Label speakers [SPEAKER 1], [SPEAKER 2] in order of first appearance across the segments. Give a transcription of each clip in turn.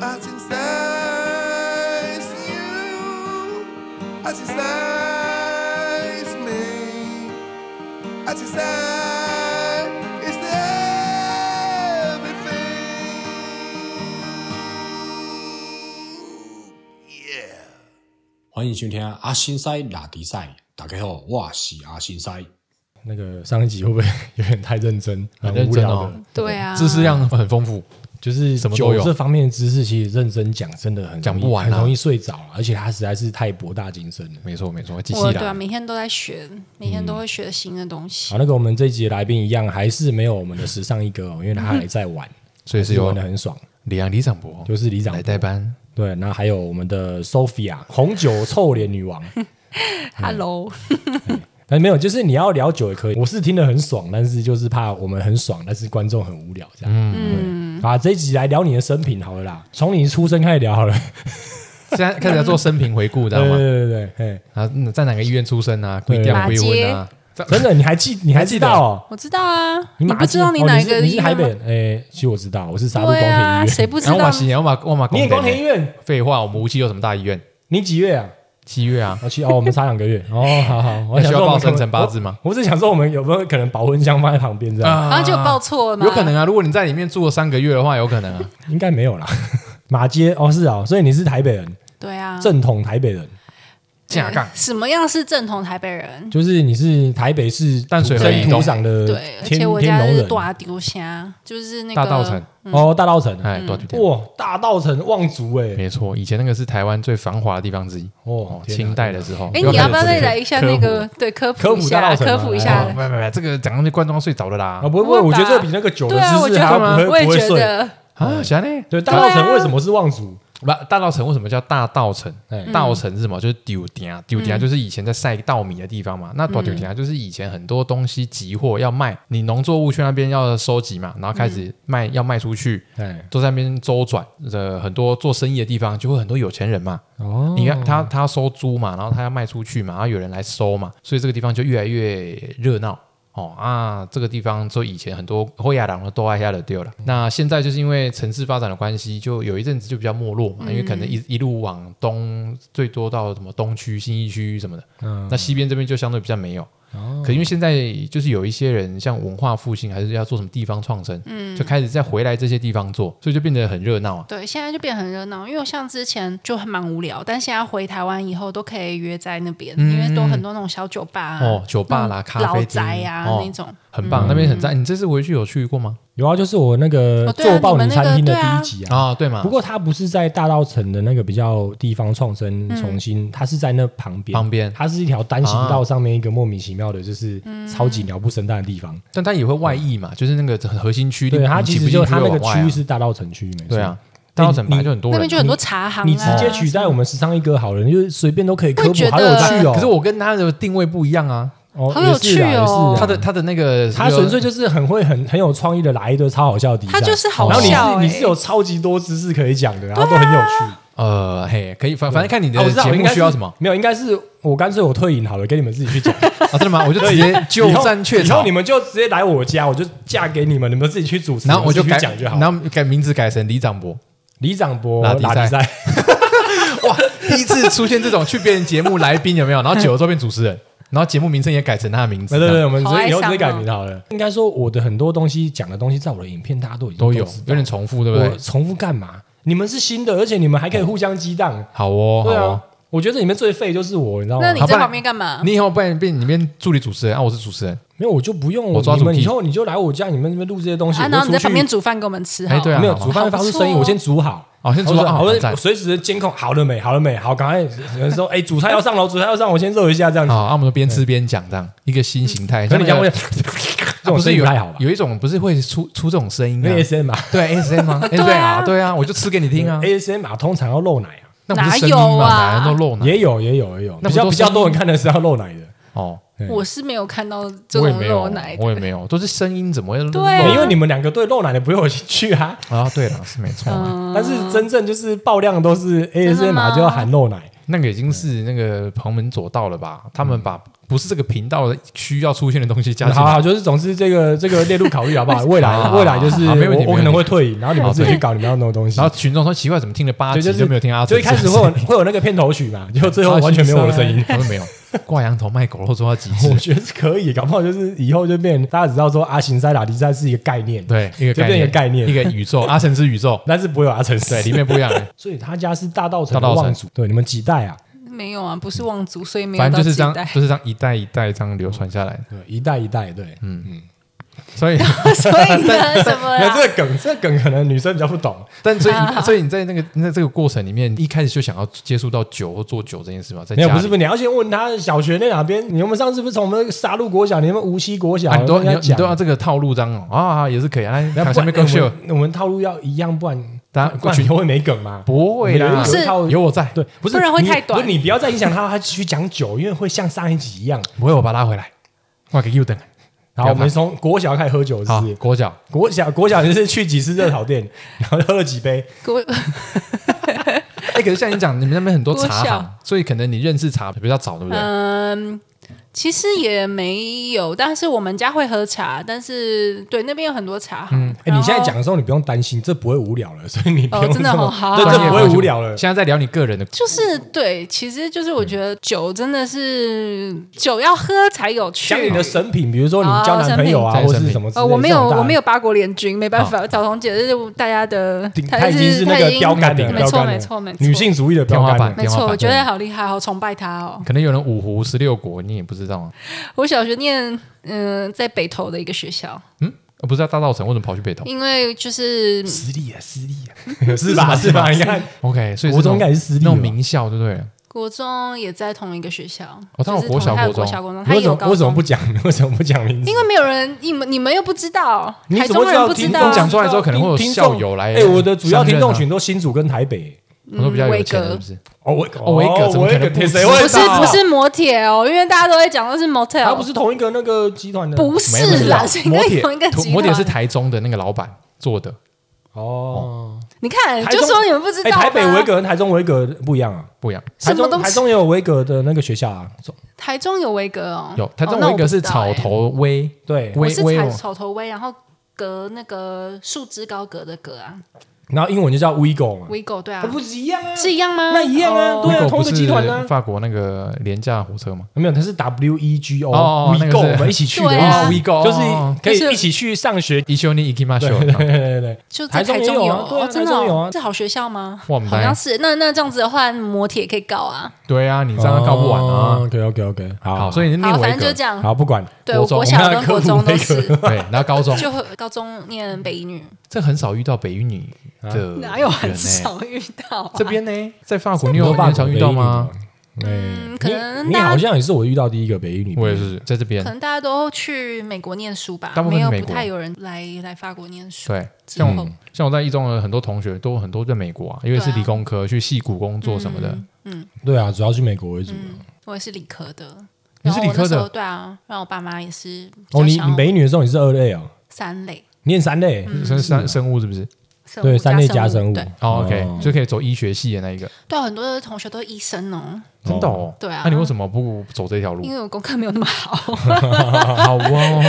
[SPEAKER 1] As inside you, as inside me, as inside is everything. Yeah.
[SPEAKER 2] 欢迎收听阿新塞拉迪赛，大家好，我是阿新塞。
[SPEAKER 3] 那个上一集会不会 有点太认真，蛮
[SPEAKER 4] 很认
[SPEAKER 3] 无
[SPEAKER 4] 真
[SPEAKER 3] 聊
[SPEAKER 4] 哦
[SPEAKER 3] 的？
[SPEAKER 5] 对啊，
[SPEAKER 4] 知识量很丰富，就是什么都
[SPEAKER 3] 酒这
[SPEAKER 4] 有。
[SPEAKER 3] 方面的知识，其实认真讲真的很容易
[SPEAKER 4] 讲不完啊
[SPEAKER 3] 很容易睡着啊，而且它实在是太博大精深了。
[SPEAKER 4] 没错没错，机器
[SPEAKER 5] 我对啊，
[SPEAKER 4] 啦，
[SPEAKER 5] 每天都在学，每天都会学新的东西
[SPEAKER 3] 好，。那个我们这一集的来宾一样，还是没有我们的时尚一哥哦，因为他还在玩，
[SPEAKER 4] 所 以是
[SPEAKER 3] 还玩
[SPEAKER 4] 由
[SPEAKER 3] 的很爽，
[SPEAKER 4] 李阳李长博
[SPEAKER 3] 就是李长
[SPEAKER 4] 来代班。
[SPEAKER 3] 对，那还有我们的 Sophia 红酒臭脸女王，
[SPEAKER 5] Hello，
[SPEAKER 3] 但没有，就是你要聊酒也可以。我是听得很爽，但是就是怕我们很爽，但是观众很无聊这样。嗯，啊，这一集来聊你的生平好了啦，从你出生开始聊好了。
[SPEAKER 4] 现在开始要做生平回顾，知
[SPEAKER 3] 对
[SPEAKER 4] 道
[SPEAKER 3] 对
[SPEAKER 4] 吗？
[SPEAKER 3] 对对，嘿
[SPEAKER 4] 啊，嗯在哪个医院出生啊？贵调
[SPEAKER 5] 马
[SPEAKER 4] 贵
[SPEAKER 5] 街
[SPEAKER 4] 温啊？这
[SPEAKER 3] 真的，你还记你还知道哦？
[SPEAKER 5] 我知道啊，你
[SPEAKER 3] 马
[SPEAKER 5] 不知道
[SPEAKER 3] 基
[SPEAKER 5] 你
[SPEAKER 3] 哦
[SPEAKER 5] 哪
[SPEAKER 3] 是
[SPEAKER 5] 个
[SPEAKER 3] 你
[SPEAKER 5] 医
[SPEAKER 3] 是
[SPEAKER 5] 院
[SPEAKER 3] 台北
[SPEAKER 5] 吗？
[SPEAKER 3] 人？哎，其实我知道，我是沙鹿光
[SPEAKER 5] 对
[SPEAKER 3] 田
[SPEAKER 5] 啊，
[SPEAKER 3] 医
[SPEAKER 5] 谁
[SPEAKER 3] 院。
[SPEAKER 5] 不知
[SPEAKER 4] 然后
[SPEAKER 5] 道
[SPEAKER 4] 马？西，然后马我马
[SPEAKER 3] 你也光田医
[SPEAKER 4] 田。
[SPEAKER 3] 院？
[SPEAKER 4] 废话，我们无锡有什么大医院？
[SPEAKER 3] 你几月啊？
[SPEAKER 4] 七月啊，
[SPEAKER 3] 我去哦，我们差两个 月。哦，好好，我
[SPEAKER 4] 那
[SPEAKER 3] 想
[SPEAKER 4] 需要
[SPEAKER 3] 说我
[SPEAKER 4] 报
[SPEAKER 3] 们可
[SPEAKER 4] 生
[SPEAKER 3] 能
[SPEAKER 4] 辰八字吗？啊
[SPEAKER 3] 我我只想说我们有没有可能保温箱放在旁边这样？
[SPEAKER 5] 然后就报错了吗？
[SPEAKER 4] 有可能啊，如果你在里面住了三个月的话，有可能啊。
[SPEAKER 3] 应该没有啦。 马街哦，是啊，所以你是台北人，
[SPEAKER 5] 对啊，
[SPEAKER 3] 正统台北人，
[SPEAKER 4] 架杠
[SPEAKER 5] 什么样是正统台北人？
[SPEAKER 3] 就是你是台北市
[SPEAKER 4] 淡水河以
[SPEAKER 3] 生
[SPEAKER 4] 东
[SPEAKER 3] 土长的
[SPEAKER 5] 对，而
[SPEAKER 3] 天
[SPEAKER 5] 且我
[SPEAKER 3] 天
[SPEAKER 5] 家
[SPEAKER 3] 龙
[SPEAKER 5] 是
[SPEAKER 3] 人
[SPEAKER 5] 大丢虾，就是那个嗯
[SPEAKER 4] 大道城，
[SPEAKER 3] 哦，大稻城，
[SPEAKER 4] 哎，多去点。
[SPEAKER 3] 哇，大稻城望族哎，
[SPEAKER 4] 没错，以前那个是台湾最繁华的地方之一。
[SPEAKER 3] 哦天哪
[SPEAKER 4] 清代的时候。
[SPEAKER 5] 哎，
[SPEAKER 4] 又
[SPEAKER 5] 你要不要
[SPEAKER 4] 开始
[SPEAKER 5] 再来一下那个？对，科
[SPEAKER 3] 科
[SPEAKER 5] 普一
[SPEAKER 3] 普大道
[SPEAKER 5] 下，
[SPEAKER 3] 城啊
[SPEAKER 5] 科
[SPEAKER 3] 吗
[SPEAKER 5] 普一
[SPEAKER 4] 哦
[SPEAKER 5] 下
[SPEAKER 4] 不。不不，这个讲上去观众睡着了啦
[SPEAKER 3] 啊，。不
[SPEAKER 5] 不
[SPEAKER 3] 会，
[SPEAKER 5] 会
[SPEAKER 3] 我觉得
[SPEAKER 5] 吧
[SPEAKER 3] 这比那个酒的
[SPEAKER 5] 对啊，我
[SPEAKER 3] 知
[SPEAKER 5] 觉
[SPEAKER 3] 识还要不
[SPEAKER 5] 得，
[SPEAKER 3] 会
[SPEAKER 5] 我也
[SPEAKER 3] 不会
[SPEAKER 5] 觉
[SPEAKER 3] 睡。
[SPEAKER 5] 得，
[SPEAKER 4] 啊，想呢？
[SPEAKER 3] 对，大稻
[SPEAKER 5] 对
[SPEAKER 3] 城
[SPEAKER 5] 啊
[SPEAKER 3] 为什么是望族？
[SPEAKER 4] 不，大稻城为什么叫大稻城
[SPEAKER 3] 哎？
[SPEAKER 4] 稻城是什么？就是丢田，丢田就是以前在晒稻米的地方嘛。那多丢田就是以前很多东西集货要卖，你农作物去那边要收集嘛，然后开始卖，要卖出去，
[SPEAKER 3] 哎，
[SPEAKER 4] 都在那边周转。呃，很多做生意的地方就会很多有钱人嘛。
[SPEAKER 3] 哦
[SPEAKER 4] 你
[SPEAKER 5] 嗯
[SPEAKER 4] 看他他要收租嘛，然后他要卖出去嘛，然后有人来收嘛，所以这个地方就越来越热闹。哦啊，这个地方就以前很多会亚郎都爱下的丢了。那现在就是因为城市发展的关系，就有一阵子就比较没落嘛，因为可能
[SPEAKER 5] 嗯
[SPEAKER 4] 一一路往东，最多到什么东区、新一区什么的。
[SPEAKER 3] 嗯
[SPEAKER 4] 那西边这边就相对比较没有。
[SPEAKER 5] 哦
[SPEAKER 4] 可因为现在就是有一些人像文化复兴，还是要做什么地方创生，
[SPEAKER 5] 嗯
[SPEAKER 4] 就开始再回来这些地方做，所以就变得很热闹啊。
[SPEAKER 5] 对，现在就变得很热闹，因为我像之前就还蛮无聊，但现在回台湾以后都可以约在那边，因为都很多那种小酒吧、啊、
[SPEAKER 4] 嗯哦，酒吧
[SPEAKER 5] 那
[SPEAKER 4] 啦、
[SPEAKER 5] 种
[SPEAKER 4] 咖啡
[SPEAKER 5] 老
[SPEAKER 4] 厅
[SPEAKER 5] 宅啊、
[SPEAKER 4] 哦
[SPEAKER 5] 那种。
[SPEAKER 4] 很棒，那边很
[SPEAKER 3] 嗯
[SPEAKER 4] 赞。你这次回去有去过吗？
[SPEAKER 3] 有啊，就是我那个
[SPEAKER 5] 哦对啊
[SPEAKER 3] 做爆
[SPEAKER 5] 你们那个
[SPEAKER 3] 餐厅的
[SPEAKER 5] 对
[SPEAKER 3] 第
[SPEAKER 5] 啊
[SPEAKER 3] 一集啊。
[SPEAKER 4] 啊，对嘛
[SPEAKER 3] 不，过它不是在大稻城的那个比较地方创生重新，
[SPEAKER 5] 嗯
[SPEAKER 3] 它是在那旁边，
[SPEAKER 4] 旁边
[SPEAKER 3] 它是一条单行道上面一个莫名其妙的，就是
[SPEAKER 5] 嗯
[SPEAKER 3] 超级鸟不生蛋的地方。
[SPEAKER 4] 但它也会外溢嘛，就是那个核心区，
[SPEAKER 3] 对，
[SPEAKER 4] 嗯你
[SPEAKER 3] 它其实就它那个区域，
[SPEAKER 4] 你挤不进去会往外啊
[SPEAKER 3] 是大稻城区，没错。
[SPEAKER 4] 对啊，大稻城本来就很多
[SPEAKER 5] 那
[SPEAKER 4] 人
[SPEAKER 5] 边就。很多茶行、啊，
[SPEAKER 3] 你直接取代我们时尚一哥好了，你就随便都可以科普，
[SPEAKER 5] 会觉
[SPEAKER 3] 好有
[SPEAKER 5] 得
[SPEAKER 3] 趣哦。
[SPEAKER 4] 可是我跟他的定位不一样啊，
[SPEAKER 3] 哦，
[SPEAKER 5] 好有
[SPEAKER 3] 也是啦
[SPEAKER 5] 趣
[SPEAKER 3] 也
[SPEAKER 5] 哦
[SPEAKER 3] 是啦
[SPEAKER 4] 他的他的那个
[SPEAKER 3] 啊他纯粹就是很会很很有创意的来一堆超好笑的底下，
[SPEAKER 5] 他就是好
[SPEAKER 3] 然后你是、
[SPEAKER 5] 笑欸啊
[SPEAKER 3] 你是有超级多知识可以讲的，然后都很有趣。
[SPEAKER 4] 呃嘿，可以反反正看你的
[SPEAKER 3] 啊我知道
[SPEAKER 4] 节
[SPEAKER 3] 应
[SPEAKER 4] 目
[SPEAKER 3] 该是
[SPEAKER 4] 需要 什么
[SPEAKER 3] 没有，应该是我干脆我退隐好了，给你们自己去讲。
[SPEAKER 4] 啊，真的吗？我就 直接就
[SPEAKER 3] 以后
[SPEAKER 4] 战鹊
[SPEAKER 3] 以后
[SPEAKER 4] 巢
[SPEAKER 3] 你，们就直接来我家，我就嫁给你们，你们自己去主持，
[SPEAKER 4] 然后我
[SPEAKER 3] 你
[SPEAKER 4] 就
[SPEAKER 3] 们自己
[SPEAKER 4] 改
[SPEAKER 3] 去讲就好。
[SPEAKER 4] 然后改名字改成李长 博。
[SPEAKER 3] 李长博
[SPEAKER 4] 拉
[SPEAKER 3] 拉
[SPEAKER 4] 迪赛
[SPEAKER 3] 比 赛，
[SPEAKER 4] 哇，第一次出现这种去别人节目来宾有没有？然后久了之后变主持人，然后节目名称也改成他的名字
[SPEAKER 3] 对，对
[SPEAKER 4] 这
[SPEAKER 3] 对，
[SPEAKER 4] 样
[SPEAKER 3] 我们直
[SPEAKER 5] 好
[SPEAKER 3] 接
[SPEAKER 5] 哀
[SPEAKER 3] 以后
[SPEAKER 5] 伤
[SPEAKER 3] 直接改
[SPEAKER 5] 哦
[SPEAKER 3] 名好了。应该说我的很多东西讲的东西，在我的影片大家都已经
[SPEAKER 4] 都有
[SPEAKER 3] 知道
[SPEAKER 4] 有点重复，对不
[SPEAKER 3] 我
[SPEAKER 4] 对？
[SPEAKER 3] 重复干嘛？你们是新的，而且你们还可以互相激荡。
[SPEAKER 4] 好哦，好
[SPEAKER 3] 对
[SPEAKER 4] 哦
[SPEAKER 3] 啊。，我觉得这里面最废就是我，你知道吗？
[SPEAKER 5] 那你
[SPEAKER 4] 好吧
[SPEAKER 5] 在旁边干嘛？
[SPEAKER 4] 你以后不然变你变助理主持人啊，我是主持人。
[SPEAKER 3] 没有，我就不用
[SPEAKER 4] 我抓
[SPEAKER 3] 你们
[SPEAKER 4] 主题
[SPEAKER 3] 以后你就来我家，你们那边录这些东西，
[SPEAKER 5] 啊，
[SPEAKER 3] 我
[SPEAKER 5] 然后
[SPEAKER 3] 就
[SPEAKER 5] 你在
[SPEAKER 3] 出
[SPEAKER 5] 旁
[SPEAKER 3] 去
[SPEAKER 5] 边煮饭给我们吃好
[SPEAKER 4] 哎
[SPEAKER 5] 了，
[SPEAKER 4] 对啊
[SPEAKER 3] 没有
[SPEAKER 4] 好吧
[SPEAKER 3] 煮饭会发出声音，
[SPEAKER 5] 好
[SPEAKER 3] 我
[SPEAKER 5] 不错哦
[SPEAKER 3] 先煮好，
[SPEAKER 4] 哦先煮好
[SPEAKER 3] 我
[SPEAKER 4] 很
[SPEAKER 3] 说
[SPEAKER 4] 赞
[SPEAKER 3] 我随时监控好了没，好了没，好，赶快有人说，哎，煮菜要上楼，煮菜要上，我先热一下这样子。
[SPEAKER 4] 啊好，那我们就边吃边讲这样一个新形态。
[SPEAKER 3] 嗯可你讲
[SPEAKER 4] 像那
[SPEAKER 3] 我
[SPEAKER 4] 个
[SPEAKER 3] 讲，
[SPEAKER 4] 啊
[SPEAKER 3] 这种
[SPEAKER 4] 不
[SPEAKER 3] 声
[SPEAKER 4] 是
[SPEAKER 3] 音
[SPEAKER 4] 有
[SPEAKER 3] 不太好吧？
[SPEAKER 4] 有一种不是会出出这种声音
[SPEAKER 3] 那
[SPEAKER 4] 啊？
[SPEAKER 3] ASM 啊
[SPEAKER 4] 对 ASM 吗？
[SPEAKER 5] 对啊
[SPEAKER 4] 对啊，我就吃给你听啊。
[SPEAKER 3] ，ASM 啊，通常要露奶啊，
[SPEAKER 4] 那不是
[SPEAKER 5] 哪
[SPEAKER 4] 声音
[SPEAKER 5] 有
[SPEAKER 4] 嘛，
[SPEAKER 5] 啊
[SPEAKER 4] 哪人都露奶
[SPEAKER 3] 也有也有也有，
[SPEAKER 4] 嗯那
[SPEAKER 3] 比
[SPEAKER 4] 不
[SPEAKER 3] 较
[SPEAKER 4] 都
[SPEAKER 3] 比较
[SPEAKER 4] 声音
[SPEAKER 3] 多人看的是要露奶的，
[SPEAKER 4] 哦。
[SPEAKER 5] 我是没有看到这
[SPEAKER 4] 我也
[SPEAKER 5] 种
[SPEAKER 4] 没
[SPEAKER 5] 肉
[SPEAKER 4] 有啊
[SPEAKER 5] 奶，的。
[SPEAKER 4] 我也没有，都是声音，怎么会露
[SPEAKER 5] 对啊
[SPEAKER 3] 因为你们两个对露奶的不会有兴趣啊。
[SPEAKER 5] 嗯
[SPEAKER 4] 啊？对了，是没错啊。
[SPEAKER 3] 但是真正就是爆量都是
[SPEAKER 5] 的
[SPEAKER 3] ASM
[SPEAKER 5] 吗
[SPEAKER 3] 啊，就要含露奶，
[SPEAKER 4] 那个已经是那个旁门左道了吧？他
[SPEAKER 3] 嗯
[SPEAKER 4] 们把不是这个频道需要出现的东西加进
[SPEAKER 3] 好
[SPEAKER 4] 来
[SPEAKER 3] 好，，就是总之这个这个列入考虑好不 好？未
[SPEAKER 4] 好
[SPEAKER 3] 来
[SPEAKER 4] 好
[SPEAKER 3] 未来就是
[SPEAKER 4] 好没问题没问题
[SPEAKER 3] 我我可能会退隐，然后你们自己去搞你们要弄的东西
[SPEAKER 4] 然。后群众说奇怪，怎么听了八
[SPEAKER 3] 对，
[SPEAKER 4] 集
[SPEAKER 3] 就是
[SPEAKER 4] 就没有听阿
[SPEAKER 3] 就
[SPEAKER 4] 哲的
[SPEAKER 3] 一
[SPEAKER 4] 声
[SPEAKER 3] 开
[SPEAKER 4] 音？
[SPEAKER 3] 始会有会有那个片头曲 嘛，就最后完全没有我的声音。
[SPEAKER 4] 他说没有， 挂羊头卖狗肉做到极
[SPEAKER 3] 我
[SPEAKER 4] 致，
[SPEAKER 3] 觉得是可以，搞不好就是以后就变大家只知道说阿行塞拉迪塞是一个概念，，
[SPEAKER 4] 对，一个
[SPEAKER 3] 就变一个概念
[SPEAKER 4] 一个宇 宙，阿成之宇宙，
[SPEAKER 3] 但是不会有阿成
[SPEAKER 4] 对，
[SPEAKER 3] 塞
[SPEAKER 4] 里。面不一样。
[SPEAKER 3] 所以他家是大道城
[SPEAKER 4] 大
[SPEAKER 3] 的
[SPEAKER 4] 稻埕
[SPEAKER 3] 望族，对，你们几代啊？
[SPEAKER 5] 没有啊，不是望族，所以 没有
[SPEAKER 4] 反
[SPEAKER 5] 到
[SPEAKER 4] 正就是
[SPEAKER 5] 几
[SPEAKER 4] 这样
[SPEAKER 5] 代，。
[SPEAKER 4] 就是这样一代一代这样流传下来的。
[SPEAKER 3] 对，一代一代，对，嗯。
[SPEAKER 4] 所 以，
[SPEAKER 5] 所 以呢，什
[SPEAKER 4] 嗯
[SPEAKER 5] 么啊
[SPEAKER 3] 那
[SPEAKER 5] 啦？
[SPEAKER 3] 这个梗，这个梗可能女生比较不懂，
[SPEAKER 4] 但所以你，所以你在那个那这个过程里面，一开始就想要接触到酒或做酒这件事嘛？在
[SPEAKER 3] 没有，
[SPEAKER 4] 家
[SPEAKER 3] 不
[SPEAKER 4] 里
[SPEAKER 3] 是不是，你要先问他小学在哪边？你们上次不是从我们杀戮国小，你们无锡国小，
[SPEAKER 4] 啊，你都
[SPEAKER 3] 跟
[SPEAKER 4] 你
[SPEAKER 3] 他
[SPEAKER 4] 要你
[SPEAKER 3] 讲
[SPEAKER 4] 都要这个套路章哦啊，也是可以啊。
[SPEAKER 3] 那
[SPEAKER 4] 那
[SPEAKER 3] 不
[SPEAKER 4] 下
[SPEAKER 3] 然
[SPEAKER 4] 面更
[SPEAKER 3] 我
[SPEAKER 4] 秀
[SPEAKER 3] 们，我们套路要一样，不然
[SPEAKER 4] 大家
[SPEAKER 3] 不然你会没梗嘛？
[SPEAKER 4] 不会啦，
[SPEAKER 3] 不是
[SPEAKER 4] 有我在，
[SPEAKER 3] 对，不是，
[SPEAKER 5] 不然会
[SPEAKER 3] 你
[SPEAKER 5] 太短
[SPEAKER 3] 不是你不要再影响他，他继续讲酒，因为会像上一集一样。
[SPEAKER 4] 不会我把他拉回来，我给 U 等。
[SPEAKER 3] 然后我们从国小开始喝酒，是
[SPEAKER 4] 好
[SPEAKER 3] 不是？
[SPEAKER 4] 国脚
[SPEAKER 3] 国小国小就是去几次热炒店，然后喝了几杯，
[SPEAKER 5] 我
[SPEAKER 4] 哎、可是像你讲，你们那边很多
[SPEAKER 5] 国
[SPEAKER 4] 茶
[SPEAKER 5] 小
[SPEAKER 4] 行，所以可能你认识茶比较早，对不对？
[SPEAKER 5] 嗯，其实也没有，但是我们家会喝茶，但是对那边有很多茶行。嗯
[SPEAKER 3] 哎、你现在讲的时候，你不用担心，这不会无聊了，所以你不
[SPEAKER 5] 哦
[SPEAKER 3] 用
[SPEAKER 5] 真的
[SPEAKER 3] 这么
[SPEAKER 5] 哦好
[SPEAKER 3] 这
[SPEAKER 5] 好
[SPEAKER 3] 这
[SPEAKER 5] 好
[SPEAKER 3] 不会无聊了。
[SPEAKER 4] 现在在聊你个人的，
[SPEAKER 5] 就是
[SPEAKER 3] 嗯
[SPEAKER 5] 对，其实就是我觉得酒真的是酒要喝才有趣
[SPEAKER 3] 讲。你的神品，比如说你交男朋友啊，
[SPEAKER 4] 哦
[SPEAKER 3] 或
[SPEAKER 4] 神
[SPEAKER 3] 是
[SPEAKER 4] 品
[SPEAKER 3] 什么之类
[SPEAKER 5] 呃，
[SPEAKER 3] 的
[SPEAKER 5] 我没
[SPEAKER 3] 这
[SPEAKER 5] 有，
[SPEAKER 3] 种大
[SPEAKER 5] 我没有八国联军，没办法，早同姐就是大家的
[SPEAKER 3] 顶，
[SPEAKER 5] 她
[SPEAKER 3] 他已经是那
[SPEAKER 5] 她
[SPEAKER 3] 个
[SPEAKER 5] 已经
[SPEAKER 3] 标杆了，
[SPEAKER 5] 没
[SPEAKER 3] 标
[SPEAKER 5] 错，
[SPEAKER 3] 杆了
[SPEAKER 5] 没错，没错，
[SPEAKER 3] 女性主义的标
[SPEAKER 4] 天
[SPEAKER 3] 杆
[SPEAKER 4] 花板
[SPEAKER 3] 了。
[SPEAKER 5] 没错，
[SPEAKER 4] 天花
[SPEAKER 5] 我
[SPEAKER 4] 板
[SPEAKER 5] 觉得好厉害，好崇拜她哦。
[SPEAKER 4] 可能有人五湖十六国，你也不知道啊。
[SPEAKER 5] 我小学念嗯、在北投的一个学校，
[SPEAKER 4] 嗯，呃不是在大稻城，为什么跑去北投
[SPEAKER 5] 因为就是
[SPEAKER 3] 私立啊，私立啊， 是 吧？是吧？你 看，
[SPEAKER 4] ？OK，所以
[SPEAKER 3] 国中
[SPEAKER 4] 那种
[SPEAKER 3] 应该也是私立哦
[SPEAKER 4] 那种
[SPEAKER 3] 吧
[SPEAKER 4] 名校，对不对？
[SPEAKER 5] 国中也在同一个学校，
[SPEAKER 4] 哦他有
[SPEAKER 5] 就是
[SPEAKER 4] 国小
[SPEAKER 5] 同他
[SPEAKER 4] 国
[SPEAKER 5] 有
[SPEAKER 4] 中
[SPEAKER 5] 国小、国中，哦他
[SPEAKER 3] 为
[SPEAKER 5] 也
[SPEAKER 3] 什
[SPEAKER 5] 有
[SPEAKER 3] 么
[SPEAKER 5] 高
[SPEAKER 3] 为什么
[SPEAKER 5] 中
[SPEAKER 3] 不。讲？ 为什么不讲名字？
[SPEAKER 5] 因为没有人，你们你们又不知道，
[SPEAKER 3] 你
[SPEAKER 5] 台
[SPEAKER 3] 怎么
[SPEAKER 5] 中
[SPEAKER 3] 知
[SPEAKER 5] 人
[SPEAKER 3] 道
[SPEAKER 5] 不知
[SPEAKER 3] 听
[SPEAKER 5] 道
[SPEAKER 3] 众
[SPEAKER 5] 啊，
[SPEAKER 4] 讲出来之后可能会有
[SPEAKER 3] 听
[SPEAKER 4] 校
[SPEAKER 3] 众
[SPEAKER 4] 友来
[SPEAKER 3] 哎、我的主要听众群
[SPEAKER 4] 上
[SPEAKER 3] 都新竹跟台北。
[SPEAKER 4] 我说比较有钱的，是
[SPEAKER 5] 嗯威格
[SPEAKER 4] 不是？
[SPEAKER 3] 哦，维
[SPEAKER 4] 哦维格怎么可能不知
[SPEAKER 3] 谁
[SPEAKER 4] 道
[SPEAKER 3] 会
[SPEAKER 5] 不是
[SPEAKER 3] 知道
[SPEAKER 5] 不是摩铁哦，因为大家都在讲的是 motel，
[SPEAKER 3] 他不是同一个那个集团的？
[SPEAKER 5] 不
[SPEAKER 4] 没有没有
[SPEAKER 5] 是啦，
[SPEAKER 4] 没有
[SPEAKER 5] 是应
[SPEAKER 4] 摩
[SPEAKER 5] 该
[SPEAKER 4] 铁
[SPEAKER 5] 同一个集
[SPEAKER 4] 图
[SPEAKER 5] 团。
[SPEAKER 4] 摩铁是台中的那个老板做的，
[SPEAKER 3] 哦，
[SPEAKER 5] 你看
[SPEAKER 3] 台中
[SPEAKER 5] 就说你们不知
[SPEAKER 3] 哎、
[SPEAKER 5] 道吗，
[SPEAKER 3] 台北维格跟台中维格不一样啊。
[SPEAKER 4] 不一样。
[SPEAKER 5] 什
[SPEAKER 3] 台
[SPEAKER 5] 么
[SPEAKER 3] 中
[SPEAKER 5] 东
[SPEAKER 3] 台
[SPEAKER 5] 西？
[SPEAKER 3] 中也有维格的那个学校啊，
[SPEAKER 5] 台中有维格哦，
[SPEAKER 4] 有台中
[SPEAKER 5] 哦那
[SPEAKER 4] 有一个
[SPEAKER 5] 不
[SPEAKER 4] 是
[SPEAKER 5] 知道
[SPEAKER 4] 草
[SPEAKER 5] 哎
[SPEAKER 4] 头威
[SPEAKER 3] 对。
[SPEAKER 5] 我
[SPEAKER 4] 威
[SPEAKER 5] 是
[SPEAKER 4] 威
[SPEAKER 5] 采
[SPEAKER 4] 哦，
[SPEAKER 5] 草头威，然后隔那个树枝高阁的阁啊
[SPEAKER 3] 然后英文就叫 Vigo 嘛，
[SPEAKER 5] ，WeGo 对啊
[SPEAKER 3] 嗯它，不是一样啊？
[SPEAKER 5] 是一样吗？
[SPEAKER 3] 那一样啊
[SPEAKER 5] 哦
[SPEAKER 3] 对啊
[SPEAKER 4] 那个
[SPEAKER 3] 同
[SPEAKER 4] 不
[SPEAKER 3] 一个集
[SPEAKER 4] 是
[SPEAKER 3] 团啊
[SPEAKER 4] 法国那个廉价火车吗？
[SPEAKER 3] 没有，它是 W E G O
[SPEAKER 4] 哦那个
[SPEAKER 3] Vigo，
[SPEAKER 4] 是
[SPEAKER 3] 我们一起去的
[SPEAKER 5] 对
[SPEAKER 3] 意
[SPEAKER 5] 啊
[SPEAKER 3] 思
[SPEAKER 5] 哦
[SPEAKER 4] ，Vigo
[SPEAKER 3] 就是可
[SPEAKER 5] 就是
[SPEAKER 3] 以一起去上学。
[SPEAKER 4] 一休尼伊基马秀
[SPEAKER 3] 对，对对对对，
[SPEAKER 5] 就在台
[SPEAKER 3] 啊台中
[SPEAKER 5] 中
[SPEAKER 3] 也有
[SPEAKER 5] 有
[SPEAKER 3] 啊对啊
[SPEAKER 5] 哦真的
[SPEAKER 3] 台中有
[SPEAKER 5] 哦
[SPEAKER 3] 啊
[SPEAKER 5] 是好学校吗？
[SPEAKER 4] 哇我们
[SPEAKER 5] 好像是。那那这样子的话，摩铁可以告啊。
[SPEAKER 4] 对啊，你这样告不完啊。
[SPEAKER 3] OK OK OK，好，哦
[SPEAKER 4] 好，所以
[SPEAKER 3] 以
[SPEAKER 4] 你念
[SPEAKER 5] 好，
[SPEAKER 4] 维
[SPEAKER 5] 反正就
[SPEAKER 4] 格
[SPEAKER 5] 这，样。
[SPEAKER 3] 好不管
[SPEAKER 5] 对，
[SPEAKER 4] 国
[SPEAKER 5] 我
[SPEAKER 4] 中
[SPEAKER 5] 国小
[SPEAKER 3] 我们
[SPEAKER 5] 跟
[SPEAKER 3] 要
[SPEAKER 5] 国
[SPEAKER 3] 科普
[SPEAKER 5] 中都
[SPEAKER 3] 维格
[SPEAKER 5] 是，
[SPEAKER 4] 对，然后高中
[SPEAKER 5] 就会高中念北一女，
[SPEAKER 4] 这很少遇到北语女的，
[SPEAKER 5] 啊
[SPEAKER 4] 欸
[SPEAKER 5] 哪有很？少遇到啊？
[SPEAKER 4] 这边呢，在法国你
[SPEAKER 3] 你
[SPEAKER 4] 有
[SPEAKER 3] 有
[SPEAKER 4] 你
[SPEAKER 3] 法
[SPEAKER 4] 很
[SPEAKER 3] 国
[SPEAKER 4] 常
[SPEAKER 3] 北
[SPEAKER 4] 遇
[SPEAKER 3] 一
[SPEAKER 4] 到
[SPEAKER 3] 女
[SPEAKER 4] 吗？
[SPEAKER 3] 吗？
[SPEAKER 5] 嗯，可能
[SPEAKER 3] 你你
[SPEAKER 5] 大
[SPEAKER 3] 好
[SPEAKER 5] 家
[SPEAKER 3] 像也是我遇到第一个北一女，
[SPEAKER 4] 我也是在这边
[SPEAKER 5] 可，能大家都去美国念书吧
[SPEAKER 4] 大，部分
[SPEAKER 5] 没
[SPEAKER 4] 是
[SPEAKER 5] 有
[SPEAKER 4] 美
[SPEAKER 5] 不
[SPEAKER 4] 国
[SPEAKER 5] 太有人来来法国念书。
[SPEAKER 4] 对，
[SPEAKER 5] 之
[SPEAKER 4] 像
[SPEAKER 5] 后
[SPEAKER 4] 我像我在一中的很多同学都很多在美国啊，因为是
[SPEAKER 5] 对啊嗯
[SPEAKER 4] 理工科去戏谷工作什么的，
[SPEAKER 3] 对啊，主要去美国为主。
[SPEAKER 5] 我也是理科的，
[SPEAKER 4] 你
[SPEAKER 5] 然
[SPEAKER 4] 是
[SPEAKER 5] 后
[SPEAKER 4] 理
[SPEAKER 5] 我
[SPEAKER 4] 科
[SPEAKER 5] 那时
[SPEAKER 4] 的
[SPEAKER 5] 候对啊，然后我爸妈也是比较
[SPEAKER 3] 哦，你
[SPEAKER 5] 想
[SPEAKER 3] 你
[SPEAKER 5] 要
[SPEAKER 3] 北一女的时候你是二类哦，
[SPEAKER 5] 三类，
[SPEAKER 3] 念三类，
[SPEAKER 4] 生生生物是不是？
[SPEAKER 5] 嗯生
[SPEAKER 3] 对，
[SPEAKER 5] 物
[SPEAKER 3] 三类加生物
[SPEAKER 5] 对，。
[SPEAKER 3] 啊
[SPEAKER 4] 哦
[SPEAKER 3] 哦
[SPEAKER 4] ，OK，就可以走医学系的那一个，
[SPEAKER 5] 对啊，很多的同学都是医生哦，
[SPEAKER 4] 真的哦。
[SPEAKER 5] 对啊
[SPEAKER 4] 那你为什么不走这条路
[SPEAKER 5] 因？为我功课没有那么好。
[SPEAKER 4] 好哦，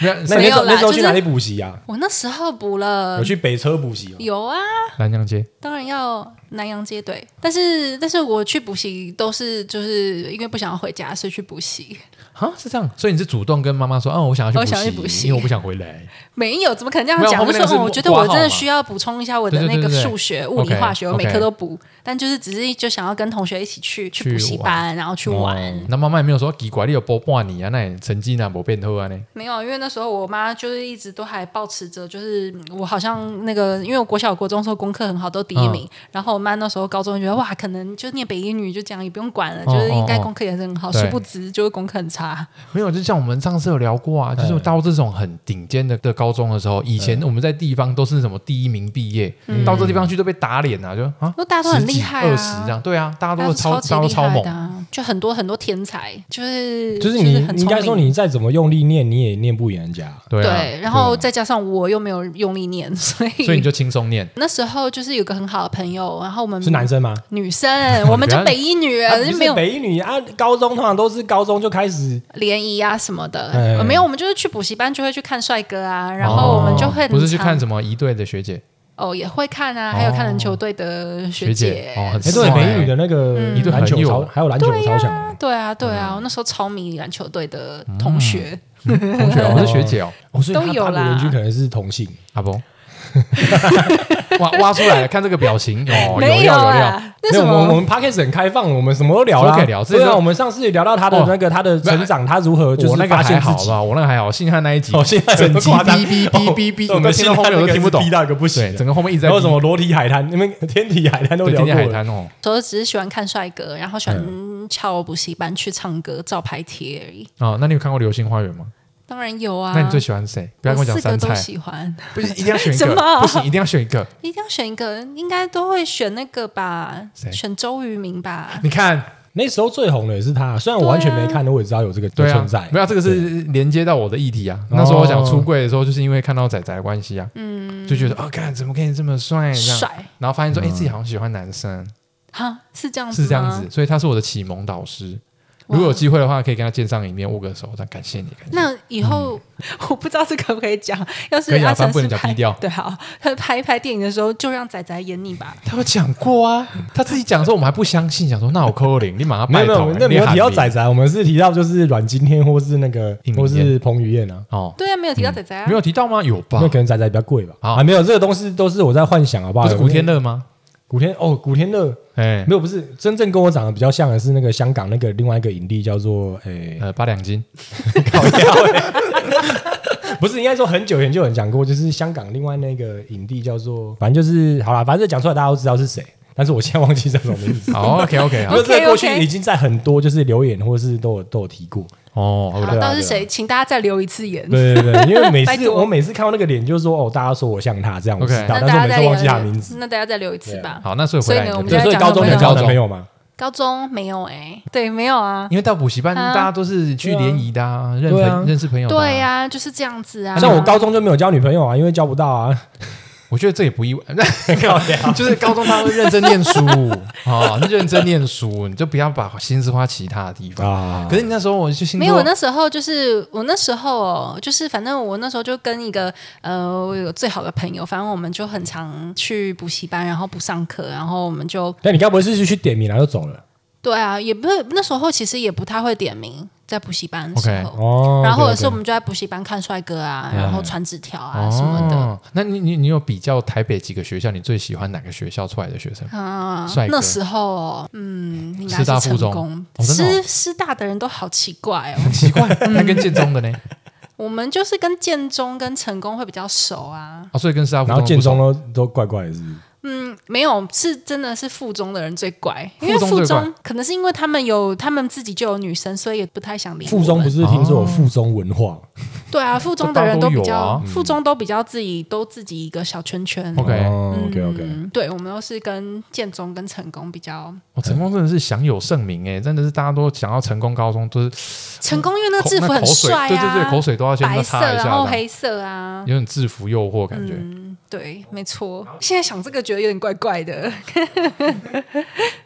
[SPEAKER 4] 没
[SPEAKER 3] 那
[SPEAKER 4] 有
[SPEAKER 3] 你那时候
[SPEAKER 5] 没有啦
[SPEAKER 3] 那时候去
[SPEAKER 5] 就是
[SPEAKER 3] 哪里补习啊？
[SPEAKER 5] 我那时候补了
[SPEAKER 3] 有去北车补习哦。
[SPEAKER 5] 有啊，
[SPEAKER 4] 南洋街
[SPEAKER 5] 当然要南洋街对，但是但是我去补习都是就是因为不想要回家，所以去补习。
[SPEAKER 4] 啊，是这样，所以你是主动跟妈妈说，啊，我想要去
[SPEAKER 5] 我想要去补习
[SPEAKER 4] 因为我不想回来。
[SPEAKER 5] 没有，怎么可能这样
[SPEAKER 4] 没有
[SPEAKER 5] 讲？
[SPEAKER 4] 后
[SPEAKER 5] 就
[SPEAKER 4] 面
[SPEAKER 5] 是
[SPEAKER 4] 那个是
[SPEAKER 5] 哦，我觉得我真
[SPEAKER 4] 挂号
[SPEAKER 5] 的
[SPEAKER 4] 嘛
[SPEAKER 5] 需要补充一下我的
[SPEAKER 4] 对对
[SPEAKER 5] 那
[SPEAKER 4] 对
[SPEAKER 5] 个
[SPEAKER 4] 对对
[SPEAKER 5] 数学、物理、
[SPEAKER 4] OK，
[SPEAKER 5] 化学，我每
[SPEAKER 4] OK
[SPEAKER 5] 科都补，但就是只是就想要跟同学一起去去补习班，然后去玩。
[SPEAKER 4] 那妈妈也没有说奇怪，你有包半年啊，那你成绩呢没变好啊呢？
[SPEAKER 5] 没有，因为那时候我妈就是一直都还保持着，就是我好像那个，因为我国小、国中的时候功课很好，都第一名。
[SPEAKER 4] 嗯
[SPEAKER 5] 然后我妈那时候高中就觉得哇，可能就念北一女就这样，也不用管了，就是应该功课也是很好。
[SPEAKER 4] 哦对
[SPEAKER 5] 殊不知就是功课很差。
[SPEAKER 4] 没有，就像我们上次有聊过啊，
[SPEAKER 3] 哎
[SPEAKER 4] 就是到这种很顶尖的的高中的时候，以前我们在地方都是什么第一名毕业，到这地方去都被打脸啊，就啊，
[SPEAKER 5] 嗯因为大家都很厉害
[SPEAKER 4] 十几二
[SPEAKER 5] 啊
[SPEAKER 4] 十这样，对啊，大家都
[SPEAKER 5] 那
[SPEAKER 4] 是超，
[SPEAKER 5] 级
[SPEAKER 4] 大家都
[SPEAKER 5] 厉
[SPEAKER 4] 超
[SPEAKER 5] 害
[SPEAKER 4] 猛
[SPEAKER 5] 的，啊，就很多很多天才，就是
[SPEAKER 3] 就是你
[SPEAKER 5] 很
[SPEAKER 3] 你应
[SPEAKER 5] 聪
[SPEAKER 3] 该说
[SPEAKER 5] 明
[SPEAKER 3] 你再怎么用力念，你也念不赢人家。
[SPEAKER 4] 对啊，
[SPEAKER 5] 对，然后再加上我又没有用力念，所以
[SPEAKER 4] 所以你就轻松念。
[SPEAKER 5] 那时候就是有个很好的朋友，然后我们
[SPEAKER 3] 是男生吗？
[SPEAKER 5] 女生，我们就北一女
[SPEAKER 3] 啊
[SPEAKER 5] 人，
[SPEAKER 3] 不
[SPEAKER 5] 嗯就是没有
[SPEAKER 3] 北一女啊，高中通常都是高中就开始
[SPEAKER 5] 联谊啊什么的，
[SPEAKER 3] 哎
[SPEAKER 5] 呃没有，我们就是去补习班就会去看帅哥啊，然后我们就会
[SPEAKER 4] 哦
[SPEAKER 5] 很
[SPEAKER 4] 不是去看
[SPEAKER 5] 常
[SPEAKER 4] 什么一队的学姐
[SPEAKER 5] 哦，也会看啊，还有看篮球队的学
[SPEAKER 4] 姐哦，很
[SPEAKER 3] 哎，
[SPEAKER 4] 爽
[SPEAKER 3] 对，
[SPEAKER 4] 欸
[SPEAKER 3] 北一女的那个
[SPEAKER 4] 一对
[SPEAKER 3] 篮球
[SPEAKER 4] 很有
[SPEAKER 3] 超，还有篮球我超强的。
[SPEAKER 5] 嗯对啊，对啊，我那时候超迷篮球队的同学，
[SPEAKER 4] 同学哦，不是学姐哦，
[SPEAKER 3] 哦，所以
[SPEAKER 5] 都
[SPEAKER 3] 他
[SPEAKER 5] 有
[SPEAKER 3] 八股
[SPEAKER 5] 啦
[SPEAKER 3] 邻居可能是同性，
[SPEAKER 4] 阿 伯。挖挖出来了，看这个表情哦，有
[SPEAKER 5] 没
[SPEAKER 4] 料有料。
[SPEAKER 5] 啊，那
[SPEAKER 3] 没
[SPEAKER 5] 什
[SPEAKER 3] 有我们我
[SPEAKER 5] 么
[SPEAKER 3] 们 podcast 很开放，我们什么都聊啦
[SPEAKER 4] 什么都可以聊
[SPEAKER 3] 对
[SPEAKER 4] 这
[SPEAKER 3] 啊，
[SPEAKER 4] 个
[SPEAKER 3] 我们上次也聊到他的那个他的成长，他如何就
[SPEAKER 4] 我那
[SPEAKER 3] 是
[SPEAKER 4] 个
[SPEAKER 3] 发
[SPEAKER 4] 还
[SPEAKER 3] 现自
[SPEAKER 4] 好
[SPEAKER 3] 己。
[SPEAKER 4] 吧，我那个还好。信汉那一集，
[SPEAKER 3] 哦，现在
[SPEAKER 4] 整集
[SPEAKER 3] 很夸张
[SPEAKER 4] 哔哔哔哔哔
[SPEAKER 3] 哦对我们现在
[SPEAKER 4] 我们听到后面我都
[SPEAKER 3] 那个
[SPEAKER 4] 听不懂
[SPEAKER 3] 是逼到一个不行
[SPEAKER 4] 对，
[SPEAKER 3] 的，
[SPEAKER 4] 整个后面一直在
[SPEAKER 3] 还有什
[SPEAKER 4] 逼
[SPEAKER 3] 么裸体海滩，你们天体海滩都
[SPEAKER 4] 对
[SPEAKER 3] 聊过
[SPEAKER 4] 天天海
[SPEAKER 3] 了。
[SPEAKER 4] 滩哦，
[SPEAKER 5] 那时候只是喜欢看帅哥，然后喜欢翘补习班去唱歌照牌贴而已。
[SPEAKER 4] 哦，那你有看过《流星花园》吗？
[SPEAKER 5] 当然有啊，
[SPEAKER 4] 那你最喜欢谁？不要跟
[SPEAKER 5] 我
[SPEAKER 4] 讲
[SPEAKER 5] 四
[SPEAKER 4] 三
[SPEAKER 5] 个都
[SPEAKER 4] 菜，
[SPEAKER 5] 喜欢，
[SPEAKER 4] 不行，一定要选一
[SPEAKER 5] 什
[SPEAKER 4] 个，
[SPEAKER 5] 么
[SPEAKER 4] 不行，一定要选一个。
[SPEAKER 5] 一定要选一个，应该都会选那个吧
[SPEAKER 4] 谁，
[SPEAKER 5] 选周渝民吧。
[SPEAKER 4] 你看，
[SPEAKER 3] 那时候最红的也是他，虽然我完全没看，但我也知道有这个
[SPEAKER 4] 对啊
[SPEAKER 3] 存在，
[SPEAKER 4] 没。有这个是连接到我的议题啊。那时候我讲出柜的时候，就是因为看到仔仔的关系啊，就觉得啊，看怎么可以这么帅，这样，
[SPEAKER 5] 哦嗯帅
[SPEAKER 4] 然后发现说，哎，
[SPEAKER 3] 嗯
[SPEAKER 4] 自己好像喜欢男生，
[SPEAKER 5] 哈，是这样子，
[SPEAKER 4] 是这样子，。所以他是我的启蒙导师。如果有机会的话，可以跟他见上一面，握个手，但感谢你，感谢你。
[SPEAKER 5] 那以后、 我不知道这可不可以讲，要是
[SPEAKER 4] 嗯可以啊
[SPEAKER 5] 阿成
[SPEAKER 4] 反正不
[SPEAKER 5] 是
[SPEAKER 4] 能讲
[SPEAKER 5] 拍
[SPEAKER 4] 低调
[SPEAKER 5] 对好，他拍一拍电影的时候就让仔仔演你吧。
[SPEAKER 4] 他有讲过啊，他自己讲的时候我们还不相信，想说那我扣零，你马上
[SPEAKER 3] 没
[SPEAKER 4] 拜
[SPEAKER 3] 有没
[SPEAKER 4] 托
[SPEAKER 3] 有，，那
[SPEAKER 4] 你
[SPEAKER 3] 没有提到
[SPEAKER 4] 喊
[SPEAKER 3] 仔
[SPEAKER 4] 零
[SPEAKER 3] 仔，我们是提到就是阮经天或是那个
[SPEAKER 4] 应
[SPEAKER 3] 或
[SPEAKER 4] 明
[SPEAKER 3] 是彭于晏啊，
[SPEAKER 4] 哦，
[SPEAKER 5] 对啊，没有提到仔仔啊，
[SPEAKER 4] 没有提到吗？有吧
[SPEAKER 3] 那？可能仔仔比较贵吧。
[SPEAKER 4] 好
[SPEAKER 3] 啊，没有这个东西都是我在幻想，好不好？
[SPEAKER 4] 哦不是古天
[SPEAKER 3] 乐，
[SPEAKER 4] 乐吗？
[SPEAKER 3] 古天哦，古天乐
[SPEAKER 4] 哎，
[SPEAKER 3] 哎没有，不是真正跟我长得比较像的是那个香港那个另外一个影帝叫做诶，
[SPEAKER 4] 呃，八两金，
[SPEAKER 3] 搞笑欸不是应该说很久以前就有人讲过，就是香港另外那个影帝叫做，反正就是好啦，反正讲出来大家都知道是谁，但是我现在忘记叫什么名 字。
[SPEAKER 4] 好，OK 哦 OK，好
[SPEAKER 3] 因为在
[SPEAKER 5] OK，OK
[SPEAKER 3] 过去已经在很多就是留言或是都有都有提过，
[SPEAKER 4] 哦
[SPEAKER 5] 好，
[SPEAKER 4] ，OK，
[SPEAKER 5] 到底是谁？请大家再留一次言。
[SPEAKER 4] 啊
[SPEAKER 3] 对对对，因为每
[SPEAKER 5] 拜
[SPEAKER 3] 次
[SPEAKER 5] 托
[SPEAKER 3] 我每次看到那个脸，就是说哦，大家说我像他这样，我
[SPEAKER 4] OK
[SPEAKER 3] 知道但
[SPEAKER 5] 那
[SPEAKER 3] 是我
[SPEAKER 5] 大
[SPEAKER 3] 每
[SPEAKER 5] 家再
[SPEAKER 3] 次
[SPEAKER 5] 留
[SPEAKER 3] 忘记他名字。，
[SPEAKER 5] 那大家再留一次
[SPEAKER 4] 啊
[SPEAKER 5] 吧。
[SPEAKER 4] 好，那所以
[SPEAKER 5] 所
[SPEAKER 4] 回
[SPEAKER 5] 以
[SPEAKER 4] 来
[SPEAKER 5] 呢
[SPEAKER 4] 你的
[SPEAKER 5] 我们
[SPEAKER 4] 部
[SPEAKER 5] 现
[SPEAKER 3] 对，
[SPEAKER 5] 在
[SPEAKER 3] 所以
[SPEAKER 5] 讲
[SPEAKER 3] 高中
[SPEAKER 5] 到
[SPEAKER 3] 有
[SPEAKER 5] 那个
[SPEAKER 3] 交男朋友吗？
[SPEAKER 5] 高中没有哎、对，没有啊。
[SPEAKER 4] 因为到补习班
[SPEAKER 5] 啊
[SPEAKER 4] 大家都是去联谊的啊，认
[SPEAKER 3] 对啊
[SPEAKER 4] 朋认识朋友的。
[SPEAKER 5] 对，呀、就是这样子啊。
[SPEAKER 3] 像我高中就没有交女朋友啊，因为交不到啊。
[SPEAKER 4] 我觉得这也不意外， 就是高中他会认真念书 啊，认真念书，你就不要把心思花其他的地方。
[SPEAKER 3] 啊
[SPEAKER 4] 可是你那时候我就心
[SPEAKER 5] 没有，
[SPEAKER 4] 说
[SPEAKER 5] 我那时候就是我那时候哦，就是反正我那时候就跟一个呃，我有最好的朋友，反正我们就很常去补习班，然后不上课，然后我们就
[SPEAKER 3] 那你该不会是去去点名啊然后就走了？
[SPEAKER 5] 对啊，也不是那时候其实也不太会点名，在补习班的时候。
[SPEAKER 3] 哦，
[SPEAKER 5] 然后或者
[SPEAKER 3] OK，OK
[SPEAKER 5] 是我们就在补习班看帅哥啊，然后传纸条啊什么
[SPEAKER 4] 嗯
[SPEAKER 5] 的。
[SPEAKER 4] 哦，那你你你有比较台北几个学校，你最喜欢哪个学校出来的学生？
[SPEAKER 5] 啊
[SPEAKER 4] 帅，哥
[SPEAKER 5] 那时候哦，嗯，应该
[SPEAKER 4] 师大
[SPEAKER 5] 是
[SPEAKER 4] 附中
[SPEAKER 5] 成功。
[SPEAKER 4] 哦真的哦
[SPEAKER 5] 师师大的人都好奇 怪哦，
[SPEAKER 4] 奇 怪，那跟建中的呢？
[SPEAKER 5] 我们就是跟建中跟成功会比较熟啊。
[SPEAKER 4] 哦，所以跟师大附
[SPEAKER 3] 然后
[SPEAKER 4] 中
[SPEAKER 3] 建
[SPEAKER 4] 不熟
[SPEAKER 3] 中都都怪怪的，是不是？
[SPEAKER 5] 嗯，没有，是真的是附中的人最怪，因为
[SPEAKER 4] 附中最
[SPEAKER 5] 附
[SPEAKER 4] 怪
[SPEAKER 5] 中可能是因为他们有他们自己就有女生，所以也不太想理我
[SPEAKER 3] 附
[SPEAKER 5] 们
[SPEAKER 4] 哎
[SPEAKER 3] 中不是听说有附中文化？
[SPEAKER 5] 对啊，附中的人比
[SPEAKER 4] 这大
[SPEAKER 5] 较，
[SPEAKER 4] 家都有啊
[SPEAKER 5] 附中都比较自己都自己一个小圈圈。
[SPEAKER 4] OK
[SPEAKER 3] 哦
[SPEAKER 5] 嗯
[SPEAKER 3] OK OK，
[SPEAKER 5] 对，我们都是跟建中跟成功比较，
[SPEAKER 4] 哦，成功真的是享有盛名哎，真的是大家都想要成功高中，都是
[SPEAKER 5] 成功因为那
[SPEAKER 4] 口
[SPEAKER 5] 制服
[SPEAKER 4] 那
[SPEAKER 5] 很
[SPEAKER 4] 口水
[SPEAKER 5] 帅啊，
[SPEAKER 4] 对对对，口水都要先
[SPEAKER 5] 白色
[SPEAKER 4] 擦一下，
[SPEAKER 5] 然后
[SPEAKER 4] 这样
[SPEAKER 5] 黑嗯色啊，
[SPEAKER 4] 有点制服诱惑感觉。
[SPEAKER 5] 对，没错。现在想这个觉得有点怪怪的，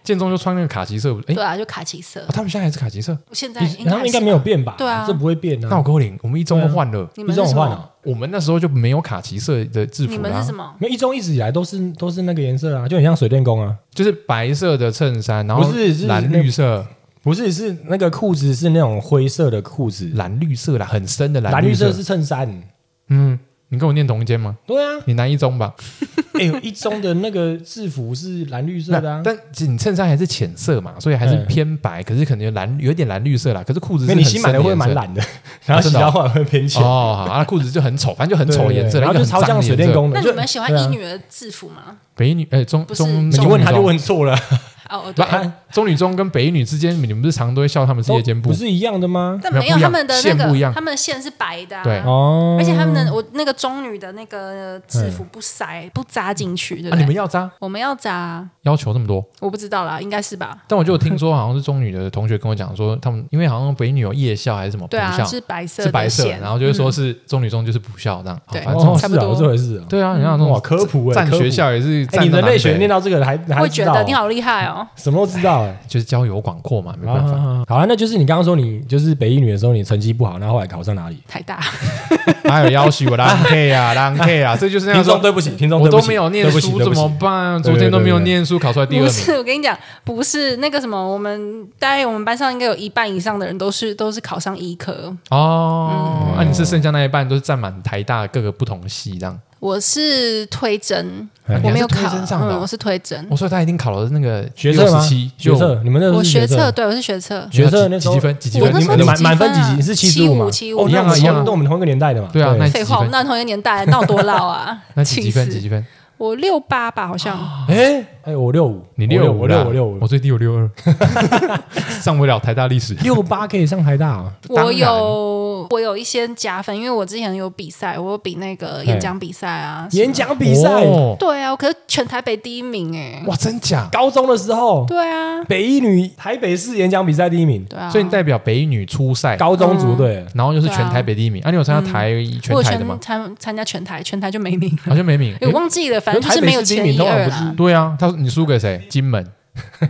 [SPEAKER 4] 建中就穿那个卡其色，哎、
[SPEAKER 5] 对啊，就卡其色
[SPEAKER 4] 哦，，他们现在还是卡其色。
[SPEAKER 3] 嗯
[SPEAKER 5] 现在
[SPEAKER 3] 然后应该
[SPEAKER 5] 是
[SPEAKER 3] 没有变吧？
[SPEAKER 5] 对啊
[SPEAKER 3] 这不会变
[SPEAKER 4] 那
[SPEAKER 3] 啊
[SPEAKER 4] 我。跟我领，我们一中都换了，
[SPEAKER 5] 你
[SPEAKER 3] 一
[SPEAKER 5] 们是
[SPEAKER 3] 中
[SPEAKER 5] 什
[SPEAKER 3] 有换
[SPEAKER 5] 么？
[SPEAKER 3] 啊，
[SPEAKER 4] 我们那时候就没有卡其色的制
[SPEAKER 5] 嗯你
[SPEAKER 4] 服啊
[SPEAKER 5] 们
[SPEAKER 4] 啦、
[SPEAKER 5] 是什么？
[SPEAKER 3] 没有一中一直以来都是都是那个颜色啊，就很像水电工啊。
[SPEAKER 4] 就是白色的衬衫，然后
[SPEAKER 3] 不是是
[SPEAKER 4] 蓝绿色，
[SPEAKER 3] 不是，是那个裤子是那种灰色的裤子，
[SPEAKER 4] 蓝绿色啦，很深的蓝
[SPEAKER 3] 蓝
[SPEAKER 4] 绿
[SPEAKER 3] 绿色是衬衫。
[SPEAKER 4] 嗯，你跟我念同一间吗？
[SPEAKER 3] 对啊，
[SPEAKER 4] 你南一中吧？
[SPEAKER 3] 哎呦，一中的那个制服是蓝绿色的啊
[SPEAKER 4] 那。但其实你衬衫还是浅色嘛，所以还是
[SPEAKER 3] 嗯
[SPEAKER 4] 偏白，可是可能有蓝有一点蓝绿色啦，可是裤子
[SPEAKER 3] 那
[SPEAKER 4] 是
[SPEAKER 3] 你
[SPEAKER 4] 很
[SPEAKER 3] 新买
[SPEAKER 4] 深
[SPEAKER 3] 的会
[SPEAKER 4] 颜
[SPEAKER 3] 蛮
[SPEAKER 4] 色
[SPEAKER 3] 蓝的， 然后洗到后来会偏浅，
[SPEAKER 4] 哦，好，那裤子就很丑，反正就很
[SPEAKER 3] 对
[SPEAKER 4] 丑的颜色，
[SPEAKER 3] 对然后就超像水电
[SPEAKER 4] 工。
[SPEAKER 3] 工的。
[SPEAKER 5] 那
[SPEAKER 3] 就
[SPEAKER 5] 你们喜欢
[SPEAKER 3] 对啊
[SPEAKER 5] 一女的制服吗？
[SPEAKER 4] 北一女，哎，中
[SPEAKER 5] 不是
[SPEAKER 4] 中，
[SPEAKER 5] 中
[SPEAKER 3] 你问他就问错了，
[SPEAKER 5] 哦，
[SPEAKER 4] 不
[SPEAKER 5] 对，
[SPEAKER 4] 啊，中女中跟北一女之间，你们不是常都会笑他们是夜间部
[SPEAKER 3] 不？是一样的吗？
[SPEAKER 5] 但
[SPEAKER 4] 没有不
[SPEAKER 5] 没有
[SPEAKER 4] 一
[SPEAKER 5] 他
[SPEAKER 4] 样
[SPEAKER 5] 们的那
[SPEAKER 4] 线不一
[SPEAKER 5] 个
[SPEAKER 4] 样，
[SPEAKER 5] 他们的线是白的、啊，
[SPEAKER 4] 对
[SPEAKER 3] 哦，
[SPEAKER 5] 而且他们的我那个中女的那个制服不塞、不扎进去，对不
[SPEAKER 4] 啊，
[SPEAKER 5] 对？
[SPEAKER 4] 你们要扎
[SPEAKER 5] 我们要扎，
[SPEAKER 4] 要求那么多，
[SPEAKER 5] 我不知道啦，应该是吧？
[SPEAKER 4] 但我就有听说好像是中女的同学跟我讲说，他们因为好像北女有夜校还是什么补
[SPEAKER 5] 对啊，
[SPEAKER 4] 校，
[SPEAKER 5] 是白色的
[SPEAKER 4] 是白色，
[SPEAKER 5] 线
[SPEAKER 4] 然后就会说是中女中就是补校这样。
[SPEAKER 5] 对
[SPEAKER 4] 反正
[SPEAKER 3] 哦，
[SPEAKER 5] 差
[SPEAKER 3] 是
[SPEAKER 5] 不
[SPEAKER 3] 啊，
[SPEAKER 5] 多
[SPEAKER 3] 有这回事啊。
[SPEAKER 4] 对啊，你看那种
[SPEAKER 3] 哇科普欸
[SPEAKER 4] 站
[SPEAKER 3] 科普
[SPEAKER 4] 学校也是
[SPEAKER 3] 哎，
[SPEAKER 4] 站
[SPEAKER 3] 你
[SPEAKER 4] 到
[SPEAKER 3] 人类学
[SPEAKER 4] 南北
[SPEAKER 3] 念到这个还还
[SPEAKER 5] 会
[SPEAKER 3] 知
[SPEAKER 5] 觉
[SPEAKER 3] 道
[SPEAKER 5] 得
[SPEAKER 3] 哦
[SPEAKER 5] 你好厉害哦。
[SPEAKER 3] 什么都知道哎。
[SPEAKER 4] 就是交友广阔嘛，没
[SPEAKER 3] 啊
[SPEAKER 4] 办 法。
[SPEAKER 3] 好啊，那就是你刚刚说你就是北一女的时候，你成绩不好，那后来考上哪里？
[SPEAKER 5] 太大，
[SPEAKER 4] 哪有要求我浪 K 啊，浪 K 啊，这就是那样
[SPEAKER 3] 听
[SPEAKER 4] 说
[SPEAKER 3] 众。对不起，听众
[SPEAKER 4] 我
[SPEAKER 3] 对不
[SPEAKER 4] 都
[SPEAKER 3] 起
[SPEAKER 4] 没有念
[SPEAKER 3] 对不起
[SPEAKER 4] 书
[SPEAKER 3] 对
[SPEAKER 4] 怎
[SPEAKER 3] 不起
[SPEAKER 4] 么办？
[SPEAKER 3] 对
[SPEAKER 4] 昨
[SPEAKER 3] 不起
[SPEAKER 4] 天都没有
[SPEAKER 3] 对不起
[SPEAKER 4] 念书，考出来 第二
[SPEAKER 5] 不
[SPEAKER 4] 名。
[SPEAKER 5] 是我跟你讲，不是那个什么，我们大概我们班上应该有一半以上的人都是都是考上医科，
[SPEAKER 3] 嗯
[SPEAKER 4] 哦，那、你是剩下那一半都是占满台大各个不同系这样，
[SPEAKER 5] 我是推甄，
[SPEAKER 3] 哎
[SPEAKER 5] 我没有
[SPEAKER 4] 你还是推
[SPEAKER 5] 考，
[SPEAKER 4] 甄上的哦
[SPEAKER 5] 嗯，我是推甄，
[SPEAKER 4] 我、说他一定考了那个
[SPEAKER 3] 学测吗？
[SPEAKER 4] 七，
[SPEAKER 3] 学测，你们那时候
[SPEAKER 5] 我
[SPEAKER 3] 是
[SPEAKER 5] 学测，
[SPEAKER 3] 测，
[SPEAKER 5] 对我是学测，
[SPEAKER 3] 学测那时
[SPEAKER 4] 几
[SPEAKER 3] 候
[SPEAKER 4] 几分？几几
[SPEAKER 5] 我
[SPEAKER 4] 分？
[SPEAKER 5] 那
[SPEAKER 3] 你
[SPEAKER 5] 时候
[SPEAKER 3] 们的
[SPEAKER 5] 几
[SPEAKER 3] 满
[SPEAKER 5] 分
[SPEAKER 3] 满分
[SPEAKER 5] 啊
[SPEAKER 3] 几级？你是七十
[SPEAKER 5] 75
[SPEAKER 3] 五吗？
[SPEAKER 5] 75
[SPEAKER 3] 哦，
[SPEAKER 4] 一
[SPEAKER 3] 那
[SPEAKER 4] 样啊
[SPEAKER 3] 我们
[SPEAKER 4] 一样啊
[SPEAKER 3] 跟我们同一个年代的嘛。
[SPEAKER 4] 对啊那你
[SPEAKER 5] 废
[SPEAKER 4] 几
[SPEAKER 5] 话，
[SPEAKER 4] 分
[SPEAKER 5] 我们那同一个年代，那我多老啊
[SPEAKER 4] ！那几
[SPEAKER 5] 气
[SPEAKER 4] 几
[SPEAKER 5] 死！
[SPEAKER 4] 分？几几分？
[SPEAKER 5] 我六八吧，好像
[SPEAKER 3] 哎哎，我六五，
[SPEAKER 4] 你
[SPEAKER 3] 我
[SPEAKER 4] 六
[SPEAKER 3] 我
[SPEAKER 4] 啦
[SPEAKER 3] 六我六五
[SPEAKER 4] 我，最低有六二， 上不了台大历史。
[SPEAKER 3] 六八可以上台大 啊。
[SPEAKER 4] 当
[SPEAKER 5] 我
[SPEAKER 4] 然
[SPEAKER 5] 有我有一些加分，因为我之前有比赛，我有比那个演讲比赛啊，什么
[SPEAKER 3] 演讲比赛，
[SPEAKER 4] 哦
[SPEAKER 5] 对啊，我可是全台北第一名哎、
[SPEAKER 4] 哇，真假？
[SPEAKER 3] 高中的时候，
[SPEAKER 5] 对啊，
[SPEAKER 3] 北一女台北市演讲比赛第一名，
[SPEAKER 5] 对嗯啊，
[SPEAKER 4] 所以你代表北一女初赛，
[SPEAKER 3] 高中组队。
[SPEAKER 4] 然后又是
[SPEAKER 5] 对啊嗯
[SPEAKER 4] 全台北第一名。啊，你有参加台全
[SPEAKER 5] 我有
[SPEAKER 4] 台的吗
[SPEAKER 5] 全？参参加全台，全台就没 名了，
[SPEAKER 4] 好像没名。
[SPEAKER 5] 我忘记了，反正就
[SPEAKER 3] 可是
[SPEAKER 5] 没
[SPEAKER 3] 台
[SPEAKER 5] 有
[SPEAKER 3] 北市第一
[SPEAKER 5] 前
[SPEAKER 3] 名
[SPEAKER 5] 一
[SPEAKER 3] 通常
[SPEAKER 5] 二嗯
[SPEAKER 3] 不是
[SPEAKER 5] 啦。
[SPEAKER 4] 对啊，他你输给谁？金门。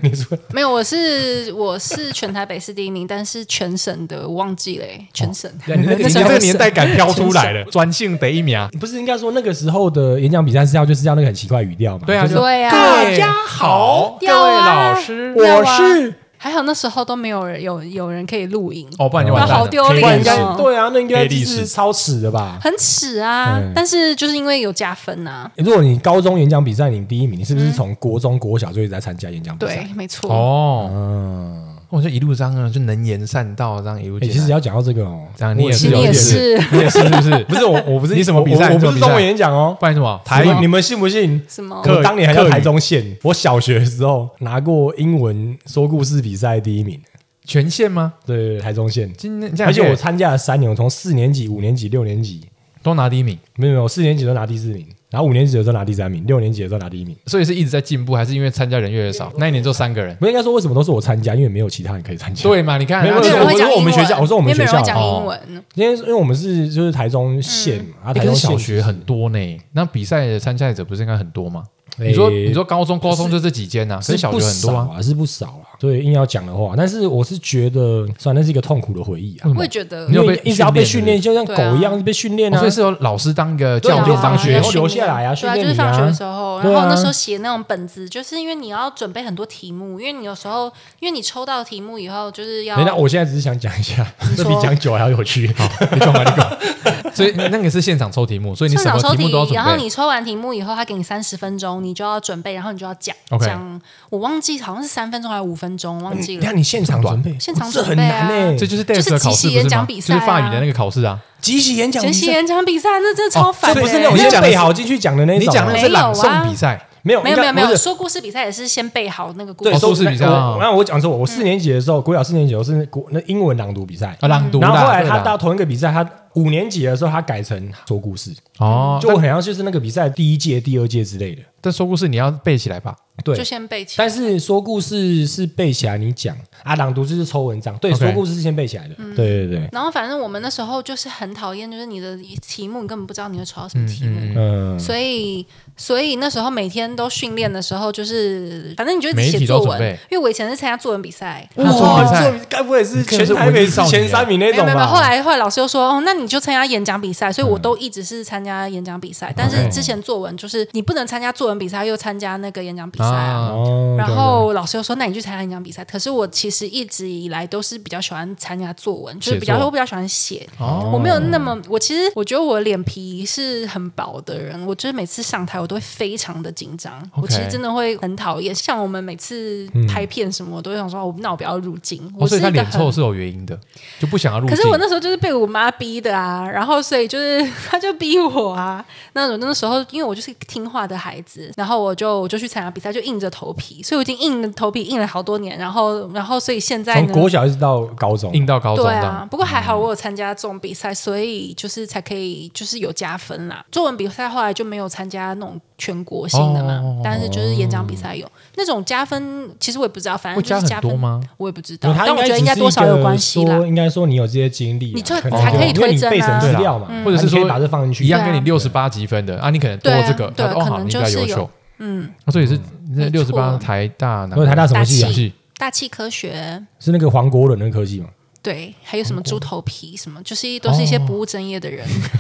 [SPEAKER 3] 你说
[SPEAKER 5] 没有，我是我是全台北市第一名，但是全省的我忘记了、欸，全省。
[SPEAKER 3] 对哦 你那个
[SPEAKER 4] 你
[SPEAKER 5] 那时
[SPEAKER 4] 这
[SPEAKER 5] 候
[SPEAKER 4] 个
[SPEAKER 5] 是
[SPEAKER 4] 年代感飘出来 了，转性得一名啊。
[SPEAKER 3] 不是应该说那个时候的演讲比赛是要就是要那个很奇怪的语调嘛？
[SPEAKER 4] 对啊，
[SPEAKER 3] 就是说
[SPEAKER 5] 对啊
[SPEAKER 4] 各家好，各位
[SPEAKER 5] 要啊
[SPEAKER 4] 老师，
[SPEAKER 5] 对啊
[SPEAKER 3] 我是，
[SPEAKER 5] 还好那时候都没有人有有人可以录影，
[SPEAKER 4] 哦，不然就完
[SPEAKER 5] 哇
[SPEAKER 4] 蛋
[SPEAKER 5] 好
[SPEAKER 4] 了。
[SPEAKER 5] 丢
[SPEAKER 3] 不然应
[SPEAKER 5] 脸
[SPEAKER 3] 该
[SPEAKER 5] 哦。
[SPEAKER 3] 对啊，那应该
[SPEAKER 4] 黑
[SPEAKER 3] 就
[SPEAKER 4] 历
[SPEAKER 3] 是
[SPEAKER 4] 史
[SPEAKER 3] 超耻的吧？
[SPEAKER 5] 很耻啊，
[SPEAKER 3] 嗯
[SPEAKER 5] 但是就是因为有加分啊，
[SPEAKER 3] 如果你高中演讲比赛你第一名，你是不是从国中、国小就一直在参加演讲比
[SPEAKER 5] 对
[SPEAKER 3] 赛？，
[SPEAKER 5] 没错。
[SPEAKER 4] 哦，
[SPEAKER 3] 嗯，
[SPEAKER 4] 我就一路这样啊，就能言善道，这样一路
[SPEAKER 3] 哎，
[SPEAKER 4] 进来。
[SPEAKER 3] 其实要讲到这个哦，
[SPEAKER 4] 啊这样你也是
[SPEAKER 5] 其实
[SPEAKER 4] 有
[SPEAKER 5] 你也
[SPEAKER 4] 一点
[SPEAKER 5] 是，
[SPEAKER 4] 你也是是不是？
[SPEAKER 3] 不是我，我不是
[SPEAKER 4] 你什么比赛
[SPEAKER 3] 我我不是
[SPEAKER 4] 你什么比赛
[SPEAKER 3] 中文演讲哦，
[SPEAKER 4] 不然什么
[SPEAKER 3] 台
[SPEAKER 4] 台
[SPEAKER 3] 你们信不信？
[SPEAKER 5] 什么
[SPEAKER 3] 我当年还
[SPEAKER 4] 客
[SPEAKER 3] 叫
[SPEAKER 4] 语
[SPEAKER 3] 台中县，我小学的时候拿过英文说故事比赛第一名，
[SPEAKER 4] 权限吗？
[SPEAKER 3] 对，台中县。
[SPEAKER 4] 今天
[SPEAKER 3] 而且我
[SPEAKER 4] 差
[SPEAKER 3] 参加了三年，我从四年级、五年级、六年级，
[SPEAKER 4] 都拿第一名，
[SPEAKER 3] 没有没有，我四年级都拿第四名，然后五年级的时候拿第三名，六年级的时候拿第一名。
[SPEAKER 4] 所以是一直在进步，还是因为参加人越来越少？那一年就三个人，
[SPEAKER 3] 不应该说为什么都是我参加，因为没有其他人可以参加。，
[SPEAKER 4] 对嘛？你看，
[SPEAKER 3] 没有
[SPEAKER 5] 没有人会
[SPEAKER 3] 我说
[SPEAKER 5] 讲英文，
[SPEAKER 3] 我们学校我说我们
[SPEAKER 5] 因为没有
[SPEAKER 3] 学校嗯
[SPEAKER 5] 人会讲
[SPEAKER 4] 哦
[SPEAKER 5] 英文，
[SPEAKER 3] 因为因为我们是就是台中县嘛，啊，
[SPEAKER 4] 哎
[SPEAKER 3] 台
[SPEAKER 4] 可是
[SPEAKER 3] 中
[SPEAKER 4] 小
[SPEAKER 3] 县
[SPEAKER 4] 学很多呢，那比赛的参赛者不是应该很多吗？你说
[SPEAKER 3] 诶
[SPEAKER 4] 你说高中高中就这几间呐，可是小学很多
[SPEAKER 3] 是不
[SPEAKER 4] 啊
[SPEAKER 3] 少。啊，是不少啊。对，硬要讲的话，但是我是觉得，算那是一个痛苦的回忆啊，
[SPEAKER 5] 我也觉得
[SPEAKER 4] 嗯你有
[SPEAKER 3] 因
[SPEAKER 4] 被
[SPEAKER 3] 为一直要被训练，就像
[SPEAKER 5] 对啊
[SPEAKER 3] 狗一样被训练
[SPEAKER 4] 哦
[SPEAKER 3] 啊
[SPEAKER 4] 所以。是有老师当个
[SPEAKER 3] 对啊
[SPEAKER 4] 教
[SPEAKER 5] 对
[SPEAKER 4] 练，
[SPEAKER 5] 啊
[SPEAKER 3] 放学
[SPEAKER 5] 要
[SPEAKER 3] 以后留
[SPEAKER 5] 训
[SPEAKER 3] 下来啊
[SPEAKER 5] 对啊，
[SPEAKER 3] 训练
[SPEAKER 5] 就是
[SPEAKER 3] 你啊
[SPEAKER 5] 放学的时候，然
[SPEAKER 3] 对啊
[SPEAKER 5] 后那时候写那种本子，就是因为你要准备很多题目，因为你有时候，因为你抽到题目以后，就是要
[SPEAKER 3] 等一下，我现在只是想讲一下，这
[SPEAKER 5] 说
[SPEAKER 3] 比讲酒还要有趣。
[SPEAKER 4] 你懂吗？你懂。 所以那个是现场抽题目，所以你
[SPEAKER 5] 上
[SPEAKER 4] 什么
[SPEAKER 5] 场抽
[SPEAKER 4] 题目都要
[SPEAKER 5] 然后
[SPEAKER 4] 准备
[SPEAKER 5] 你。抽完题目以后，他给你三十分钟，你就要准备，然后你就要讲
[SPEAKER 4] OK
[SPEAKER 5] 讲，我忘记好像是三分钟还是五分钟，忘记
[SPEAKER 3] 嗯你
[SPEAKER 5] 了。
[SPEAKER 3] 看你现场准备，
[SPEAKER 5] 现场
[SPEAKER 3] 哦这很
[SPEAKER 5] 准备啊
[SPEAKER 3] 难呢。
[SPEAKER 4] 这就是戴尔
[SPEAKER 5] 就是
[SPEAKER 4] 的考试，
[SPEAKER 5] 即席
[SPEAKER 4] 不是
[SPEAKER 5] 演
[SPEAKER 4] 吗？
[SPEAKER 5] 讲比赛啊
[SPEAKER 4] 就是法语的那个考试啊。
[SPEAKER 3] 即席演讲比
[SPEAKER 5] 前期
[SPEAKER 3] 赛，
[SPEAKER 5] 演讲比赛那真的超烦
[SPEAKER 3] 这
[SPEAKER 5] 的、
[SPEAKER 3] 哦不是那种
[SPEAKER 4] 你
[SPEAKER 3] 先
[SPEAKER 4] 讲的是
[SPEAKER 3] 背好进去讲的那
[SPEAKER 4] 你
[SPEAKER 3] 种啊，
[SPEAKER 4] 讲的
[SPEAKER 5] 没
[SPEAKER 4] 是
[SPEAKER 5] 有啊
[SPEAKER 4] 朗诵比赛，
[SPEAKER 3] 没有
[SPEAKER 5] 没有
[SPEAKER 3] 应
[SPEAKER 5] 没
[SPEAKER 3] 该
[SPEAKER 5] 有没有
[SPEAKER 3] 不是
[SPEAKER 5] 说故事比赛也是先背好那个故
[SPEAKER 3] 对，哦
[SPEAKER 5] 事，
[SPEAKER 4] 说故事比赛啊
[SPEAKER 3] 我那我讲错，我四年级的时候，国小四年级我是国那英文朗读比赛，
[SPEAKER 4] 啊，朗读啦。
[SPEAKER 3] 然后后来
[SPEAKER 4] 对
[SPEAKER 3] 他
[SPEAKER 4] 啦
[SPEAKER 3] 到同一个比赛，他五年级的时候他改成说故事，
[SPEAKER 4] 哦，
[SPEAKER 3] 就我好像就是那个比赛第一届、第二届之类的。
[SPEAKER 4] 但说故事你要背起来吧？
[SPEAKER 3] 对
[SPEAKER 5] 就，先背起来。
[SPEAKER 3] 但是说故事是背起来你讲啊，朗读就是抽文章。对，
[SPEAKER 4] OK
[SPEAKER 3] 说故事是先背起来的。
[SPEAKER 5] 嗯
[SPEAKER 3] 对对对，
[SPEAKER 5] 然后反正我们那时候就是很讨厌，就是你的题目你根本不知道你会抽到什么题目。
[SPEAKER 3] 嗯，
[SPEAKER 5] 所以，所以那时候每天都训练的时候，就是反正你就一
[SPEAKER 4] 每
[SPEAKER 5] 直
[SPEAKER 4] 一题
[SPEAKER 5] 写
[SPEAKER 4] 都
[SPEAKER 5] 作
[SPEAKER 4] 准
[SPEAKER 5] 文
[SPEAKER 4] 备，
[SPEAKER 5] 因为我以前是参加作文比赛，
[SPEAKER 4] 嗯他做比赛
[SPEAKER 3] 作品哦该不会是
[SPEAKER 4] 你可
[SPEAKER 3] 全
[SPEAKER 4] 能是
[SPEAKER 3] 台北
[SPEAKER 4] 文艺
[SPEAKER 3] 市
[SPEAKER 4] 少年
[SPEAKER 3] 前三名那
[SPEAKER 5] 没有
[SPEAKER 3] 种
[SPEAKER 5] 没有没有。
[SPEAKER 3] 吧？
[SPEAKER 5] 后来后来老师又说，哦，那你就参加演讲比赛，所以我
[SPEAKER 4] 嗯
[SPEAKER 5] 都一直是参加演讲比赛。但是之前作文就是你不能参加作文比赛，又参加那个演讲比赛啊。
[SPEAKER 4] 啊，
[SPEAKER 3] 哦，
[SPEAKER 5] 然后老师又说，那你去参加演讲比赛。可是我其实一直以来都是比较喜欢参加作文，就是比
[SPEAKER 4] 写
[SPEAKER 5] 较
[SPEAKER 4] 作
[SPEAKER 5] 我比较喜欢写。
[SPEAKER 4] 哦
[SPEAKER 5] 我没有那么，我其实我觉得我脸皮是很薄的人，我就是每次上台我都会非常的紧张
[SPEAKER 4] OK 嗯
[SPEAKER 5] 我其实真的会很讨厌。像我们每次拍片什么，我都会想说，哦那我不要入镜。
[SPEAKER 4] 哦，
[SPEAKER 5] 我
[SPEAKER 4] 所以
[SPEAKER 5] 是一
[SPEAKER 4] 他
[SPEAKER 5] 个
[SPEAKER 4] 脸臭
[SPEAKER 5] 很。
[SPEAKER 4] 是有原因的，就不想要入
[SPEAKER 5] 可
[SPEAKER 4] 镜。
[SPEAKER 5] 是我那时候就是被我妈逼的啊，然后所以就是 她就逼我啊。那种那时候，因为我就是一个听话的孩子，然后我就我就去参加比赛，就就硬着头皮，所以我已经硬着头皮硬了好多年，然后然后所以现在
[SPEAKER 3] 从
[SPEAKER 5] 呢，
[SPEAKER 3] 国小一直到高中，
[SPEAKER 4] 硬到高中
[SPEAKER 5] 对
[SPEAKER 4] 这
[SPEAKER 5] 啊
[SPEAKER 4] 样，，
[SPEAKER 5] 不过还好我有参加这种比赛，所以就是才可以就是有加分啦。作文比赛后来就没有参加那种全国性的嘛，
[SPEAKER 4] 哦
[SPEAKER 5] 但是就是演讲比赛有那种加分，其实我也不知道，反正
[SPEAKER 4] 会
[SPEAKER 5] 就
[SPEAKER 4] 加
[SPEAKER 5] 是加
[SPEAKER 4] 很
[SPEAKER 5] 分
[SPEAKER 4] 多？吗？
[SPEAKER 5] 我也不知道，
[SPEAKER 3] 他
[SPEAKER 5] 但我觉得
[SPEAKER 3] 应
[SPEAKER 5] 应
[SPEAKER 3] 该
[SPEAKER 5] 该
[SPEAKER 3] 只是一
[SPEAKER 5] 多
[SPEAKER 3] 个
[SPEAKER 5] 少有关系啦
[SPEAKER 3] 说。应该说你有这些经历啊，
[SPEAKER 5] 你这
[SPEAKER 3] 能
[SPEAKER 5] 才可以
[SPEAKER 3] 就因为
[SPEAKER 5] 推
[SPEAKER 3] 你
[SPEAKER 5] 荐啊
[SPEAKER 3] 背审资料嘛，
[SPEAKER 4] 或者是
[SPEAKER 3] 你可以
[SPEAKER 4] 说
[SPEAKER 3] 把这放进去
[SPEAKER 4] 一样给你
[SPEAKER 5] 对啊
[SPEAKER 4] 六十八积分的啊，你可能多
[SPEAKER 5] 对啊
[SPEAKER 4] 这个，
[SPEAKER 5] 对
[SPEAKER 4] 他
[SPEAKER 5] 啊
[SPEAKER 4] 说哦
[SPEAKER 5] 可
[SPEAKER 4] 好，
[SPEAKER 5] 能
[SPEAKER 4] 你比
[SPEAKER 5] 就
[SPEAKER 4] 较
[SPEAKER 5] 是
[SPEAKER 4] 优
[SPEAKER 5] 有
[SPEAKER 4] 秀，
[SPEAKER 5] 嗯，
[SPEAKER 4] 啊所以是那
[SPEAKER 5] 没
[SPEAKER 4] 六十八
[SPEAKER 5] 错
[SPEAKER 4] 台大哪
[SPEAKER 3] 因为
[SPEAKER 4] 个
[SPEAKER 3] 台大什么系
[SPEAKER 5] 大
[SPEAKER 3] 啊
[SPEAKER 5] 气？
[SPEAKER 4] 系
[SPEAKER 5] 大气科学
[SPEAKER 3] 是那个黄国伦的科系嘛？
[SPEAKER 5] 对，还有什么猪
[SPEAKER 4] 哦
[SPEAKER 5] 头皮什么，就是都是一些不务正业的人。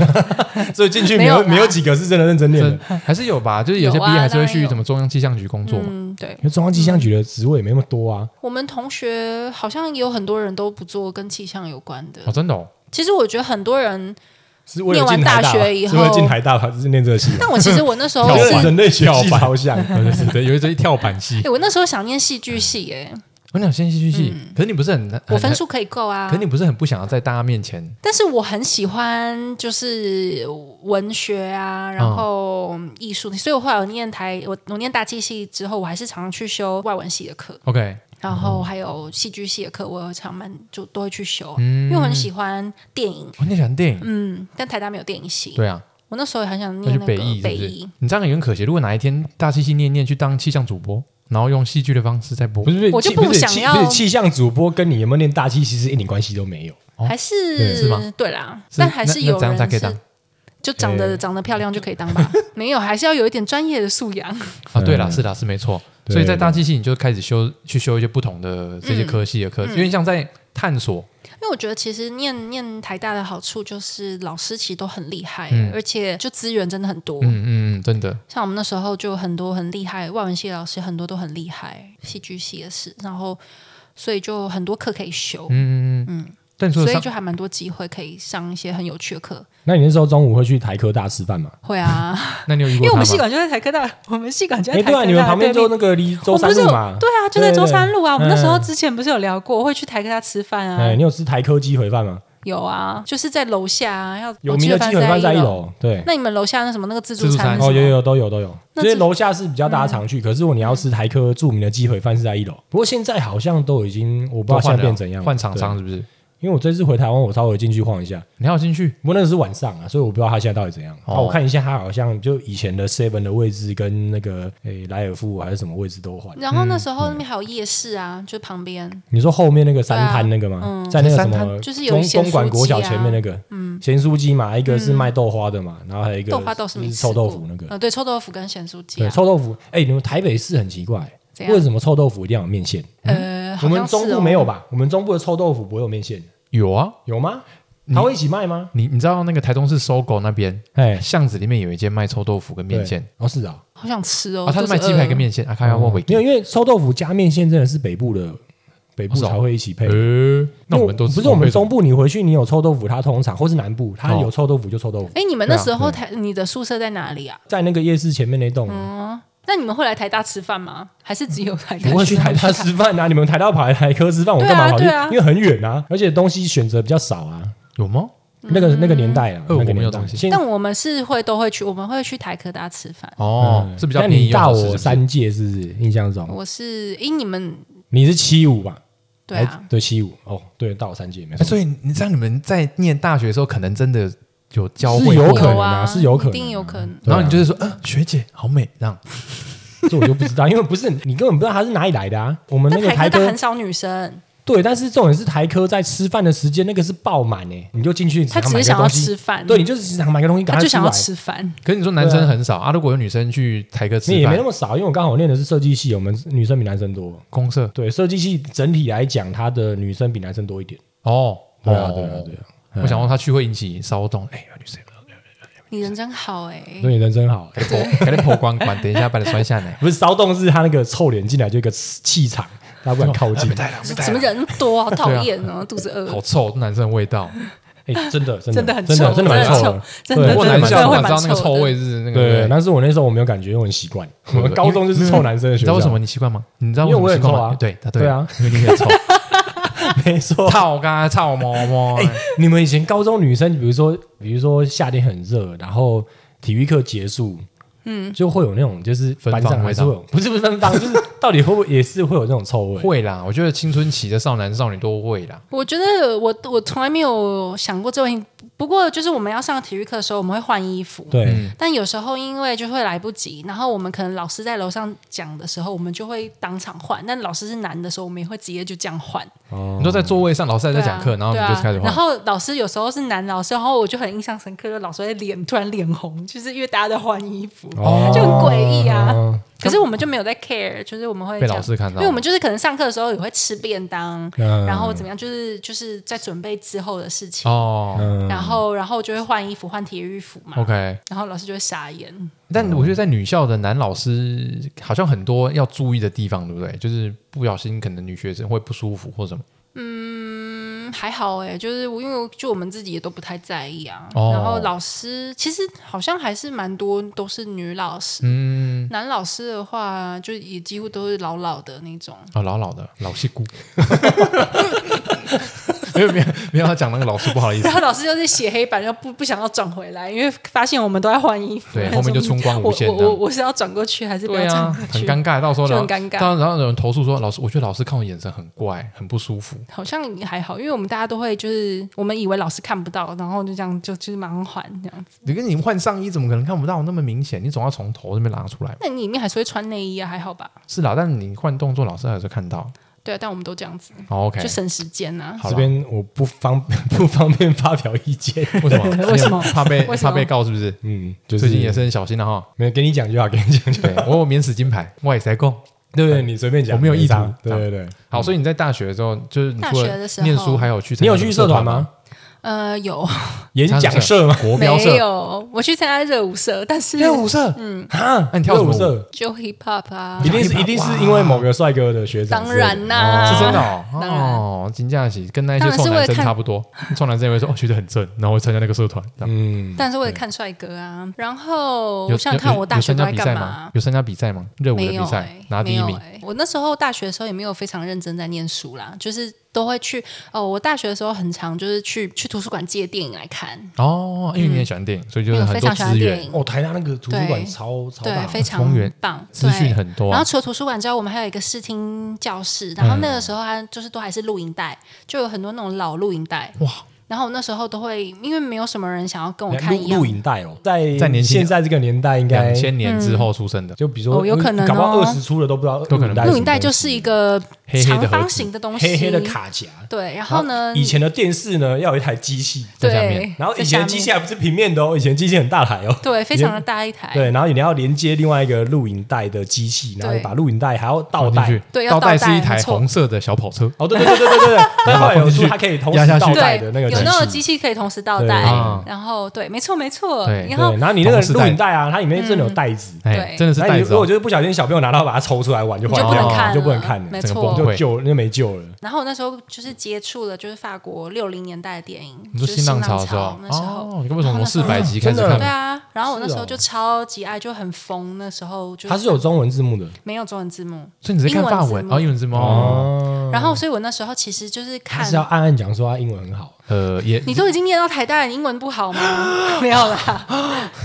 [SPEAKER 3] 所以进去
[SPEAKER 5] 没
[SPEAKER 3] 没
[SPEAKER 5] 有
[SPEAKER 3] 有没有
[SPEAKER 5] 啦
[SPEAKER 3] 几个是真的认真念
[SPEAKER 4] 这
[SPEAKER 3] 的。
[SPEAKER 4] 还是有吧，就是有些
[SPEAKER 5] 有
[SPEAKER 4] 毕
[SPEAKER 5] 啊
[SPEAKER 4] 业还是
[SPEAKER 5] 当
[SPEAKER 4] 会
[SPEAKER 5] 然
[SPEAKER 4] 去
[SPEAKER 5] 有
[SPEAKER 4] 什么中央气象局工作嘛。
[SPEAKER 5] 嗯，对
[SPEAKER 3] 因，为中央气象局的职位也没那么多啊，
[SPEAKER 5] 我们同学好像也有很多人都不做跟气象有关的
[SPEAKER 4] 哦，。真的哦，
[SPEAKER 5] 其实我觉得很多人，
[SPEAKER 3] 是为了进
[SPEAKER 5] 念完
[SPEAKER 3] 台大吧，
[SPEAKER 5] 大学以后
[SPEAKER 3] 是为了进台大吧，是念这个系吧。
[SPEAKER 5] 但我其实我那 时候
[SPEAKER 3] 我
[SPEAKER 5] 是
[SPEAKER 3] 跟人类学系
[SPEAKER 4] 跳板
[SPEAKER 3] 超 像，
[SPEAKER 4] 对对对，有一堆跳板系
[SPEAKER 5] 欸。我那时候想念戏剧系、耶，
[SPEAKER 4] 我想先戏剧系，可是你不是很，
[SPEAKER 5] 嗯我
[SPEAKER 4] 很
[SPEAKER 5] 分，数可以够啊
[SPEAKER 4] 可。是你不是很不想要在大家面前
[SPEAKER 5] 但是我很喜欢就是文学啊，
[SPEAKER 4] 哦
[SPEAKER 5] 然后艺术，所以我后来我念台，我我念大气系之后，我还是常常去修外文系的课，
[SPEAKER 4] OK？
[SPEAKER 5] 然
[SPEAKER 4] 哦
[SPEAKER 5] 后还有戏剧系的课，我常蛮就都会去修，
[SPEAKER 4] 嗯
[SPEAKER 5] 因为我很喜欢电影。
[SPEAKER 4] 我很喜欢电影，
[SPEAKER 5] 嗯，但台大没有电影系，
[SPEAKER 4] 对啊，
[SPEAKER 5] 我那时候也很想
[SPEAKER 4] 那
[SPEAKER 5] 念
[SPEAKER 4] 去
[SPEAKER 5] 那个
[SPEAKER 4] 北艺是不是？你这样也很可惜。如果哪一天大气系念念去当气象主播，然后用戏剧的方式在播
[SPEAKER 3] 不，是不是，
[SPEAKER 5] 我就
[SPEAKER 3] 气
[SPEAKER 5] 不
[SPEAKER 3] 是
[SPEAKER 5] 想
[SPEAKER 3] 气
[SPEAKER 5] 要
[SPEAKER 3] 不是气象主播跟你有没有念大气其实一点关系都没有。
[SPEAKER 5] 还是
[SPEAKER 4] 哦对是吗
[SPEAKER 5] 对啦，
[SPEAKER 4] 是
[SPEAKER 5] 但还
[SPEAKER 4] 那
[SPEAKER 5] 是
[SPEAKER 4] 那
[SPEAKER 5] 有
[SPEAKER 4] 怎样才
[SPEAKER 5] 人
[SPEAKER 4] 可以
[SPEAKER 5] 是
[SPEAKER 4] 当
[SPEAKER 5] 就长得
[SPEAKER 3] 呃
[SPEAKER 5] 长得漂亮就可以当吧？没有，还是要有一点专业的 素养。
[SPEAKER 4] 啊，对啦，
[SPEAKER 3] 嗯
[SPEAKER 4] 是啦，是没错。
[SPEAKER 3] 对
[SPEAKER 4] 所以在大气系，你就开始修去修一些不同
[SPEAKER 5] 嗯
[SPEAKER 4] 的这些科系的课，因为像在探索，
[SPEAKER 5] 因为我觉得其实念念台大的好处就是老师其实都很厉害，
[SPEAKER 4] 嗯
[SPEAKER 5] 而且就资源真的很多。
[SPEAKER 4] 嗯嗯嗯，真的，
[SPEAKER 5] 像我们那时候就很多很厉害，外文系的老师很多都很厉害，戏剧系也是，然后所以就很多课可以修，
[SPEAKER 4] 嗯嗯嗯。但你说的
[SPEAKER 5] 所以
[SPEAKER 4] 上
[SPEAKER 5] 就还蛮多机会可以上一些很有趣的课。
[SPEAKER 3] 那你那时候中午会去台科大吃饭吗？
[SPEAKER 5] 会啊，
[SPEAKER 4] 那你有遇
[SPEAKER 5] 因为
[SPEAKER 4] 过
[SPEAKER 5] 我
[SPEAKER 4] 他
[SPEAKER 5] 们系
[SPEAKER 4] 吗？
[SPEAKER 5] 馆就在台科大，我们系馆就在
[SPEAKER 3] 哎，
[SPEAKER 5] 台科
[SPEAKER 3] 对
[SPEAKER 5] 大、
[SPEAKER 3] 啊，你们旁边就
[SPEAKER 5] 对
[SPEAKER 3] 那个离周
[SPEAKER 5] 我们
[SPEAKER 3] 山
[SPEAKER 5] 不是有
[SPEAKER 3] 路
[SPEAKER 5] 对
[SPEAKER 3] 嘛。
[SPEAKER 5] 啊，就在
[SPEAKER 3] 对对
[SPEAKER 5] 中山路啊。我们那时候
[SPEAKER 3] 嗯
[SPEAKER 5] 之前不是有聊过，会去台科大吃饭啊，
[SPEAKER 3] 哎，你有吃台科鸡回饭吗？
[SPEAKER 5] 有啊，就是在楼下啊，要
[SPEAKER 3] 有名的鸡回饭在一。楼，对。
[SPEAKER 5] 那你们楼下那什么那个自助
[SPEAKER 4] 自助
[SPEAKER 5] 餐
[SPEAKER 4] 餐
[SPEAKER 5] 是
[SPEAKER 3] 哦，
[SPEAKER 5] 什么
[SPEAKER 3] 有有都有都有，
[SPEAKER 5] 那
[SPEAKER 3] 所以
[SPEAKER 5] 自
[SPEAKER 3] 楼下是比较大家常去。可是如果你要吃台科著名的鸡腿饭是在一楼，不过现在好像都已经我不知道
[SPEAKER 4] 都
[SPEAKER 3] 现
[SPEAKER 4] 换
[SPEAKER 3] 在变
[SPEAKER 4] 了
[SPEAKER 3] 怎样了，
[SPEAKER 4] 换厂
[SPEAKER 3] 对
[SPEAKER 4] 商。是不是？
[SPEAKER 3] 因为我这次回台湾，我稍微进去晃一下，
[SPEAKER 4] 你还有进去？
[SPEAKER 3] 不过那个是晚上啊，所以我不知道他现在到底怎样。
[SPEAKER 4] 哦
[SPEAKER 3] 啊，我看一下，他好像就以前的 Seven 的位置跟那个诶莱尔富还是什么位置都换。
[SPEAKER 5] 然后那时候那边还有夜市啊，就旁边
[SPEAKER 3] 你说后面那个三滩那个吗？在那个什
[SPEAKER 4] 三
[SPEAKER 3] 么
[SPEAKER 4] 滩
[SPEAKER 5] 啊嗯就是有
[SPEAKER 3] 公
[SPEAKER 5] 咸酥
[SPEAKER 3] 公馆国小
[SPEAKER 5] 鸡啊嗯
[SPEAKER 3] 前面那个，咸酥鸡嘛，一个是卖豆花的嘛，然后还有一个
[SPEAKER 5] 豆花倒是没
[SPEAKER 3] 是
[SPEAKER 5] 吃过
[SPEAKER 3] 臭豆腐那个。
[SPEAKER 5] 呃，对，臭豆腐跟咸酥鸡
[SPEAKER 3] 对，
[SPEAKER 5] 啊，
[SPEAKER 3] 臭豆腐，哎，你们台北市很奇怪，
[SPEAKER 5] 怎样
[SPEAKER 3] 为什么臭豆腐一定要有面线？
[SPEAKER 5] 呃，
[SPEAKER 3] 我
[SPEAKER 5] 好
[SPEAKER 3] 们
[SPEAKER 5] 像是
[SPEAKER 3] 中部
[SPEAKER 5] 哦
[SPEAKER 3] 没有吧？我们中部的臭豆腐不会有面线，
[SPEAKER 4] 有啊，
[SPEAKER 3] 有吗？它会一起卖吗？
[SPEAKER 4] 你你知道那个台中市搜狗那边
[SPEAKER 3] 哎，
[SPEAKER 4] 巷子里面有一间卖臭豆腐跟面线
[SPEAKER 3] 对，哦，是啊，
[SPEAKER 5] 好想吃哦呃
[SPEAKER 4] 啊，，他是卖
[SPEAKER 5] 肚子
[SPEAKER 4] 鸡
[SPEAKER 5] 饿
[SPEAKER 4] 排跟，面线啊，看要问回
[SPEAKER 3] 没有，因为臭豆腐加面线真的是北部的北部
[SPEAKER 4] 是哦
[SPEAKER 3] 才会一起配。
[SPEAKER 4] 呃，那我们都
[SPEAKER 3] 因为不是我们中
[SPEAKER 4] 部
[SPEAKER 3] 部，你回去你有臭豆腐，它通常或是南部，它
[SPEAKER 4] 哦
[SPEAKER 3] 有臭豆腐就臭豆腐，
[SPEAKER 5] 哎，你们那
[SPEAKER 4] 对啊
[SPEAKER 5] 时候台你的宿舍在哪里啊？
[SPEAKER 3] 在那个夜市前面那栋，
[SPEAKER 5] 嗯那你们会来台大吃饭吗？还是只有台大？
[SPEAKER 3] 不会去台大吃饭啊！你们台大跑来台科吃饭，我
[SPEAKER 5] 对啊
[SPEAKER 3] 干嘛跑去
[SPEAKER 5] 对啊？
[SPEAKER 3] 因为很远啊，而且东西选择比较少啊。
[SPEAKER 4] 有吗？
[SPEAKER 3] 那个那个年代啊，
[SPEAKER 4] 呃
[SPEAKER 3] 那
[SPEAKER 4] 我
[SPEAKER 3] 个
[SPEAKER 4] 没
[SPEAKER 3] 年
[SPEAKER 4] 有
[SPEAKER 3] 代
[SPEAKER 4] 东西
[SPEAKER 3] 现
[SPEAKER 5] 嗯但我们是会都会去，我们会去台科大吃饭。
[SPEAKER 4] 哦
[SPEAKER 3] 嗯，
[SPEAKER 4] 是比较
[SPEAKER 3] 那
[SPEAKER 4] 便宜
[SPEAKER 3] 你
[SPEAKER 4] 又
[SPEAKER 3] 大
[SPEAKER 4] 好吃，是
[SPEAKER 3] 我
[SPEAKER 4] 不是
[SPEAKER 3] 三届是不是？印象中
[SPEAKER 5] 我是，哎，你们
[SPEAKER 3] 你是七五吧？
[SPEAKER 5] 对
[SPEAKER 3] 还
[SPEAKER 5] 啊，
[SPEAKER 3] 对七五哦，对，大我三届没
[SPEAKER 4] 哎
[SPEAKER 3] 错。
[SPEAKER 4] 所以你知道你们在念大学的时候，可能真的有交
[SPEAKER 3] 是
[SPEAKER 4] 汇过，
[SPEAKER 3] 有可能
[SPEAKER 5] 有
[SPEAKER 3] 啊，
[SPEAKER 5] 啊
[SPEAKER 3] 是有可能啊，
[SPEAKER 5] 一定有可能
[SPEAKER 3] 对啊
[SPEAKER 4] 然后你就是说，嗯，学姐好美，这样
[SPEAKER 3] 这我就不知道，因为不是你根本不知道他是哪里来的啊。我们那
[SPEAKER 5] 但
[SPEAKER 3] 个
[SPEAKER 5] 台
[SPEAKER 3] 台
[SPEAKER 5] 科大
[SPEAKER 3] 科
[SPEAKER 5] 很少女生，
[SPEAKER 3] 对，但是重点是台科在吃饭的时间那个是爆满诶，你就进去，
[SPEAKER 5] 他只
[SPEAKER 3] 想买个
[SPEAKER 5] 是想要
[SPEAKER 3] 东西
[SPEAKER 5] 吃饭
[SPEAKER 3] 对，你就是只想买个东西，赶
[SPEAKER 5] 她
[SPEAKER 3] 快
[SPEAKER 5] 就
[SPEAKER 3] 出
[SPEAKER 5] 想要
[SPEAKER 3] 来。
[SPEAKER 5] 吃饭。
[SPEAKER 4] 可是你说男生很少啊，如果有女生去台哥吃
[SPEAKER 3] 你也没
[SPEAKER 4] 饭
[SPEAKER 3] 那，么少，因为我刚好念的是设计系，我们女生比男生多。
[SPEAKER 4] 公社
[SPEAKER 3] 对，设计系整体来讲，它的女生比男生多一点。
[SPEAKER 4] 哦，
[SPEAKER 3] 对啊，
[SPEAKER 4] 哦
[SPEAKER 3] 对啊，对啊。
[SPEAKER 4] 我想说他去会引起骚动， 哎，有女生
[SPEAKER 5] 你人真好哎、
[SPEAKER 3] 所以人真好，。
[SPEAKER 4] 赶紧破光管，等一下把你摔下来
[SPEAKER 3] 不是骚动，是他那个臭脸进来就一个气场，他不敢靠近。
[SPEAKER 5] 怎么人多，好讨厌
[SPEAKER 3] 啊
[SPEAKER 5] 哦，肚子
[SPEAKER 4] 好
[SPEAKER 5] 饿。
[SPEAKER 4] 臭，男生的味道。
[SPEAKER 3] 哎，真的，真的，
[SPEAKER 5] 真的很
[SPEAKER 3] 真
[SPEAKER 5] 臭
[SPEAKER 3] 真的蛮
[SPEAKER 5] 真的很
[SPEAKER 3] 臭的
[SPEAKER 5] 臭，真的
[SPEAKER 3] 对
[SPEAKER 5] 真
[SPEAKER 4] 我
[SPEAKER 5] 的
[SPEAKER 3] 真
[SPEAKER 4] 男
[SPEAKER 3] 蛮
[SPEAKER 5] 真
[SPEAKER 4] 校
[SPEAKER 5] 的
[SPEAKER 3] 臭
[SPEAKER 4] 我
[SPEAKER 5] 会
[SPEAKER 3] 的
[SPEAKER 5] 蛮
[SPEAKER 4] 知道那个臭味是那
[SPEAKER 3] 对
[SPEAKER 4] 个，。
[SPEAKER 3] 但是我那时候我没有感觉，我很习惯。我们高中就是臭男生的
[SPEAKER 4] 你
[SPEAKER 3] 学
[SPEAKER 4] 知道
[SPEAKER 3] 校，
[SPEAKER 4] 为什么你习惯吗？你知道
[SPEAKER 3] 因为我
[SPEAKER 4] 什么习
[SPEAKER 3] 很臭
[SPEAKER 4] 惯
[SPEAKER 3] 啊
[SPEAKER 4] 吗？对，他
[SPEAKER 3] 对啊，
[SPEAKER 4] 因为你很 臭。
[SPEAKER 3] 没错。
[SPEAKER 4] 操干操摸摸，
[SPEAKER 3] 你们以前高中女生，比如说，比如说夏天很热，然后体育课结束，嗯，就会有那种就是
[SPEAKER 4] 芬
[SPEAKER 3] 班
[SPEAKER 4] 芳
[SPEAKER 3] 上还
[SPEAKER 4] 味
[SPEAKER 3] 是会有，不是不是芬芳，就是到底会不会也是会有那种臭味？
[SPEAKER 4] 会啦，我觉得青春期的少男少女都会啦。
[SPEAKER 5] 我觉得我我从来没有想过这个问题。不过就是我们要上体育课的时候，我们会换衣服。
[SPEAKER 3] 对，
[SPEAKER 5] 但有时候因为就会来不及，然后我们可能老师在楼上讲的时候，我们就会当场换。但老师是男的时候，我们也会直接就这样换。
[SPEAKER 4] 你说在座位上，老师还在
[SPEAKER 5] 对啊
[SPEAKER 4] 讲课，然后你
[SPEAKER 5] 对啊
[SPEAKER 4] 就开始
[SPEAKER 5] 然
[SPEAKER 4] 换。
[SPEAKER 5] 后老师有时候是男老师，然后我就很印象深刻，就老师会脸突然脸红，就是因为大家在换衣服，
[SPEAKER 3] 哦
[SPEAKER 5] 就很诡异啊。
[SPEAKER 3] 嗯
[SPEAKER 5] 可是我们就没有在 care，就是我们会
[SPEAKER 4] 哦被
[SPEAKER 5] 这样
[SPEAKER 4] 老师看到
[SPEAKER 5] 因为我们就是可能上课的时候也会吃便当，
[SPEAKER 3] 嗯
[SPEAKER 5] 然后怎么样，就是就是在准备之后的事情，
[SPEAKER 4] 哦
[SPEAKER 3] 嗯，
[SPEAKER 5] 然后然后就会换衣服，换体育服嘛。
[SPEAKER 4] ，OK。
[SPEAKER 5] 然后老师就会傻眼，
[SPEAKER 4] 但我觉得在女校的男老师好像很多要注意的地方，对不对？就是不小心可能女学生会不舒服或什么。
[SPEAKER 5] 嗯，还好哎、就是我因为就我们自己也都不太在意啊。
[SPEAKER 4] 哦
[SPEAKER 5] 然后老师其实好像还是蛮多都是女老师，
[SPEAKER 4] 嗯，
[SPEAKER 5] 男老师的话就也几乎都是老老的那种。
[SPEAKER 4] 哦，老老的老戏骨。 没有没有没有，他讲那个老师不好意思
[SPEAKER 5] 然。后老师就是写黑板，就不不想要转回来，因为发现我们都在换衣服。
[SPEAKER 4] 对后面就春光无限
[SPEAKER 5] 我
[SPEAKER 4] 这
[SPEAKER 5] 我
[SPEAKER 4] 样
[SPEAKER 5] 我我是要转过去还是不要
[SPEAKER 4] 对啊
[SPEAKER 5] 转过，
[SPEAKER 4] 很
[SPEAKER 5] 去？
[SPEAKER 4] 尴尬。到时候
[SPEAKER 5] 就很
[SPEAKER 4] 老
[SPEAKER 5] 尴尬
[SPEAKER 4] 到然后有人投诉说，老师，我觉得老师看我眼神很怪，很不舒服。
[SPEAKER 5] 好像也还好，因为我们大家都会就是我们以为老师看不到，然后就这样就就是马上还这样子。
[SPEAKER 4] 你跟你换上衣，怎么可能看不到那么明显？你总要从头那边拉出来吧。
[SPEAKER 5] 那你里面还是会穿内衣啊，还好吧？
[SPEAKER 4] 是啦，但你换动作，老师还是看到。
[SPEAKER 5] 对啊，但我们都这样子，
[SPEAKER 4] 哦 OK，
[SPEAKER 5] 就省时间呐、啊。
[SPEAKER 4] 好
[SPEAKER 3] 这
[SPEAKER 4] 啦
[SPEAKER 3] 边我不方 不方便发表意见，
[SPEAKER 4] 为什么？
[SPEAKER 5] 为什么
[SPEAKER 4] 怕被
[SPEAKER 5] 为什
[SPEAKER 4] 怕
[SPEAKER 5] 么
[SPEAKER 4] 被告是不是？
[SPEAKER 3] 嗯，就是
[SPEAKER 4] 最近也是很小心的哈。
[SPEAKER 3] 没有跟你讲就好，跟你 讲就好，
[SPEAKER 4] 对，我有免死金牌，我也才供。
[SPEAKER 3] 对对，你随便讲，
[SPEAKER 4] 我没有意图
[SPEAKER 3] 没差对对对，
[SPEAKER 4] 好，所以你在大学的时候，就是你
[SPEAKER 5] 大
[SPEAKER 4] 除
[SPEAKER 5] 学
[SPEAKER 4] 了
[SPEAKER 5] 的时候
[SPEAKER 4] 念书，还有去参
[SPEAKER 3] 嗯
[SPEAKER 4] 加
[SPEAKER 3] 你有去社团
[SPEAKER 4] 吗
[SPEAKER 3] 吗？？
[SPEAKER 5] 呃，有
[SPEAKER 3] 演讲社吗？国
[SPEAKER 5] 没
[SPEAKER 4] 标社
[SPEAKER 5] 有？我去参加热舞社，但是
[SPEAKER 4] 跳舞社，嗯，
[SPEAKER 3] 啊，
[SPEAKER 4] 那你跳什么舞哦
[SPEAKER 3] 热社
[SPEAKER 5] 就 hip hop 啊
[SPEAKER 3] 一，定是一定是因为某个帅哥的学长之类
[SPEAKER 5] 当
[SPEAKER 3] 的，
[SPEAKER 5] 然啦、
[SPEAKER 4] 哦是真的
[SPEAKER 5] 啊当然
[SPEAKER 4] 哦。哦，金假期跟那一
[SPEAKER 5] 当
[SPEAKER 4] 些
[SPEAKER 5] 然是
[SPEAKER 4] 臭男
[SPEAKER 5] 为了
[SPEAKER 4] 生
[SPEAKER 5] 看
[SPEAKER 4] 差不多，臭男生也会说哦，学得很正，然后会参加那个社团。这样
[SPEAKER 3] 嗯，
[SPEAKER 5] 但是为了看帅哥啊。然后
[SPEAKER 4] 有
[SPEAKER 5] 我想想看，
[SPEAKER 4] 有
[SPEAKER 5] 我大学
[SPEAKER 4] 有
[SPEAKER 5] 都
[SPEAKER 4] 参
[SPEAKER 5] 在
[SPEAKER 4] 加比
[SPEAKER 5] 干
[SPEAKER 4] 赛
[SPEAKER 5] 嘛
[SPEAKER 4] 吗？？有参加比赛吗？热舞的
[SPEAKER 5] 没有
[SPEAKER 4] 比赛
[SPEAKER 5] 欸
[SPEAKER 4] 拿第一
[SPEAKER 5] 没有
[SPEAKER 4] 名，
[SPEAKER 5] 欸我那时候大学的时候也没有非常认真在念书啦，就是都会去哦。我大学的时候很常就是去去图书馆借电影来看，
[SPEAKER 4] 哦，因为你也喜欢电影，所以就
[SPEAKER 5] 因
[SPEAKER 4] 是
[SPEAKER 5] 为我
[SPEAKER 4] 很
[SPEAKER 5] 嗯非
[SPEAKER 4] 多
[SPEAKER 5] 常喜欢
[SPEAKER 4] 资
[SPEAKER 5] 电
[SPEAKER 4] 源，
[SPEAKER 5] 影。
[SPEAKER 3] 哦，台大那个图书馆超超
[SPEAKER 5] 对
[SPEAKER 3] 大，，
[SPEAKER 5] 非常
[SPEAKER 4] 丰源
[SPEAKER 5] 棒，
[SPEAKER 4] 资讯
[SPEAKER 5] 对
[SPEAKER 4] 很多啊
[SPEAKER 5] 然后除了图书馆之外，我们还有一个视听教室，然后那个
[SPEAKER 3] 嗯
[SPEAKER 5] 时候它就是都还是录影带，就有很多那种老录影带。
[SPEAKER 4] 哇！
[SPEAKER 5] 然后我那时候都会，因为没有什么人想要跟我看一
[SPEAKER 3] 录
[SPEAKER 5] 样
[SPEAKER 3] 录，影带哦，在
[SPEAKER 4] 在年轻
[SPEAKER 3] 现在这个年代应该
[SPEAKER 4] 两，千年之后出生的，
[SPEAKER 3] 就比如说
[SPEAKER 5] 哦有可能哦
[SPEAKER 3] 搞不好二十出的都不知道，
[SPEAKER 4] 都可能
[SPEAKER 5] 录影带就是一个
[SPEAKER 4] 黑黑的盒
[SPEAKER 5] 长
[SPEAKER 4] 子
[SPEAKER 5] 方形的 东西，
[SPEAKER 3] 黑黑的。卡夹，
[SPEAKER 5] 对，然后呢？
[SPEAKER 3] 以前的电视呢要有一台机器，
[SPEAKER 5] 对，
[SPEAKER 4] 在下面
[SPEAKER 3] 然后以
[SPEAKER 5] 在下
[SPEAKER 3] 前
[SPEAKER 5] 面
[SPEAKER 3] 机器还不是平面的哦，以前机器很大台哦，
[SPEAKER 5] 对，非常的大一台。
[SPEAKER 3] 对，然后你要连接另外一个录影带的机器，然后你把录影带还要倒
[SPEAKER 4] 倒进
[SPEAKER 3] 带
[SPEAKER 4] 去。，
[SPEAKER 5] 对要
[SPEAKER 4] 倒带是
[SPEAKER 5] 倒带
[SPEAKER 4] 一台
[SPEAKER 5] 没错
[SPEAKER 4] 红色的小跑车，
[SPEAKER 3] 哦，对对对对对 对对，但后来有出它可以同时倒带
[SPEAKER 5] 对
[SPEAKER 3] 的那个
[SPEAKER 5] 有那种
[SPEAKER 3] 机
[SPEAKER 5] 机
[SPEAKER 3] 器。
[SPEAKER 5] 器可以同时倒带
[SPEAKER 3] 对
[SPEAKER 4] 啊，
[SPEAKER 5] 然后对，没错没错，
[SPEAKER 4] 对
[SPEAKER 5] 然后
[SPEAKER 3] 对，然后你那个录影带啊，它里面真的有带子，
[SPEAKER 4] 哎，
[SPEAKER 5] 对
[SPEAKER 4] 真的是
[SPEAKER 3] 那
[SPEAKER 4] 带
[SPEAKER 3] 你
[SPEAKER 4] 子
[SPEAKER 3] 如果
[SPEAKER 4] 哦。
[SPEAKER 3] 就是不小心小朋友拿到把它抽出来玩，就
[SPEAKER 5] 你
[SPEAKER 3] 坏掉
[SPEAKER 5] 就不能
[SPEAKER 3] 了
[SPEAKER 5] 看了，
[SPEAKER 3] 哦就不能看了，
[SPEAKER 5] 没
[SPEAKER 4] 整个崩
[SPEAKER 5] 错
[SPEAKER 4] 溃。
[SPEAKER 3] 就救就没救了。
[SPEAKER 5] 然后我那时候就是接触了，就是法国六零年代的电影，
[SPEAKER 4] 你
[SPEAKER 5] 就
[SPEAKER 4] 说
[SPEAKER 5] 是
[SPEAKER 4] 新浪潮的时
[SPEAKER 5] 潮
[SPEAKER 4] 候，
[SPEAKER 5] 那时候。
[SPEAKER 4] 哦，你 为什么从
[SPEAKER 5] 然后那时
[SPEAKER 4] 四
[SPEAKER 5] 候
[SPEAKER 4] 百集开
[SPEAKER 3] 真
[SPEAKER 4] 始
[SPEAKER 3] 的
[SPEAKER 4] 看
[SPEAKER 5] 对
[SPEAKER 4] 嘛？
[SPEAKER 5] 啊，然后我那时
[SPEAKER 3] 是
[SPEAKER 5] 候
[SPEAKER 3] 哦
[SPEAKER 5] 就超级爱，就很疯。那时候就
[SPEAKER 3] 它是有中文字幕的
[SPEAKER 5] 没有中文字幕，
[SPEAKER 4] 所以你是看法
[SPEAKER 5] 英
[SPEAKER 4] 文
[SPEAKER 5] 文字幕
[SPEAKER 4] 哦，英文字幕哦，
[SPEAKER 3] 哦，
[SPEAKER 5] 然后所以我那时候其实就是
[SPEAKER 3] 它
[SPEAKER 5] 看
[SPEAKER 3] 是要暗暗讲说它英文很好，
[SPEAKER 4] 呃，也
[SPEAKER 5] 你都已经念到台大，你英文不好吗？没 有啦，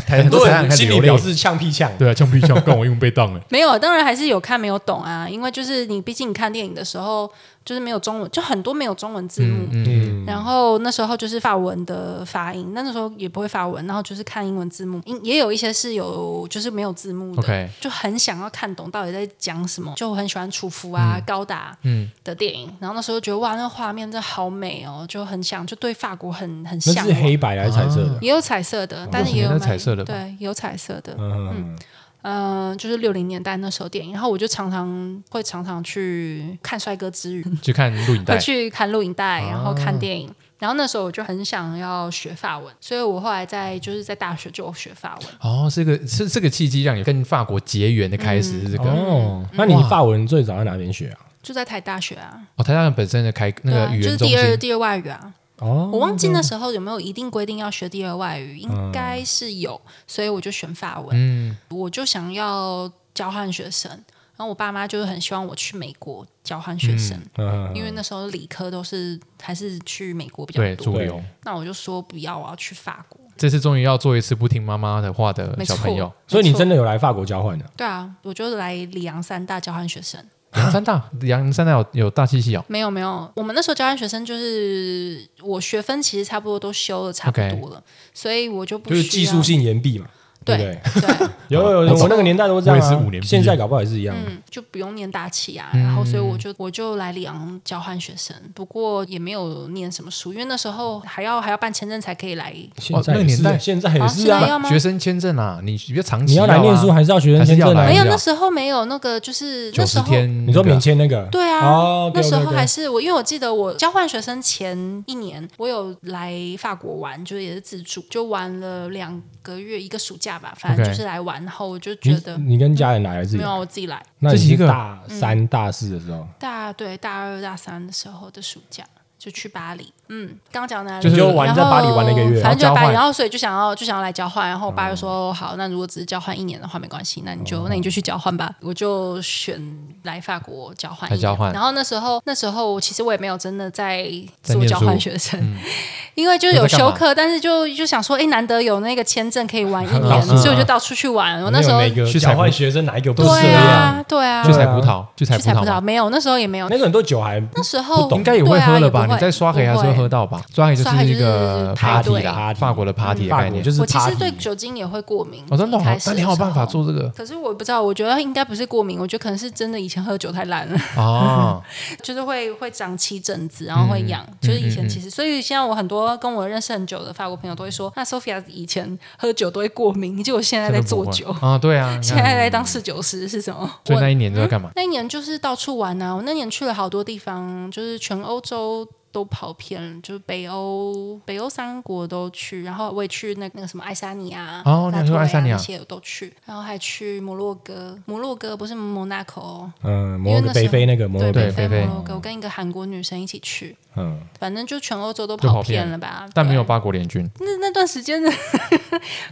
[SPEAKER 4] 很多人
[SPEAKER 3] 心里表示呛屁呛，
[SPEAKER 4] 对啊，枪毙枪，跟我用被
[SPEAKER 3] 欸
[SPEAKER 4] 当了。
[SPEAKER 5] 没有，当然还是有看没有懂啊，因为就是你毕竟你看电影的时候就是没有中文，就很多没有中文字幕，
[SPEAKER 4] 嗯，
[SPEAKER 5] 然后那时候就是法文的发音，那时候也不会法文，然后就是看英文字幕，英也有一些是有就是没有字幕的
[SPEAKER 4] OK
[SPEAKER 5] 就很想要看懂到底在讲什么。就我很喜欢楚服啊、高达
[SPEAKER 4] 嗯
[SPEAKER 5] 的电影，然后那时候觉得哇，那个画面真的好美哦，就很想就对法国很很
[SPEAKER 3] 那
[SPEAKER 5] 向
[SPEAKER 3] 是
[SPEAKER 5] 往
[SPEAKER 3] 黑。白还是彩色的？
[SPEAKER 5] 也有彩色的，但是
[SPEAKER 4] 以
[SPEAKER 5] 也
[SPEAKER 4] 前
[SPEAKER 5] 有
[SPEAKER 4] 都
[SPEAKER 5] 蛮
[SPEAKER 4] 彩色的吧
[SPEAKER 5] 对，有彩色的，
[SPEAKER 3] 嗯，
[SPEAKER 5] 嗯、就是六零年代那时候电影，然后我就常常会常常去看帅哥之旅，
[SPEAKER 4] 去看录影 带啊
[SPEAKER 5] 会，去看录影带，然后看电影。然后那时候我就很想要学法文，所以我后来在就是在大学就有学法文。
[SPEAKER 4] 哦，这个是这个契机让你跟法国结缘的开始是这个。
[SPEAKER 3] 哦，那你法文最早在哪边学啊？
[SPEAKER 5] 就在台大学啊，
[SPEAKER 4] 哦，台大人本身的开那
[SPEAKER 5] 对
[SPEAKER 4] 个
[SPEAKER 5] 啊，
[SPEAKER 4] 语
[SPEAKER 5] 就是
[SPEAKER 4] 言中
[SPEAKER 5] 第二
[SPEAKER 4] 心，
[SPEAKER 5] 第二外语啊。
[SPEAKER 3] 哦，
[SPEAKER 5] 我忘记那时候有没有一定规定要学第二外语，应该是有，所以我就选法文。
[SPEAKER 4] 嗯，
[SPEAKER 5] 我就想要交换学生，然后我爸妈就是很希望我去美国交换学生，
[SPEAKER 3] 嗯
[SPEAKER 5] 因为那时候理科都是还是去美国比较
[SPEAKER 4] 对，
[SPEAKER 5] 多
[SPEAKER 4] 主。流
[SPEAKER 5] 那我就说不要，我要去法国。
[SPEAKER 4] 这次终于要做一次不听妈妈的话的
[SPEAKER 5] 没
[SPEAKER 4] 小
[SPEAKER 5] 错
[SPEAKER 4] 朋友。
[SPEAKER 3] 所以你
[SPEAKER 5] 没错
[SPEAKER 3] 真的有来法国交换的、
[SPEAKER 5] 对啊，我就来里昂三大交换学生。
[SPEAKER 4] 杨三大，杨三大有有大七夕哦，
[SPEAKER 5] 没有没有，我们那时候交换学生就是我学分其实差不多都修了差不
[SPEAKER 4] OK
[SPEAKER 5] 多了所以我就不
[SPEAKER 3] 就是
[SPEAKER 5] 需
[SPEAKER 3] 技
[SPEAKER 5] 要
[SPEAKER 3] 术性延毕嘛，对
[SPEAKER 5] 对
[SPEAKER 3] 不对？
[SPEAKER 5] 对，
[SPEAKER 3] 有有有，我那个年代都这样、啊，
[SPEAKER 6] 我也是五年毕业
[SPEAKER 3] 现在搞不好也是一样。啊
[SPEAKER 5] 嗯，就不用念大气啊。然后所以我就我就来里昂交换学生，不过也没有念什么书，因为那时候还要还要办签证才可以来。
[SPEAKER 3] 现在也
[SPEAKER 4] 那个年
[SPEAKER 3] 是
[SPEAKER 4] 代
[SPEAKER 3] 现在也是
[SPEAKER 5] 嗯现在
[SPEAKER 3] 啊，
[SPEAKER 5] 要吗？
[SPEAKER 4] 学生签证啊，你比较长期、
[SPEAKER 3] 你要来念书还是要学生签证
[SPEAKER 4] 还
[SPEAKER 3] 来？
[SPEAKER 5] 没
[SPEAKER 4] 是要来
[SPEAKER 5] 有，那时候没有那个，就是
[SPEAKER 4] 哎九
[SPEAKER 5] 那时
[SPEAKER 4] 十
[SPEAKER 5] 候
[SPEAKER 4] 天？
[SPEAKER 3] 你说免签那个？
[SPEAKER 5] 对啊，
[SPEAKER 3] 哦，
[SPEAKER 5] 那时候还
[SPEAKER 3] 是
[SPEAKER 5] 是我，因为我记得我交换学生前一年，我有来法国玩，就是也是自助，就玩了两个月，一个暑假吧，反正
[SPEAKER 4] OK
[SPEAKER 5] 就是来玩，然后我就
[SPEAKER 3] 你
[SPEAKER 5] 觉得嗯
[SPEAKER 3] 你跟家人来还是自己
[SPEAKER 5] 没
[SPEAKER 3] 来
[SPEAKER 5] 有，啊我自己来。
[SPEAKER 3] 那你
[SPEAKER 4] 这是一
[SPEAKER 3] 是
[SPEAKER 4] 个
[SPEAKER 3] 大三、大四的时候，
[SPEAKER 5] 大对大二大三的时候的暑假。就去巴黎，嗯，刚刚讲哪里？
[SPEAKER 3] 就是就玩
[SPEAKER 5] 然
[SPEAKER 3] 在巴黎
[SPEAKER 5] 后
[SPEAKER 3] 玩了一个月
[SPEAKER 5] 反正
[SPEAKER 4] 然后交
[SPEAKER 5] 就在巴
[SPEAKER 4] 换
[SPEAKER 5] 黎，然后所以就想要就想要来交换，然后我
[SPEAKER 3] 哦
[SPEAKER 5] 爸就说、好，那如果只是交换一年的话没关系，那你就、那你就去交换吧，我就选来法国交换一
[SPEAKER 4] 来
[SPEAKER 5] 年。
[SPEAKER 4] 交换
[SPEAKER 5] 然后那时候那时候其实我也没有真的在
[SPEAKER 4] 在
[SPEAKER 5] 做
[SPEAKER 4] 念
[SPEAKER 5] 交
[SPEAKER 4] 书
[SPEAKER 5] 换学生，
[SPEAKER 3] 嗯
[SPEAKER 5] 因为就
[SPEAKER 4] 那
[SPEAKER 5] 有
[SPEAKER 4] 在干嘛
[SPEAKER 5] 休课，但是就就想说，哎，难得有那个签证可以 玩一
[SPEAKER 3] 到
[SPEAKER 5] 年，
[SPEAKER 3] 处玩
[SPEAKER 5] 所以我就到处去玩。我那时候
[SPEAKER 3] 啊没有每个
[SPEAKER 4] 去采
[SPEAKER 3] 交
[SPEAKER 4] 购
[SPEAKER 3] 换学生哪一个不是这
[SPEAKER 5] 对
[SPEAKER 3] 样？
[SPEAKER 5] 啊对啊，
[SPEAKER 4] 去采葡萄，去采
[SPEAKER 5] 去
[SPEAKER 4] 葡
[SPEAKER 5] 采葡萄
[SPEAKER 4] 萄吗，
[SPEAKER 5] 没有，那时候也没有
[SPEAKER 3] 那，时候很多酒还
[SPEAKER 5] 那时候
[SPEAKER 4] 应该也会
[SPEAKER 5] 对啊
[SPEAKER 4] 喝了
[SPEAKER 5] 也
[SPEAKER 4] 吧？
[SPEAKER 5] 不
[SPEAKER 4] 你
[SPEAKER 5] 会
[SPEAKER 4] 在刷黑还
[SPEAKER 5] 不
[SPEAKER 4] 是
[SPEAKER 5] 会
[SPEAKER 4] 会喝到吧？刷黑就
[SPEAKER 5] 刷黑
[SPEAKER 4] 是一
[SPEAKER 5] 就是
[SPEAKER 4] 个
[SPEAKER 5] 排
[SPEAKER 4] party
[SPEAKER 5] 队
[SPEAKER 4] 啦，
[SPEAKER 3] party
[SPEAKER 4] 法国的 party 的
[SPEAKER 3] 嗯法
[SPEAKER 4] 概
[SPEAKER 3] 国
[SPEAKER 4] 念
[SPEAKER 3] 就。是
[SPEAKER 5] 我其
[SPEAKER 3] party，
[SPEAKER 5] 实对酒精也会过敏。
[SPEAKER 4] 哦，真的哦
[SPEAKER 5] 一开，始
[SPEAKER 4] 那
[SPEAKER 5] 的
[SPEAKER 4] 你还有
[SPEAKER 5] 时候
[SPEAKER 4] 办法。做这个
[SPEAKER 5] 可是我不知道，我觉得应该不是过敏，我觉得可能是真的以前喝酒太烂 了，
[SPEAKER 4] 啊？
[SPEAKER 5] 就是会会长起疹子，然后会
[SPEAKER 4] 嗯
[SPEAKER 5] 痒。就是以前其实，所以现在我很多跟我认识很久的法国朋友都会说，那啊 Sophia 以前喝酒都会过敏，结果现在在做酒，
[SPEAKER 4] 啊？对啊，你
[SPEAKER 5] 现
[SPEAKER 4] 看
[SPEAKER 5] 在在当侍酒师是什么？
[SPEAKER 4] 所以
[SPEAKER 5] 我
[SPEAKER 4] 那一年都在干嘛？
[SPEAKER 5] 那一年就是到处玩啊！我那年去了好多地方，就是全欧洲都跑遍了，就是北欧、北欧三国都去，然后我也去那个那个什么爱沙尼亚、
[SPEAKER 4] 哦你还去
[SPEAKER 5] 拉脱维亚
[SPEAKER 4] 爱沙尼亚
[SPEAKER 5] 那些我都去，然后还去摩洛哥，摩洛哥不是摩纳哥哦，
[SPEAKER 3] 嗯，
[SPEAKER 5] 因
[SPEAKER 3] 摩
[SPEAKER 5] 为
[SPEAKER 3] 洛
[SPEAKER 5] 那
[SPEAKER 3] 哥
[SPEAKER 5] 时候
[SPEAKER 3] 北非那个摩洛
[SPEAKER 5] 对
[SPEAKER 3] 哥，
[SPEAKER 5] 北
[SPEAKER 4] 北
[SPEAKER 5] 非
[SPEAKER 4] 非
[SPEAKER 5] 摩洛哥，我跟一个韩国女生一起去，
[SPEAKER 3] 嗯，
[SPEAKER 5] 反正就全欧洲都
[SPEAKER 4] 就跑
[SPEAKER 5] 跑
[SPEAKER 4] 遍
[SPEAKER 5] 遍了吧，
[SPEAKER 4] 但
[SPEAKER 5] 对
[SPEAKER 4] 没有八国联军。
[SPEAKER 3] 嗯
[SPEAKER 5] 那那段时间的，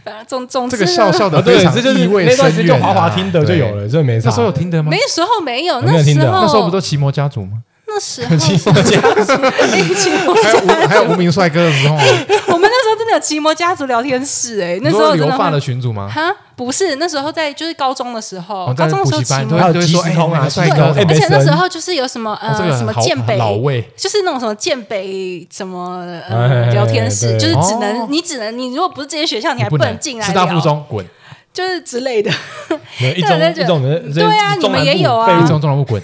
[SPEAKER 5] 反正总总之
[SPEAKER 4] 这个笑笑的
[SPEAKER 3] 啊，对
[SPEAKER 4] 非，常
[SPEAKER 3] 这就是
[SPEAKER 4] 哦意味
[SPEAKER 3] 那段时
[SPEAKER 4] 深
[SPEAKER 3] 间就
[SPEAKER 4] 远
[SPEAKER 3] 滑滑
[SPEAKER 4] 啊
[SPEAKER 3] 听的就
[SPEAKER 4] 对
[SPEAKER 3] 有了，这没
[SPEAKER 4] 那
[SPEAKER 3] 啥。
[SPEAKER 4] 时候有听得吗
[SPEAKER 5] 没？时候没有，
[SPEAKER 3] 没有听
[SPEAKER 5] 时
[SPEAKER 3] 的
[SPEAKER 5] 候
[SPEAKER 4] 那时候不都奇摩家 族吗？
[SPEAKER 5] 那时候奇摩家族，哎，奇 摩
[SPEAKER 4] 还
[SPEAKER 5] 家
[SPEAKER 4] 有无还有无名帅哥的时候啊，
[SPEAKER 5] 我们那时候真的有奇摩家族聊天室哎、
[SPEAKER 4] 你
[SPEAKER 5] 那时
[SPEAKER 4] 说
[SPEAKER 5] 候真
[SPEAKER 4] 留
[SPEAKER 5] 的
[SPEAKER 4] 发的
[SPEAKER 5] 会
[SPEAKER 4] 群主吗？
[SPEAKER 5] 哈，不是那时候在就是高中的时候，啊
[SPEAKER 4] 哦在
[SPEAKER 5] 高中的
[SPEAKER 4] 补
[SPEAKER 5] 时候
[SPEAKER 4] 习
[SPEAKER 5] 奇
[SPEAKER 4] 班
[SPEAKER 5] 摩
[SPEAKER 4] 对
[SPEAKER 3] 还，有
[SPEAKER 4] 就会
[SPEAKER 3] 即
[SPEAKER 4] 说
[SPEAKER 3] 时
[SPEAKER 4] 哎
[SPEAKER 3] 通啊
[SPEAKER 4] 你的帅
[SPEAKER 3] 即时
[SPEAKER 4] 哥
[SPEAKER 3] 通
[SPEAKER 4] 什
[SPEAKER 5] 对，
[SPEAKER 4] 么
[SPEAKER 5] 而且那
[SPEAKER 3] 哎
[SPEAKER 5] 时候就是有什么
[SPEAKER 4] 哦这
[SPEAKER 5] 呃
[SPEAKER 4] 个
[SPEAKER 5] 什么
[SPEAKER 4] 好
[SPEAKER 5] 建北
[SPEAKER 4] 老味
[SPEAKER 5] 就是那种什么建北什么
[SPEAKER 3] 哎哎哎
[SPEAKER 5] 呃聊天
[SPEAKER 3] 对
[SPEAKER 5] 室，就是只
[SPEAKER 4] 哦
[SPEAKER 5] 能你只能你如果哎不是这些学校，你
[SPEAKER 4] 你
[SPEAKER 5] 还
[SPEAKER 4] 不能
[SPEAKER 5] 能进来
[SPEAKER 4] 师大附
[SPEAKER 5] 聊，嗯
[SPEAKER 4] 中滚，
[SPEAKER 5] 就是之类的，
[SPEAKER 3] 没有一
[SPEAKER 5] 对
[SPEAKER 3] 种
[SPEAKER 5] 那
[SPEAKER 3] 一
[SPEAKER 5] 就
[SPEAKER 3] 种人，
[SPEAKER 5] 对啊
[SPEAKER 3] 这
[SPEAKER 5] 你们也
[SPEAKER 3] 中南部
[SPEAKER 5] 有啊
[SPEAKER 3] 废物
[SPEAKER 4] 一中中南部滚，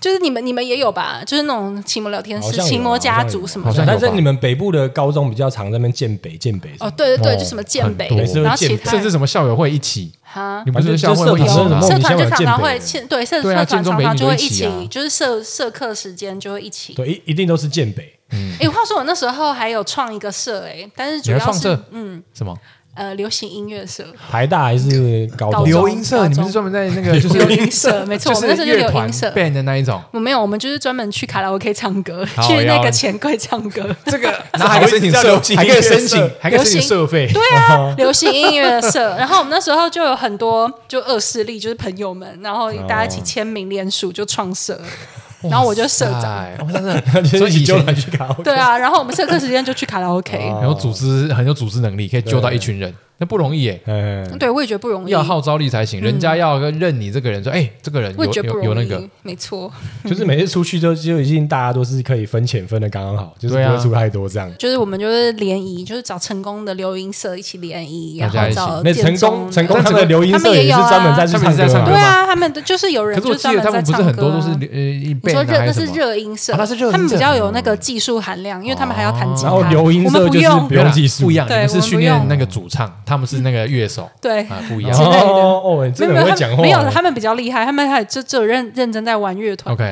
[SPEAKER 5] 就是你们你们也有吧？就是那种奇摩聊天
[SPEAKER 3] 好
[SPEAKER 5] 室、
[SPEAKER 3] 像有
[SPEAKER 5] 奇摩家
[SPEAKER 3] 好像有
[SPEAKER 5] 族什么
[SPEAKER 4] 好
[SPEAKER 5] 的。
[SPEAKER 4] 像有
[SPEAKER 3] 但是
[SPEAKER 4] 吧
[SPEAKER 3] 你们北部的高中比较常在那边建北建北什么
[SPEAKER 5] 哦，对对对，
[SPEAKER 4] 哦
[SPEAKER 5] 就什么建北
[SPEAKER 4] 很多，哎
[SPEAKER 5] 然后其他
[SPEAKER 4] 甚至什么校友会一起，
[SPEAKER 5] 哈
[SPEAKER 4] 你。不是
[SPEAKER 3] 啊
[SPEAKER 4] 校
[SPEAKER 3] 就
[SPEAKER 4] 友会一
[SPEAKER 3] 就
[SPEAKER 4] 起
[SPEAKER 3] 社团
[SPEAKER 4] 吗？
[SPEAKER 5] 社团
[SPEAKER 3] 梦里向有
[SPEAKER 5] 就常常会
[SPEAKER 3] 建
[SPEAKER 5] 现对社
[SPEAKER 4] 对啊
[SPEAKER 5] 社
[SPEAKER 4] 建
[SPEAKER 5] 团
[SPEAKER 4] 中
[SPEAKER 5] 常
[SPEAKER 4] 北
[SPEAKER 5] 常
[SPEAKER 4] 女
[SPEAKER 5] 就
[SPEAKER 4] 都
[SPEAKER 5] 会
[SPEAKER 4] 一起啊
[SPEAKER 5] 起，就是社社课时间就会一起。
[SPEAKER 3] 对，一一定都是建北。
[SPEAKER 5] 哎、话说我那时候还有创一个社哎、但是主
[SPEAKER 4] 你还
[SPEAKER 5] 要
[SPEAKER 4] 创
[SPEAKER 5] 是
[SPEAKER 4] 社
[SPEAKER 5] 嗯
[SPEAKER 4] 什么
[SPEAKER 5] 呃流行音乐社、
[SPEAKER 3] 台大还是高
[SPEAKER 5] 高
[SPEAKER 3] 中？
[SPEAKER 5] 中
[SPEAKER 4] 流音社？
[SPEAKER 5] 高
[SPEAKER 4] 你们
[SPEAKER 5] 中
[SPEAKER 4] 是专门在那个就是
[SPEAKER 5] 流 音社，没错，
[SPEAKER 4] 就
[SPEAKER 5] 我们那时
[SPEAKER 4] 是
[SPEAKER 5] 候就
[SPEAKER 4] 乐
[SPEAKER 5] 流
[SPEAKER 4] 团
[SPEAKER 5] 音社。
[SPEAKER 4] band 的那一种，
[SPEAKER 5] 我没有，我们就是专门去卡拉 OK 唱歌，
[SPEAKER 4] 好
[SPEAKER 5] 去那
[SPEAKER 4] 呀
[SPEAKER 5] 个钱柜唱歌。
[SPEAKER 4] 这个然后还可以申请社，还可以申请，还可以申请社费，对啊，
[SPEAKER 5] 流行音乐社，然后我们那时候就有很多就恶势力，就是朋友们，然后大家
[SPEAKER 4] 哦
[SPEAKER 5] 一起签名联署就创社，然后我就 社长。
[SPEAKER 4] 长，哎哦哇真 的，所以以
[SPEAKER 3] 就
[SPEAKER 4] 前
[SPEAKER 3] 来去搞。
[SPEAKER 5] 对啊，然后我们社课时间就去卡拉 OK。
[SPEAKER 4] 很有组织，很有组织能力，可以揪到一群人，那不容易耶。
[SPEAKER 3] 嗯，
[SPEAKER 5] 对，我也觉得不容易，
[SPEAKER 4] 要号召力才行，人家要认你这个人，说哎，这个人
[SPEAKER 5] 我
[SPEAKER 4] 有
[SPEAKER 5] 也觉得不
[SPEAKER 4] 有
[SPEAKER 5] 容
[SPEAKER 4] 有
[SPEAKER 5] 易，
[SPEAKER 4] 那个，
[SPEAKER 5] 没错。
[SPEAKER 3] 就是每次出去都就已经大家都是可以分钱分的刚刚好，就是
[SPEAKER 4] 对
[SPEAKER 3] 不
[SPEAKER 4] 啊
[SPEAKER 3] 会出太多这样。
[SPEAKER 5] 就是我们就是联谊，就是找成功的留音社一起联谊，然
[SPEAKER 4] 大家
[SPEAKER 5] 后
[SPEAKER 4] 一起
[SPEAKER 5] 找
[SPEAKER 3] 那
[SPEAKER 5] 建
[SPEAKER 3] 成功
[SPEAKER 5] 中
[SPEAKER 3] 成功
[SPEAKER 4] 但
[SPEAKER 3] 他
[SPEAKER 4] 成
[SPEAKER 3] 们的
[SPEAKER 4] 功
[SPEAKER 3] 留音
[SPEAKER 5] 他们
[SPEAKER 3] 社
[SPEAKER 5] 也
[SPEAKER 3] 也是
[SPEAKER 5] 有啊
[SPEAKER 3] 专门在去
[SPEAKER 4] 他们也是在
[SPEAKER 3] 唱
[SPEAKER 4] 唱
[SPEAKER 3] 歌
[SPEAKER 4] 歌
[SPEAKER 5] 对
[SPEAKER 3] 啊。
[SPEAKER 5] 啊，他们都就是有人
[SPEAKER 4] 可是我
[SPEAKER 5] 就
[SPEAKER 4] 记
[SPEAKER 5] 专
[SPEAKER 4] 得他
[SPEAKER 5] 门在
[SPEAKER 4] 们不是
[SPEAKER 5] 唱
[SPEAKER 4] 很
[SPEAKER 5] 歌
[SPEAKER 4] 多
[SPEAKER 5] 啊、
[SPEAKER 4] 都是呃一
[SPEAKER 5] 你
[SPEAKER 4] band
[SPEAKER 5] 说
[SPEAKER 4] 啊
[SPEAKER 5] 热
[SPEAKER 4] 还
[SPEAKER 5] 那
[SPEAKER 4] 是
[SPEAKER 5] 是
[SPEAKER 4] 什么？
[SPEAKER 5] 热音社，
[SPEAKER 4] 啊那是热音社
[SPEAKER 5] 他们比较有那个技术含量，因为他们还要弹
[SPEAKER 4] 哦
[SPEAKER 5] 吉他。
[SPEAKER 3] 然后留音
[SPEAKER 5] 我
[SPEAKER 3] 社
[SPEAKER 5] 们
[SPEAKER 3] 就
[SPEAKER 5] 不
[SPEAKER 3] 是
[SPEAKER 5] 用
[SPEAKER 3] 不，用
[SPEAKER 4] 啦
[SPEAKER 3] 技术
[SPEAKER 4] 不一样，你
[SPEAKER 5] 对
[SPEAKER 4] 们是
[SPEAKER 5] 我们
[SPEAKER 4] 训
[SPEAKER 5] 不
[SPEAKER 4] 练
[SPEAKER 5] 用
[SPEAKER 4] 那个主唱，他们是那个乐手
[SPEAKER 5] 对，
[SPEAKER 4] 啊，不一
[SPEAKER 3] 哦
[SPEAKER 4] 样
[SPEAKER 5] 之。类
[SPEAKER 3] 哦，哎这个
[SPEAKER 5] 的没有没有
[SPEAKER 3] 会
[SPEAKER 5] 他
[SPEAKER 3] 讲
[SPEAKER 5] 们
[SPEAKER 3] 话。
[SPEAKER 5] 没有他们比较厉害，他们还就只有认认真在玩乐团。
[SPEAKER 4] OK，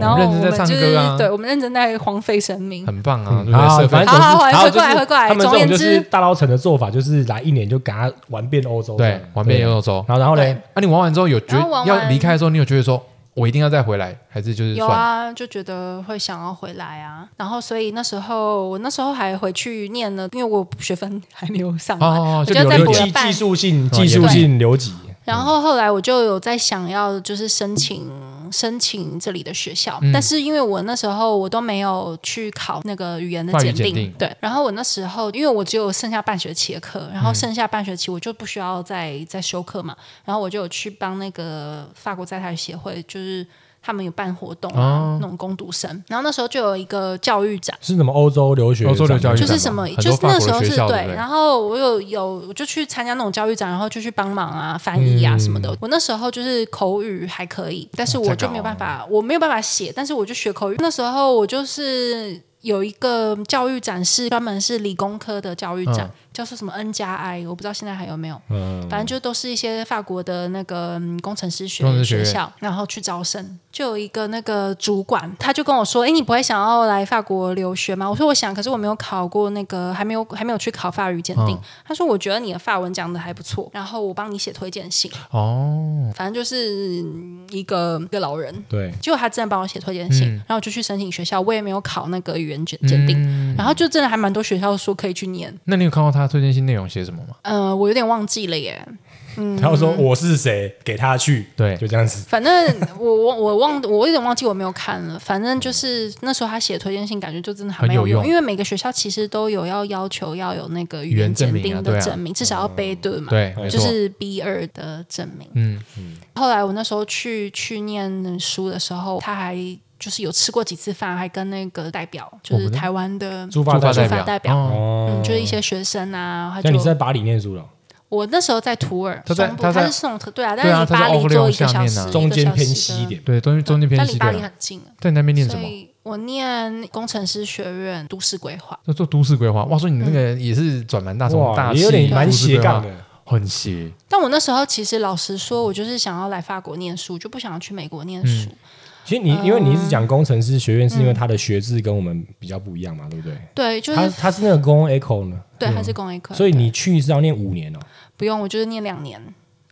[SPEAKER 5] 然后
[SPEAKER 4] 认
[SPEAKER 5] 我
[SPEAKER 4] 真在
[SPEAKER 5] 们就
[SPEAKER 4] 唱
[SPEAKER 5] 是
[SPEAKER 4] 歌啊
[SPEAKER 5] 对，我们认真在荒废生命。
[SPEAKER 4] 很棒啊，对不对？
[SPEAKER 3] 啊，
[SPEAKER 4] 社
[SPEAKER 3] 反
[SPEAKER 4] 分
[SPEAKER 3] 正总之
[SPEAKER 5] 好好好
[SPEAKER 3] 然后就是
[SPEAKER 5] 回过来回过来
[SPEAKER 3] 他们这
[SPEAKER 5] 总
[SPEAKER 3] 种
[SPEAKER 5] 而言
[SPEAKER 3] 就
[SPEAKER 5] 之
[SPEAKER 3] 是大捞城的做法，就是来一年就给他玩遍欧洲这样，
[SPEAKER 4] 对，玩遍欧洲。
[SPEAKER 3] 然后然后嘞
[SPEAKER 5] 对，
[SPEAKER 4] 那你玩完之后有觉
[SPEAKER 5] 然后玩完
[SPEAKER 4] 要离开的时候，你有觉得说我一定要再回来，还是就是
[SPEAKER 5] 有
[SPEAKER 4] 算了？
[SPEAKER 5] 啊，就觉得会想要回来啊。然后，所以那时候我那时候还回去念了，因为我学分还没有上完，
[SPEAKER 4] 哦哦哦
[SPEAKER 5] 我
[SPEAKER 4] 就
[SPEAKER 5] 就在
[SPEAKER 4] 留
[SPEAKER 5] 补
[SPEAKER 4] 留
[SPEAKER 5] 了
[SPEAKER 3] 技
[SPEAKER 5] 半
[SPEAKER 4] 哦
[SPEAKER 3] 技术性技术性留级，
[SPEAKER 5] 然后后来我就有在想要就是申请想申请这里的学校，但是因为我那时候我都没有去考那个语言的
[SPEAKER 4] 法语
[SPEAKER 5] 检
[SPEAKER 4] 检
[SPEAKER 5] 定，
[SPEAKER 4] 定
[SPEAKER 5] 对。然后我那时候因为我只有剩下半学期的课，然后剩下半学期我就不需要再再修课嘛，然后我就有去帮那个法国在台协会，就是。他们有办活动啊，那种攻读生，然后那时候就有一个教育展。
[SPEAKER 3] 是什么欧洲留学？啊
[SPEAKER 4] 欧洲留教育展
[SPEAKER 5] 就是
[SPEAKER 4] 嘛
[SPEAKER 5] 什么，
[SPEAKER 4] 很多
[SPEAKER 5] 就是
[SPEAKER 4] 法
[SPEAKER 5] 那
[SPEAKER 4] 国
[SPEAKER 5] 时候
[SPEAKER 4] 学
[SPEAKER 5] 是
[SPEAKER 4] 校对不对
[SPEAKER 5] 然后我有有我就去参加那种教育展，然后就去帮忙啊、翻译啊什么
[SPEAKER 4] 嗯
[SPEAKER 5] 的。我那时候就是口语还可以，但
[SPEAKER 4] 哦
[SPEAKER 5] 是我就没有办法，我没有办法写，但是我就学口语。那时候我就是。有一个教育展是专门是理工科的教育展，
[SPEAKER 4] 嗯
[SPEAKER 5] 叫做什么 N 加 I，我不知道现在还有没有。
[SPEAKER 3] 嗯，
[SPEAKER 5] 反正就都是一些法国的那个嗯工程师学
[SPEAKER 4] 工程师学
[SPEAKER 5] 学
[SPEAKER 4] 院
[SPEAKER 5] 校，然后去招生。就有一个那个主管，他就跟我说：“哎，你不会想要来法国留学吗？”我说：“我想，可是我没有考过那个，还没有还没有去考法语检定。
[SPEAKER 4] 嗯
[SPEAKER 5] 他说：“我觉得你的法文讲的还不错，然后我帮你写推荐信。
[SPEAKER 4] 哦，
[SPEAKER 5] 反正就是嗯一个一个老人，
[SPEAKER 3] 对，
[SPEAKER 5] 结果他真的帮我写推荐
[SPEAKER 4] 嗯
[SPEAKER 5] 信，然后我就去申请学校，我也没有考那个语言检鉴定，
[SPEAKER 4] 嗯
[SPEAKER 5] 然后就真的还蛮多学校说可以去念，
[SPEAKER 4] 那你有看过他推荐信内容写什么吗？
[SPEAKER 5] 呃，我有点忘记了耶，
[SPEAKER 3] 他就说我是谁，给他去，
[SPEAKER 4] 对
[SPEAKER 3] 就这样子。
[SPEAKER 5] 反正我我我忘，我有点忘记我没有看了。反正就是那时候他写推荐信，感觉就真的还蛮
[SPEAKER 4] 很有
[SPEAKER 5] 用，
[SPEAKER 4] 用
[SPEAKER 5] 因为每个学校其实都有要要求要有那个
[SPEAKER 4] 语
[SPEAKER 5] 语
[SPEAKER 4] 言
[SPEAKER 5] 言
[SPEAKER 4] 证
[SPEAKER 5] 鉴
[SPEAKER 4] 明啊
[SPEAKER 5] 定
[SPEAKER 4] 对
[SPEAKER 5] 的
[SPEAKER 4] 啊
[SPEAKER 5] 证明，至少要背对嘛。
[SPEAKER 4] 对，没
[SPEAKER 5] 就
[SPEAKER 4] 错，
[SPEAKER 5] 是 B 二的证明。
[SPEAKER 4] 嗯，
[SPEAKER 5] 后来我那时候去去念书的时候，他还就是有吃过几次饭，还跟那个代表，就
[SPEAKER 4] 我
[SPEAKER 5] 是
[SPEAKER 4] 们的
[SPEAKER 5] 台湾的
[SPEAKER 3] 驻
[SPEAKER 4] 驻
[SPEAKER 3] 法
[SPEAKER 4] 法
[SPEAKER 5] 代
[SPEAKER 4] 代
[SPEAKER 5] 表
[SPEAKER 4] 表，
[SPEAKER 5] 代表
[SPEAKER 4] 哦
[SPEAKER 3] 哦
[SPEAKER 5] 嗯，，就是一些学生啊，他
[SPEAKER 3] 那
[SPEAKER 5] 就
[SPEAKER 3] 你是在巴黎念书哦了，
[SPEAKER 5] 我那时候在土耳
[SPEAKER 4] 他在
[SPEAKER 5] 松布
[SPEAKER 4] 他在
[SPEAKER 5] 是送对啊，但
[SPEAKER 4] 对
[SPEAKER 5] 是
[SPEAKER 4] 啊他
[SPEAKER 5] 离
[SPEAKER 4] 在
[SPEAKER 5] 巴
[SPEAKER 4] 奥克
[SPEAKER 5] 黎
[SPEAKER 4] 利
[SPEAKER 5] 只有一
[SPEAKER 4] 翁
[SPEAKER 5] 个
[SPEAKER 4] 下
[SPEAKER 5] 小
[SPEAKER 4] 面啊
[SPEAKER 5] 时，一个
[SPEAKER 3] 中间
[SPEAKER 5] 小时
[SPEAKER 3] 偏
[SPEAKER 5] 的
[SPEAKER 3] 西一点。
[SPEAKER 4] 对，中中间偏
[SPEAKER 5] 但
[SPEAKER 4] 西
[SPEAKER 5] 离
[SPEAKER 4] 对
[SPEAKER 5] 巴黎
[SPEAKER 4] 了
[SPEAKER 5] 很。近啊。
[SPEAKER 4] 在你那边念什
[SPEAKER 5] 所
[SPEAKER 4] 么？
[SPEAKER 5] 以我念工程师学院都市规划，
[SPEAKER 4] 在做都市规划。哇，说你那个
[SPEAKER 5] 嗯
[SPEAKER 4] 也是转蛮大，从啊大
[SPEAKER 3] 也有
[SPEAKER 4] 气
[SPEAKER 3] 点蛮
[SPEAKER 4] 都市规
[SPEAKER 3] 斜
[SPEAKER 4] 划
[SPEAKER 3] 杠，的。
[SPEAKER 4] 很斜。
[SPEAKER 5] 但我那时候其实老实说，我就是想要来法国念书，就不想要去美国念书。
[SPEAKER 3] 嗯其实你
[SPEAKER 5] 嗯
[SPEAKER 3] 因为你一直讲工程师学院，是因为他的学制跟我们比较不一样嘛，对不对？
[SPEAKER 5] 对，嗯就
[SPEAKER 3] 他
[SPEAKER 5] 是
[SPEAKER 3] 他是那个工 echo 呢，
[SPEAKER 5] 对，还是工业科，
[SPEAKER 3] 所以你去是要念五年哦。
[SPEAKER 5] 不用，我就是念两年，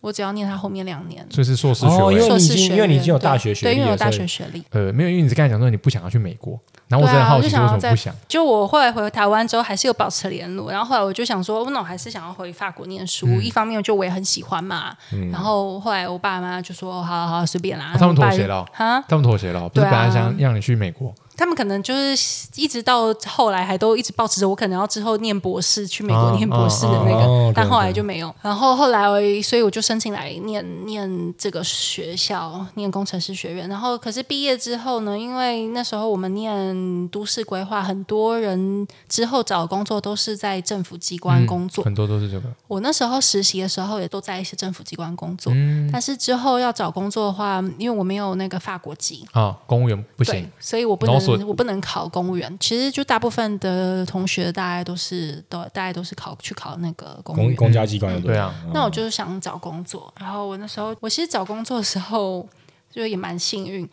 [SPEAKER 5] 我只要念他后面两年
[SPEAKER 4] 所以是硕士学
[SPEAKER 3] 哦因
[SPEAKER 4] 位
[SPEAKER 3] 为。
[SPEAKER 5] 硕
[SPEAKER 3] 你已
[SPEAKER 5] 士
[SPEAKER 3] 经
[SPEAKER 5] 学院，
[SPEAKER 3] 因为你已经有大学学历
[SPEAKER 5] 对，对因为有
[SPEAKER 3] 了
[SPEAKER 5] 大
[SPEAKER 3] 所
[SPEAKER 5] 学
[SPEAKER 3] 以
[SPEAKER 5] 学历。
[SPEAKER 4] 呃，没有，因为你刚才讲说你不想要去美国，然后我
[SPEAKER 5] 对
[SPEAKER 4] 真的
[SPEAKER 5] 啊，
[SPEAKER 4] 好
[SPEAKER 5] 我
[SPEAKER 4] 奇
[SPEAKER 5] 就
[SPEAKER 4] 为
[SPEAKER 5] 想
[SPEAKER 4] 什
[SPEAKER 5] 要
[SPEAKER 4] 么
[SPEAKER 5] 在
[SPEAKER 4] 不想？
[SPEAKER 5] 就我后来回台湾之后，还是有保持联络。然后后来我就想说，那我还是想要回法国念书。
[SPEAKER 3] 嗯
[SPEAKER 5] 一方面就我也很喜欢嘛，然后后来我爸妈就说，哦好好好随便啦。
[SPEAKER 3] 啊
[SPEAKER 4] 他们
[SPEAKER 5] 然后我爸
[SPEAKER 4] 妥协了哦
[SPEAKER 5] 哈，
[SPEAKER 4] 他们妥协了，不是
[SPEAKER 5] 对啊
[SPEAKER 4] 本来想让你去美国，
[SPEAKER 5] 他们可能就是一直到后来还都一直保持着我可能要之后念博士去美国念博士的那个，
[SPEAKER 3] 哦哦哦
[SPEAKER 5] 但
[SPEAKER 3] 对
[SPEAKER 5] 后来就没有。然后后来我也，所以我就申请来念念这个学校，念工程师学院。然后可是毕业之后呢，因为那时候我们念都市规划，很多人之后找工作都是在政府机关
[SPEAKER 4] 嗯
[SPEAKER 5] 工作。
[SPEAKER 4] 很多都是这个。
[SPEAKER 5] 我那时候实习的时候也都在一些政府机关工作，
[SPEAKER 3] 嗯
[SPEAKER 5] 但是之后要找工作的话，因为我没有那个法国籍，
[SPEAKER 4] 啊，公务员不
[SPEAKER 5] 对，
[SPEAKER 4] 行，
[SPEAKER 5] 所以我不
[SPEAKER 4] 劳损
[SPEAKER 5] 能我不能考公务员。其实就大部分的同学大概都是都大概都是考去考那个公务
[SPEAKER 3] 公
[SPEAKER 5] 员。
[SPEAKER 3] 公家机关的
[SPEAKER 4] 嗯对啊，
[SPEAKER 5] 那我就是想找工作，然后我那时候我其实找工作的时候就也蛮幸运。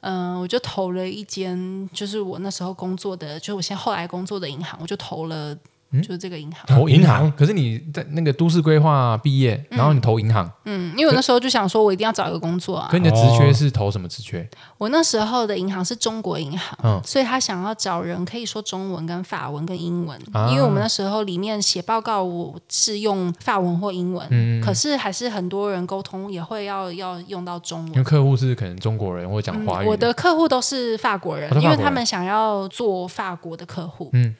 [SPEAKER 5] 嗯、我就投了一间，就是我那时候工作的，就是我现在后来工作的银行，我就投了，就是这个银行。
[SPEAKER 4] 投
[SPEAKER 3] 银
[SPEAKER 4] 银
[SPEAKER 3] 行
[SPEAKER 4] 行。可是你在那个都市规划毕业，然后你投银行，
[SPEAKER 5] 嗯，因为我那时候就想说，我一定要找一个工作啊
[SPEAKER 4] 可。你的职缺是投什么职缺？
[SPEAKER 5] 我那时候的银行是中国银行，
[SPEAKER 4] 嗯
[SPEAKER 5] 所以他想要找人可以说中文、跟法文、跟英文，
[SPEAKER 4] 啊
[SPEAKER 5] 因为我们那时候里面写报告我是用法文或英文，
[SPEAKER 4] 嗯
[SPEAKER 5] 可是还是很多人沟通也会要要用到中
[SPEAKER 4] 因为
[SPEAKER 5] 文。嗯
[SPEAKER 4] 客户是可能中国人或讲华语。
[SPEAKER 5] 我的客户都是法国人，
[SPEAKER 4] 哦都法
[SPEAKER 5] 因
[SPEAKER 4] 国人
[SPEAKER 5] 为他们想要做法国的客户，
[SPEAKER 4] 嗯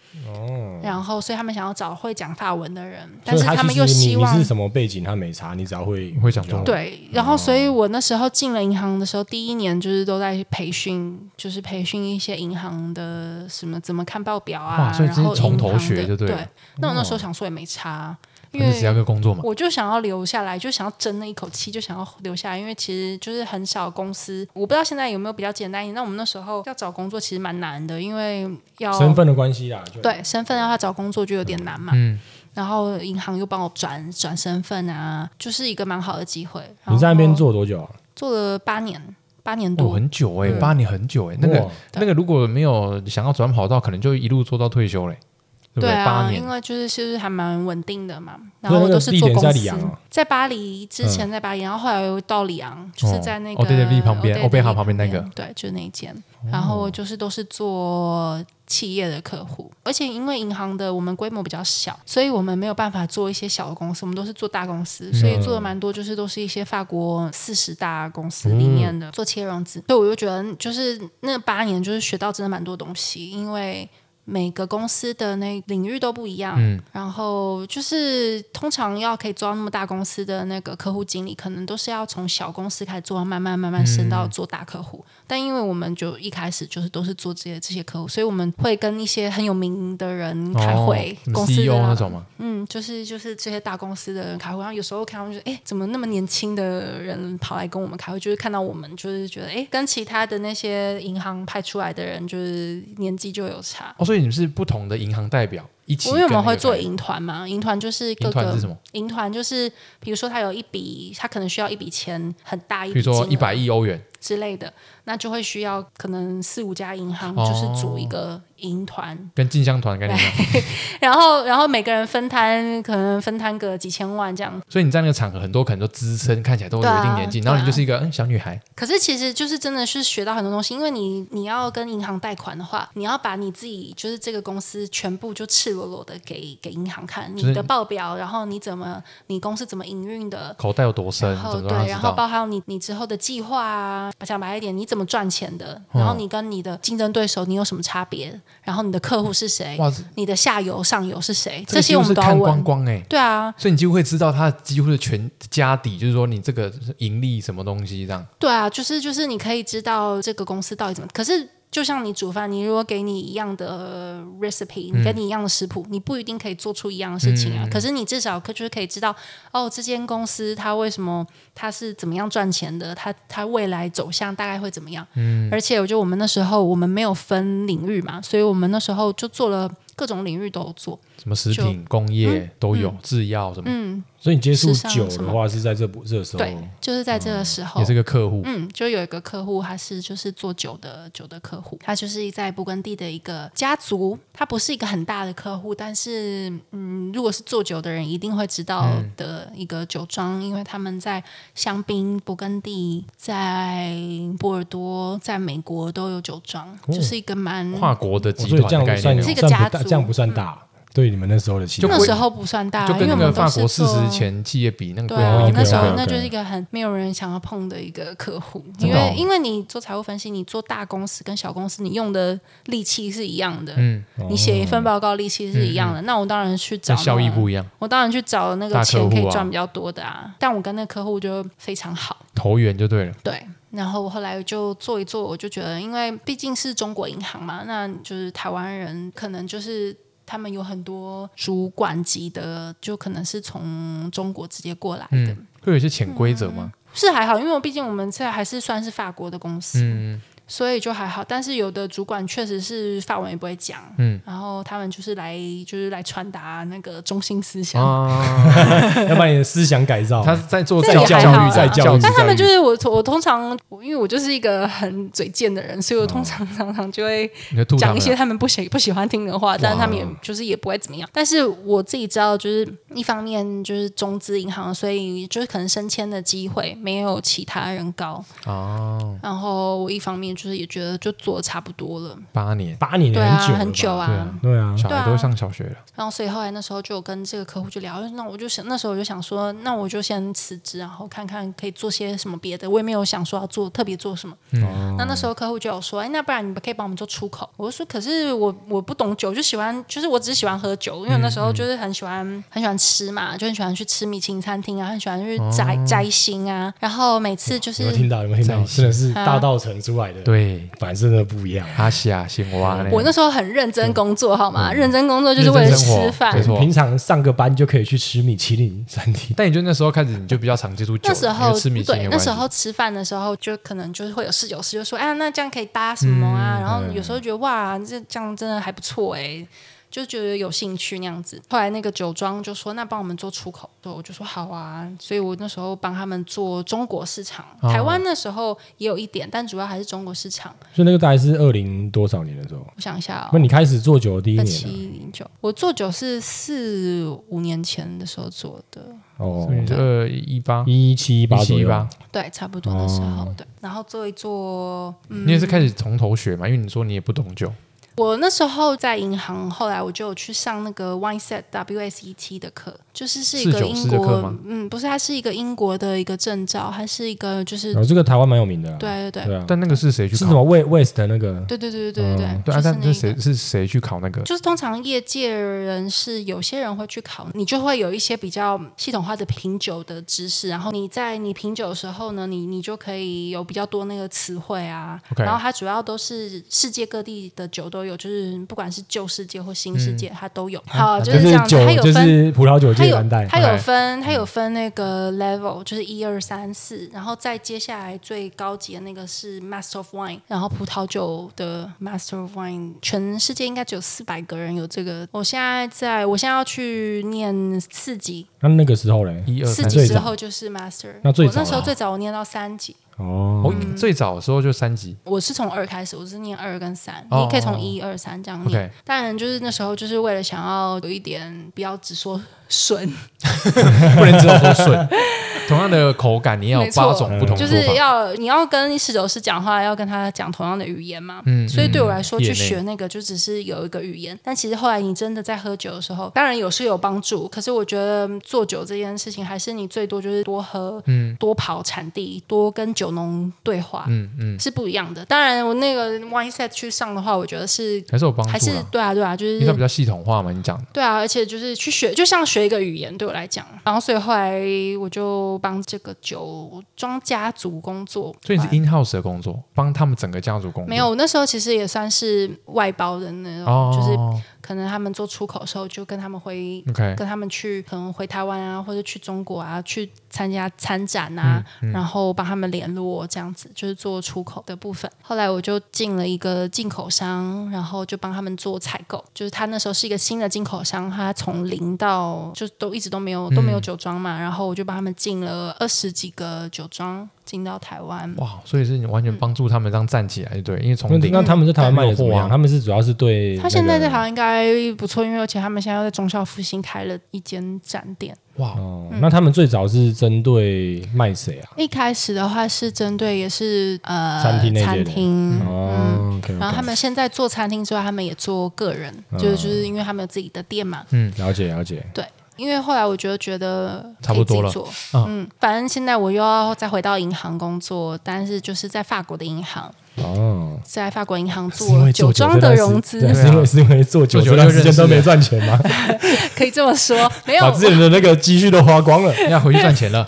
[SPEAKER 5] 然后所以他们想要找会讲法文的人，
[SPEAKER 4] 哦
[SPEAKER 5] 但
[SPEAKER 3] 所以
[SPEAKER 5] 是
[SPEAKER 3] 他
[SPEAKER 5] 们
[SPEAKER 3] 其
[SPEAKER 5] 又
[SPEAKER 3] 实
[SPEAKER 5] 希
[SPEAKER 3] 你你
[SPEAKER 5] 望
[SPEAKER 3] 是什么背景，他没查，你只要会
[SPEAKER 4] 会讲中文
[SPEAKER 5] 对，然
[SPEAKER 4] 哦
[SPEAKER 5] 后所以我那时候进了银行的时候，第一年就是都在培训，就是培训一些银行的什么怎么看报表啊，
[SPEAKER 4] 哇所以
[SPEAKER 5] 然后
[SPEAKER 4] 直接从头
[SPEAKER 5] 银行的
[SPEAKER 4] 学就对
[SPEAKER 5] 对
[SPEAKER 4] 了哦
[SPEAKER 5] 那我那时候想说也没差，因
[SPEAKER 4] 那就只要
[SPEAKER 5] 为
[SPEAKER 4] 个工作嘛。
[SPEAKER 5] 我就想要留下来，就想要争那一口气，就想要留下来，因为其实就是很少公司，我不知道现在有没有比较简单一点。那我们那时候要找工作其实蛮难的，因为要
[SPEAKER 3] 身份的关系啦，就
[SPEAKER 5] 哦对身份要他找工作就有点难嘛。
[SPEAKER 4] 嗯，
[SPEAKER 5] 然后银行又帮我转转身份啊，就是一个蛮好的机会。然
[SPEAKER 3] 你在那边
[SPEAKER 5] 后
[SPEAKER 3] 做多久啊？
[SPEAKER 5] 做了八年，八年
[SPEAKER 4] 哦，
[SPEAKER 5] 多。
[SPEAKER 4] 很久哎，八年很久哎，那个
[SPEAKER 3] 哇
[SPEAKER 4] 那个如果没有想要转跑道，可能就一路做到退休嘞。对不
[SPEAKER 5] 对
[SPEAKER 3] 哎
[SPEAKER 4] 对？八
[SPEAKER 5] 啊，
[SPEAKER 4] 年
[SPEAKER 5] 因，为就是是还蛮稳定的嘛，
[SPEAKER 3] 那
[SPEAKER 5] 然后都
[SPEAKER 3] 个
[SPEAKER 5] 是
[SPEAKER 3] 地
[SPEAKER 5] 做
[SPEAKER 3] 点
[SPEAKER 5] 公
[SPEAKER 3] 在
[SPEAKER 5] 司，
[SPEAKER 3] 里昂哦
[SPEAKER 5] 在巴黎之前在巴黎，然后后来又到里昂，就是在那个
[SPEAKER 4] 哦对对，B 旁边，
[SPEAKER 5] 欧
[SPEAKER 4] 欧
[SPEAKER 5] 贝
[SPEAKER 4] 贝
[SPEAKER 5] 哈
[SPEAKER 4] 哈旁边那个，哦
[SPEAKER 5] 对，就是那一间。然后就是都是做企业的客户，而且因为银行的我们规模比较小，所以我们没有办法做一些小的公司，我们都是做大公司，所
[SPEAKER 4] 嗯
[SPEAKER 5] 以做的蛮多，就是都是一些法国四十大公司
[SPEAKER 4] 嗯
[SPEAKER 5] 里面的、做企业融资。所以我就觉得，就是那八年就是学到真的蛮多东西，因为。每个公司的那领域都不一样，
[SPEAKER 4] 嗯
[SPEAKER 5] 然后就是通常要可以做到那么大公司的那个客户经理，可能都是要从小公司开始做，慢慢慢慢升到做大客户。但因为我们就一开始就是都是做这些这些客户，所以我们会跟一些很有名的人开会，
[SPEAKER 4] 什么
[SPEAKER 5] 公司的
[SPEAKER 4] 哦 CEO
[SPEAKER 5] 啊
[SPEAKER 4] E 那种嘛，
[SPEAKER 5] 嗯，就是就是这些大公司的人开会，然后有时候看到就是，哎，怎么那么年轻的人跑来跟我们开会？就是看到我们，就是觉得，哎，跟其他的那些银行派出来的人，就是年纪就有差。
[SPEAKER 4] 哦，所以你们是不同的银行代表一起
[SPEAKER 5] 因
[SPEAKER 4] 跟那
[SPEAKER 5] 为我
[SPEAKER 4] 个开，
[SPEAKER 5] 们会做银团嘛，银团就是各
[SPEAKER 4] 银团
[SPEAKER 5] 个
[SPEAKER 4] 是什么？
[SPEAKER 5] 银团就是，比如说他有一笔，他可能需要一笔钱很大一
[SPEAKER 4] 比
[SPEAKER 5] 笔
[SPEAKER 4] 如
[SPEAKER 5] 金
[SPEAKER 4] 说
[SPEAKER 5] 额，
[SPEAKER 4] 一百亿欧元，
[SPEAKER 5] 之类的，那就会需要可能四五家银行
[SPEAKER 4] 哦
[SPEAKER 5] 就是组一个银团，
[SPEAKER 4] 跟进香团概念一样。
[SPEAKER 5] 然后然后每个人分摊，可能分摊个几千万这样。
[SPEAKER 4] 所以你在那个场合，很多可能都资深，看起来都有一定年纪，
[SPEAKER 5] 对啊
[SPEAKER 4] 然后你就是一个嗯小女孩，
[SPEAKER 5] 可是其实就是真的是学到很多东西，因为你你要跟银行贷款的话，你要把你自己就是这个公司全部就赤裸裸的给给银行看，
[SPEAKER 4] 就是
[SPEAKER 5] 你的报表，然后你怎么你公司怎么营运的。
[SPEAKER 4] 口袋有多深，
[SPEAKER 5] 然
[SPEAKER 4] 怎
[SPEAKER 5] 后
[SPEAKER 4] 么
[SPEAKER 5] 对
[SPEAKER 4] 让她，
[SPEAKER 5] 然
[SPEAKER 4] 知
[SPEAKER 5] 后
[SPEAKER 4] 道？
[SPEAKER 5] 包含你你之后的计划啊，讲白一点，你怎么赚钱的？
[SPEAKER 4] 嗯
[SPEAKER 5] 然后你跟你的竞争对手你有什么差别？然后你的客户是谁？
[SPEAKER 4] 哇，这
[SPEAKER 5] 你的下游、上游是谁，
[SPEAKER 4] 个
[SPEAKER 5] 这
[SPEAKER 4] 几
[SPEAKER 5] 些
[SPEAKER 4] 乎
[SPEAKER 5] 我
[SPEAKER 4] 是
[SPEAKER 5] 们都要
[SPEAKER 4] 看光
[SPEAKER 5] 问。
[SPEAKER 4] 光哎，
[SPEAKER 5] 对啊，
[SPEAKER 4] 所以你几乎会知道它几乎的全家底，就是说你这个盈利什么东西这样。
[SPEAKER 5] 对啊，就是就是，你可以知道这个公司到底怎么。可是就像你煮饭，你如果给你一样的 recipe，你
[SPEAKER 4] 嗯
[SPEAKER 5] 跟你一样的食谱，你不一定可以做出一样的事情啊。可是你至少可就是可以知道，哦，这间公司它为什么它是怎么样赚钱的，它它未来走向大概会怎么样。嗯，而且我觉得我们那时候我们没有分领域嘛，所以我们那时候就做了各种领域都有做。
[SPEAKER 4] 什么食品、工业都有，制药什么，
[SPEAKER 5] 嗯，
[SPEAKER 3] 所以你接触
[SPEAKER 5] 时尚
[SPEAKER 3] 久
[SPEAKER 5] 什
[SPEAKER 3] 的
[SPEAKER 5] 么
[SPEAKER 3] 话是在这部这时候，哦
[SPEAKER 5] 对，就是在这个时
[SPEAKER 4] 哦
[SPEAKER 5] 候
[SPEAKER 4] 也是个客户。
[SPEAKER 5] 嗯，就有一个客户，他是就是做酒的酒的客户，他就是在勃艮第的一个家族，他不是一个很大的客户，但是嗯，如果是做酒的人一定会知道
[SPEAKER 4] 嗯
[SPEAKER 5] 的一个酒庄，因为他们在香槟、勃艮第、在波尔多、在美国都有酒庄，就是一个蛮
[SPEAKER 4] 哦跨国的
[SPEAKER 3] 哦
[SPEAKER 4] 集
[SPEAKER 3] 所以
[SPEAKER 4] 团
[SPEAKER 3] 这样
[SPEAKER 4] 的概
[SPEAKER 3] 算
[SPEAKER 4] 念
[SPEAKER 5] 嗯是
[SPEAKER 4] 哦
[SPEAKER 5] 一，个
[SPEAKER 3] 算
[SPEAKER 5] 家
[SPEAKER 3] 不大，
[SPEAKER 5] 族嗯
[SPEAKER 3] 这样不算大，对你们那时候的期
[SPEAKER 4] 就
[SPEAKER 3] 待
[SPEAKER 5] 那时候不算大，
[SPEAKER 4] 就
[SPEAKER 5] 啊因
[SPEAKER 4] 跟
[SPEAKER 5] 为
[SPEAKER 4] 那
[SPEAKER 5] 我
[SPEAKER 4] 个法
[SPEAKER 5] 们都是
[SPEAKER 4] 国四
[SPEAKER 5] 做
[SPEAKER 4] 十前企业比那个
[SPEAKER 5] 对
[SPEAKER 4] 规
[SPEAKER 5] 啊，
[SPEAKER 4] 模
[SPEAKER 5] 我
[SPEAKER 4] 一定
[SPEAKER 5] 那时
[SPEAKER 4] 要
[SPEAKER 5] 候
[SPEAKER 4] 高
[SPEAKER 5] 那
[SPEAKER 3] 对
[SPEAKER 5] 就是一个很没有人想要碰的一个客户，
[SPEAKER 4] 真
[SPEAKER 5] 因
[SPEAKER 4] 的哦
[SPEAKER 5] 为因为你做财务分析，你做大公司跟小公司，你用的力气是一样的，
[SPEAKER 4] 嗯，
[SPEAKER 5] 你写一份报告力气是一样的。那我当然去找
[SPEAKER 4] 但效益
[SPEAKER 5] 那
[SPEAKER 4] 不一样，
[SPEAKER 5] 我当然去找那
[SPEAKER 4] 大
[SPEAKER 5] 个
[SPEAKER 4] 客户啊
[SPEAKER 5] 钱可以赚比较多的啊。但我跟那客户就非常好，
[SPEAKER 4] 投缘就对了。
[SPEAKER 5] 对。然后我后来就做一做，我就觉得，因为毕竟是中国银行嘛，那就是台湾人可能就是。他们有很多主管级的，就可能是从中国直接过来的，
[SPEAKER 4] 嗯，会有一些潜规则吗？
[SPEAKER 5] 是还好，因为我毕竟我们这还是算是法国的公司，
[SPEAKER 4] 嗯，
[SPEAKER 5] 所以就还好。但是有的主管确实是法文也不会讲，
[SPEAKER 4] 嗯
[SPEAKER 5] 然后他们就是来就是来传达那个中心思想。
[SPEAKER 4] 啊，
[SPEAKER 3] 要把你的思想改造。
[SPEAKER 4] 他在做
[SPEAKER 5] 嗯这
[SPEAKER 4] 教
[SPEAKER 5] 也还
[SPEAKER 4] 教
[SPEAKER 5] 好
[SPEAKER 4] 育，
[SPEAKER 5] 啦
[SPEAKER 4] 在教育，
[SPEAKER 5] 但他们就
[SPEAKER 4] 教育
[SPEAKER 5] 是我，我通常我因为我就是一个很嘴贱的人，所以我
[SPEAKER 4] 啊
[SPEAKER 5] 通常常常就会
[SPEAKER 4] 你就吐他
[SPEAKER 5] 讲一
[SPEAKER 4] 们
[SPEAKER 5] 些
[SPEAKER 4] 啊，
[SPEAKER 5] 他们不喜不喜欢听的话，但是他们也就是也不会怎么样。但是我自己知道，就是一方面就是中资银行，所以就是可能升迁的机会没有其他人高，
[SPEAKER 4] 哦，
[SPEAKER 5] 然后我一方面就是也觉得就做的差不多了，
[SPEAKER 4] 八年，
[SPEAKER 3] 八年
[SPEAKER 5] 对
[SPEAKER 3] 也
[SPEAKER 5] 啊，
[SPEAKER 3] 久
[SPEAKER 5] 很
[SPEAKER 3] 很
[SPEAKER 5] 久，
[SPEAKER 4] 对
[SPEAKER 5] 啊
[SPEAKER 4] 啊。
[SPEAKER 3] 对啊，
[SPEAKER 4] 小
[SPEAKER 5] 对
[SPEAKER 4] 孩
[SPEAKER 5] 啊
[SPEAKER 4] 都会上小学了，
[SPEAKER 5] 然后所以后来那时候就有跟这个客户就聊，那我就想那时候我就想说，那我就先辞职，然后看看可以做些什么别的。我也没有想说要做特别做什么。那那时候客户就有说，哎，那不然你可以帮我们做出口。我就说，可是我我不懂酒，就喜欢就是我只是喜欢喝酒，因为我那时候就是很喜欢、很喜欢吃嘛，就很喜欢去吃米其林餐厅啊，很喜欢去摘、摘星啊。然后每次就
[SPEAKER 3] 有
[SPEAKER 5] 是
[SPEAKER 3] 没有哦听到？有没有听到？
[SPEAKER 4] 在
[SPEAKER 3] 真的是
[SPEAKER 5] 啊
[SPEAKER 3] 大道城出来的，，
[SPEAKER 4] 对，
[SPEAKER 3] 反正真的不一样。
[SPEAKER 4] 阿西亚新蛙呢，
[SPEAKER 5] 我那时候很认真工作，好吗？认真工作就是为了
[SPEAKER 4] 嗯认真生活
[SPEAKER 5] 吃饭
[SPEAKER 4] 没。错
[SPEAKER 3] 平常上个班就可以去吃米其林餐厅，
[SPEAKER 4] 但你就那时候开始，你就比较常接触酒了，
[SPEAKER 5] 那时候
[SPEAKER 4] 因为吃米其林有，
[SPEAKER 5] 对那
[SPEAKER 4] 关系
[SPEAKER 5] 时候吃饭的时候，就可能就是会有侍酒
[SPEAKER 4] 嗯
[SPEAKER 5] 师就说：“哎呀，那这样可以搭什么啊？”然后有时候觉得哇，这这样真的还不错哎、就觉得有兴趣那样子。后来那个酒庄就说：“那帮我们做出口。”对，我就说好啊。所以我那时候帮他们做中国市场，
[SPEAKER 4] 哦
[SPEAKER 5] 台湾那时候也有一点，但主要还是中国市场。
[SPEAKER 3] 所以那个大概是二零多少年的时候？
[SPEAKER 5] 我想一下
[SPEAKER 3] 那
[SPEAKER 5] 哦。
[SPEAKER 3] 你开始做酒的第一
[SPEAKER 5] 二
[SPEAKER 3] 年
[SPEAKER 5] 七
[SPEAKER 3] 啊
[SPEAKER 5] 零九，我做酒是四五年前的时候做的，
[SPEAKER 3] 哦
[SPEAKER 4] 所，以就二一八
[SPEAKER 3] 一七一八左
[SPEAKER 4] 一
[SPEAKER 3] 右
[SPEAKER 4] 八，，
[SPEAKER 5] 对，差不多的时
[SPEAKER 4] 哦
[SPEAKER 5] 候，对。然后做一做，
[SPEAKER 4] 你也是开始从头学嘛？因为你说你也不懂酒，
[SPEAKER 5] 我那时候在银行，后来我就有去上那个 Wineset WSET E 的课，就是是一个
[SPEAKER 4] 侍酒
[SPEAKER 5] 英
[SPEAKER 4] 师的课
[SPEAKER 5] 国
[SPEAKER 4] 吗，
[SPEAKER 5] 嗯，不是，它是一个英国的一个证照，它是一个就是
[SPEAKER 3] 哦然后这个台湾蛮有名的啦，
[SPEAKER 5] 对对对
[SPEAKER 3] 对啊，
[SPEAKER 4] 但那个是谁去
[SPEAKER 3] 是什么
[SPEAKER 4] 考？
[SPEAKER 3] West West 的那个？
[SPEAKER 5] 对对对对对对
[SPEAKER 4] 对
[SPEAKER 5] 就
[SPEAKER 4] 啊，
[SPEAKER 5] 是
[SPEAKER 4] 但是
[SPEAKER 5] 那个
[SPEAKER 4] 谁是谁去考那个？
[SPEAKER 5] 就是通常业界人士有些人会去考，你就会有一些比较系统化的品酒的知识，然后你在你品酒的时候呢，你你就可以有比较多那个词汇啊。
[SPEAKER 4] OK
[SPEAKER 5] 然后它主要都是世界各地的酒都有，就是不管是旧世界或新世界，它都有。好，就是
[SPEAKER 3] 啊
[SPEAKER 5] 这
[SPEAKER 3] 是
[SPEAKER 5] 样子，它
[SPEAKER 3] 酒，
[SPEAKER 5] 有
[SPEAKER 3] 就
[SPEAKER 5] 分。
[SPEAKER 3] 是葡萄酒
[SPEAKER 5] 它
[SPEAKER 3] 界
[SPEAKER 5] 有
[SPEAKER 3] 蓝带，
[SPEAKER 5] 它有
[SPEAKER 4] OK
[SPEAKER 5] 分，它有
[SPEAKER 3] 嗯
[SPEAKER 5] 分那个 level，就是一二三四，然后再接下来最高级的那个是 Master of Wine，然后葡萄酒的 Master of Wine，全世界应该只有四百个人有这个。我现在在我现在要去念四级，
[SPEAKER 3] 那那个时候嘞，
[SPEAKER 4] 一二
[SPEAKER 5] 四
[SPEAKER 4] 三
[SPEAKER 5] 级
[SPEAKER 3] 呃最
[SPEAKER 5] 之
[SPEAKER 3] 早
[SPEAKER 5] 后就是 Master。
[SPEAKER 3] 那最
[SPEAKER 5] 我
[SPEAKER 3] 早
[SPEAKER 5] 那时候
[SPEAKER 3] 啦
[SPEAKER 5] 最早我念到三级，
[SPEAKER 3] 哦
[SPEAKER 4] 哦，最早的时候就三级
[SPEAKER 5] 我是从二开始，我是念二跟三，
[SPEAKER 4] 哦
[SPEAKER 5] 你可以从一二三这样念。
[SPEAKER 4] ，OK，
[SPEAKER 5] 当然，就是那时候就是为了想要有一点，不要只说 顺，
[SPEAKER 4] 不能只有说 顺。同样的口感，你要有
[SPEAKER 5] 没错
[SPEAKER 4] 八种不同
[SPEAKER 5] 就
[SPEAKER 4] 的
[SPEAKER 5] 是
[SPEAKER 4] 做法。
[SPEAKER 5] 要你要跟侍酒师讲话，要跟他讲同样的语言嘛。
[SPEAKER 4] 嗯
[SPEAKER 5] 所以对我来说，
[SPEAKER 4] 嗯
[SPEAKER 5] 去
[SPEAKER 4] 业内
[SPEAKER 5] 学那个就只是有一个语言，但其实后来你真的在喝酒的时候，当然有是有帮助，可是我觉得嗯做酒这件事情，还是你最多就是多喝，
[SPEAKER 4] 嗯
[SPEAKER 5] 多跑产地，多跟酒农对话，
[SPEAKER 4] 嗯嗯，
[SPEAKER 5] 是不一样的。当然，我那个 wine set 去上的话，我觉得是
[SPEAKER 4] 还是有帮
[SPEAKER 5] 还
[SPEAKER 4] 助
[SPEAKER 5] 是
[SPEAKER 4] 啦，
[SPEAKER 5] 对啊对啊，就是
[SPEAKER 4] 因为它比较系统化嘛。你讲
[SPEAKER 5] 对啊，而且就是去学，就像学一个语言对我来讲。然后所以后来我就帮这个酒庄家族工作，
[SPEAKER 4] 所以你是 in house 的工作，帮他们整个家族工作。
[SPEAKER 5] 没有，那时候其实也算是外包的那种，
[SPEAKER 4] 哦，
[SPEAKER 5] 就是可能他们做出口的时候，就跟他们回。
[SPEAKER 4] OK，
[SPEAKER 5] 跟他们去，可能回台湾啊，或者去中国啊，去参加参展啊，然后帮他们联络，这样子就是做出口的部分。后来我就进了一个进口商，然后就帮他们做采购。就是他那时候是一个新的进口商，他从零到就都一直都没有都没有酒庄嘛，然后我就帮他们进了二十几个酒庄进到台湾。
[SPEAKER 4] 哇，所以是你完全帮助他们这样站起来，对，因为从
[SPEAKER 3] 那
[SPEAKER 4] 零
[SPEAKER 3] 那他们在台湾卖的怎么
[SPEAKER 4] 没有货
[SPEAKER 3] 样？
[SPEAKER 4] 啊
[SPEAKER 3] 他们是主要是对
[SPEAKER 5] 他现在
[SPEAKER 3] 那
[SPEAKER 5] 在台
[SPEAKER 3] 个
[SPEAKER 5] 湾应该不错，因为而且他们现在又在中校复兴开了一间展店。
[SPEAKER 4] 哇，
[SPEAKER 3] 哦，
[SPEAKER 5] 嗯
[SPEAKER 3] 那他们最早是针对卖谁啊？
[SPEAKER 5] 一开始的话是针对也是呃
[SPEAKER 3] 餐厅那些的
[SPEAKER 5] 厅
[SPEAKER 3] 哦，OK，OK
[SPEAKER 5] 嗯然后他们现在做餐厅之外，他们也做个人，
[SPEAKER 3] 嗯
[SPEAKER 5] 就就是因为他们有自己的店嘛。
[SPEAKER 3] 了解了解，
[SPEAKER 5] 对，因为后来我觉得觉得
[SPEAKER 4] 差不多
[SPEAKER 5] 可以
[SPEAKER 4] 了
[SPEAKER 5] 自己做，嗯，反正现在我又要再回到银行工作，但是就是在法国的银行，
[SPEAKER 3] 哦，
[SPEAKER 5] 在法国银行
[SPEAKER 3] 是因为做
[SPEAKER 5] 酒
[SPEAKER 3] 酒
[SPEAKER 5] 庄
[SPEAKER 3] 这
[SPEAKER 5] 的
[SPEAKER 3] 段时
[SPEAKER 5] 融资
[SPEAKER 3] 对，
[SPEAKER 4] 对啊
[SPEAKER 3] 是因为是因为做酒这
[SPEAKER 4] 做酒
[SPEAKER 3] 段
[SPEAKER 4] 就
[SPEAKER 3] 时间
[SPEAKER 4] 认识
[SPEAKER 3] 都没
[SPEAKER 4] 了
[SPEAKER 3] 赚钱吗？
[SPEAKER 5] 可以这么说，没有
[SPEAKER 3] 把自己的那个积蓄都花光了。
[SPEAKER 4] 要回去赚钱了，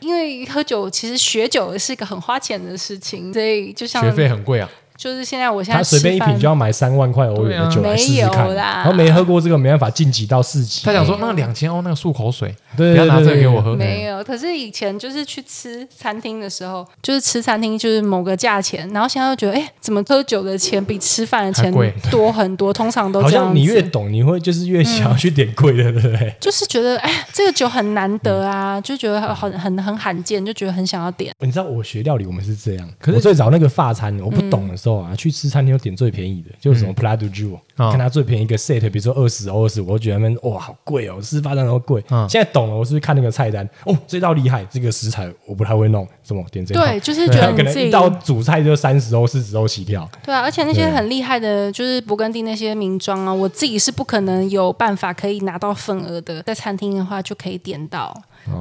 [SPEAKER 5] 因为喝酒其实学酒是一个很花钱的事情，所以就像
[SPEAKER 4] 学费很贵啊。
[SPEAKER 5] 就是现在我现在
[SPEAKER 3] 他随便一
[SPEAKER 5] 吃饭
[SPEAKER 3] 瓶就要买三万块欧元的酒来试试
[SPEAKER 5] 对啊
[SPEAKER 3] 看，
[SPEAKER 5] 没有啦
[SPEAKER 3] 然后没喝过这个没办法晋级到四级。
[SPEAKER 4] 他想说那两千欧那个漱口水，
[SPEAKER 3] 对
[SPEAKER 4] 不要拿这个给
[SPEAKER 3] 对
[SPEAKER 4] 我喝。
[SPEAKER 5] 没有，可是以前就是去吃餐厅的时候，就是吃餐厅就是某个价钱，然后现在又觉得，哎，怎么喝酒的钱比吃饭的钱
[SPEAKER 4] 还贵
[SPEAKER 5] 多很多？通常都
[SPEAKER 3] 好
[SPEAKER 5] 这样
[SPEAKER 3] 像
[SPEAKER 5] 子。嗯
[SPEAKER 3] 你越懂，你会就是越想要去点贵的，对不对？
[SPEAKER 5] 就是觉得，哎，这个酒很难得啊，就觉得很很很罕见，就觉得很想要点。
[SPEAKER 3] 你知道我学料理，我们是这样。可是我最早那个法餐，我不
[SPEAKER 5] 嗯
[SPEAKER 3] 懂的时候啊，去吃餐厅我点最便宜的，就是什么 p l a d u j u
[SPEAKER 4] 嗯
[SPEAKER 3] 看它最便宜一个 set，比如说二十欧、二十五，我觉得那边哇好贵哦，吃法餐都贵。
[SPEAKER 4] 嗯
[SPEAKER 3] 现在懂了，我是不是看那个菜单，哦，这道厉害，这个食材我不太会弄，怎么点这道？
[SPEAKER 5] 对，就是觉得
[SPEAKER 3] 可
[SPEAKER 5] 你
[SPEAKER 3] 能
[SPEAKER 5] 自己
[SPEAKER 3] 一道主菜就三十欧、四十欧起跳。
[SPEAKER 5] 对啊，而且那些
[SPEAKER 3] 对
[SPEAKER 5] 很厉害的，就是勃艮第那些名庄啊，我自己是不可能有办法可以拿到份额的，在餐厅的话就可以点到，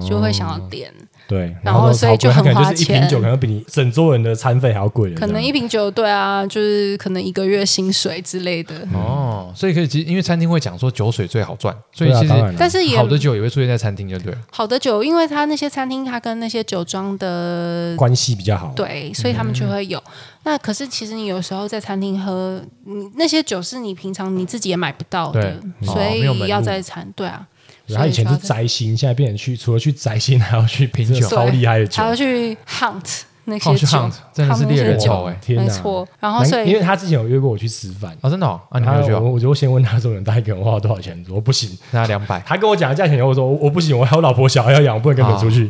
[SPEAKER 5] 就会想要点。
[SPEAKER 3] 对，
[SPEAKER 5] 然后
[SPEAKER 3] 都
[SPEAKER 5] 所以
[SPEAKER 3] 超
[SPEAKER 5] 就
[SPEAKER 3] 贵
[SPEAKER 5] 很
[SPEAKER 3] 它可能
[SPEAKER 5] 花
[SPEAKER 3] 就是一瓶
[SPEAKER 5] 钱
[SPEAKER 3] 酒可能比你整桌人的餐费还要贵了这样，
[SPEAKER 5] 可能一瓶酒，对啊，就是可能一个月薪水之类的。
[SPEAKER 4] 哦，所以可以，其实因为餐厅会讲说酒水最好赚，所以
[SPEAKER 3] 对啊
[SPEAKER 4] 其实
[SPEAKER 3] 当然了
[SPEAKER 5] 但是也
[SPEAKER 4] 好的酒也会出现在餐厅，就对了。
[SPEAKER 5] 好的酒，因为它那些餐厅，它跟那些酒庄的
[SPEAKER 3] 关系比较好。，
[SPEAKER 5] 对，所以他们就会有。那可是其实你有时候在餐厅喝，你那些酒是你平常你自己也买不到的，
[SPEAKER 4] 对
[SPEAKER 5] 所
[SPEAKER 4] 哦没有门路
[SPEAKER 5] 以要在餐对啊。
[SPEAKER 3] 他以前是
[SPEAKER 5] 所以就要在
[SPEAKER 3] 摘星，现在变成去除了去摘星，还要去品
[SPEAKER 4] 酒
[SPEAKER 3] 超厉害的酒哦
[SPEAKER 5] 还。要去 hunt 那些
[SPEAKER 4] Hunt
[SPEAKER 5] 酒，
[SPEAKER 4] 真的是猎人
[SPEAKER 5] 他们那些酒
[SPEAKER 4] 头哎
[SPEAKER 3] 天哪
[SPEAKER 5] 没错。然后所
[SPEAKER 3] 因为
[SPEAKER 5] 以
[SPEAKER 3] 他之前有约过我去吃饭，
[SPEAKER 4] 哦，真的哦，啊，你
[SPEAKER 3] 然后
[SPEAKER 4] 没有去
[SPEAKER 3] 我
[SPEAKER 4] 哦，
[SPEAKER 3] 我就先问他说，你大概一个人花了多少钱？我说不行。
[SPEAKER 4] 那两百，
[SPEAKER 3] 他跟我讲价钱以后，我说我我不行，我还有老婆小孩要养，我不能跟你们出去。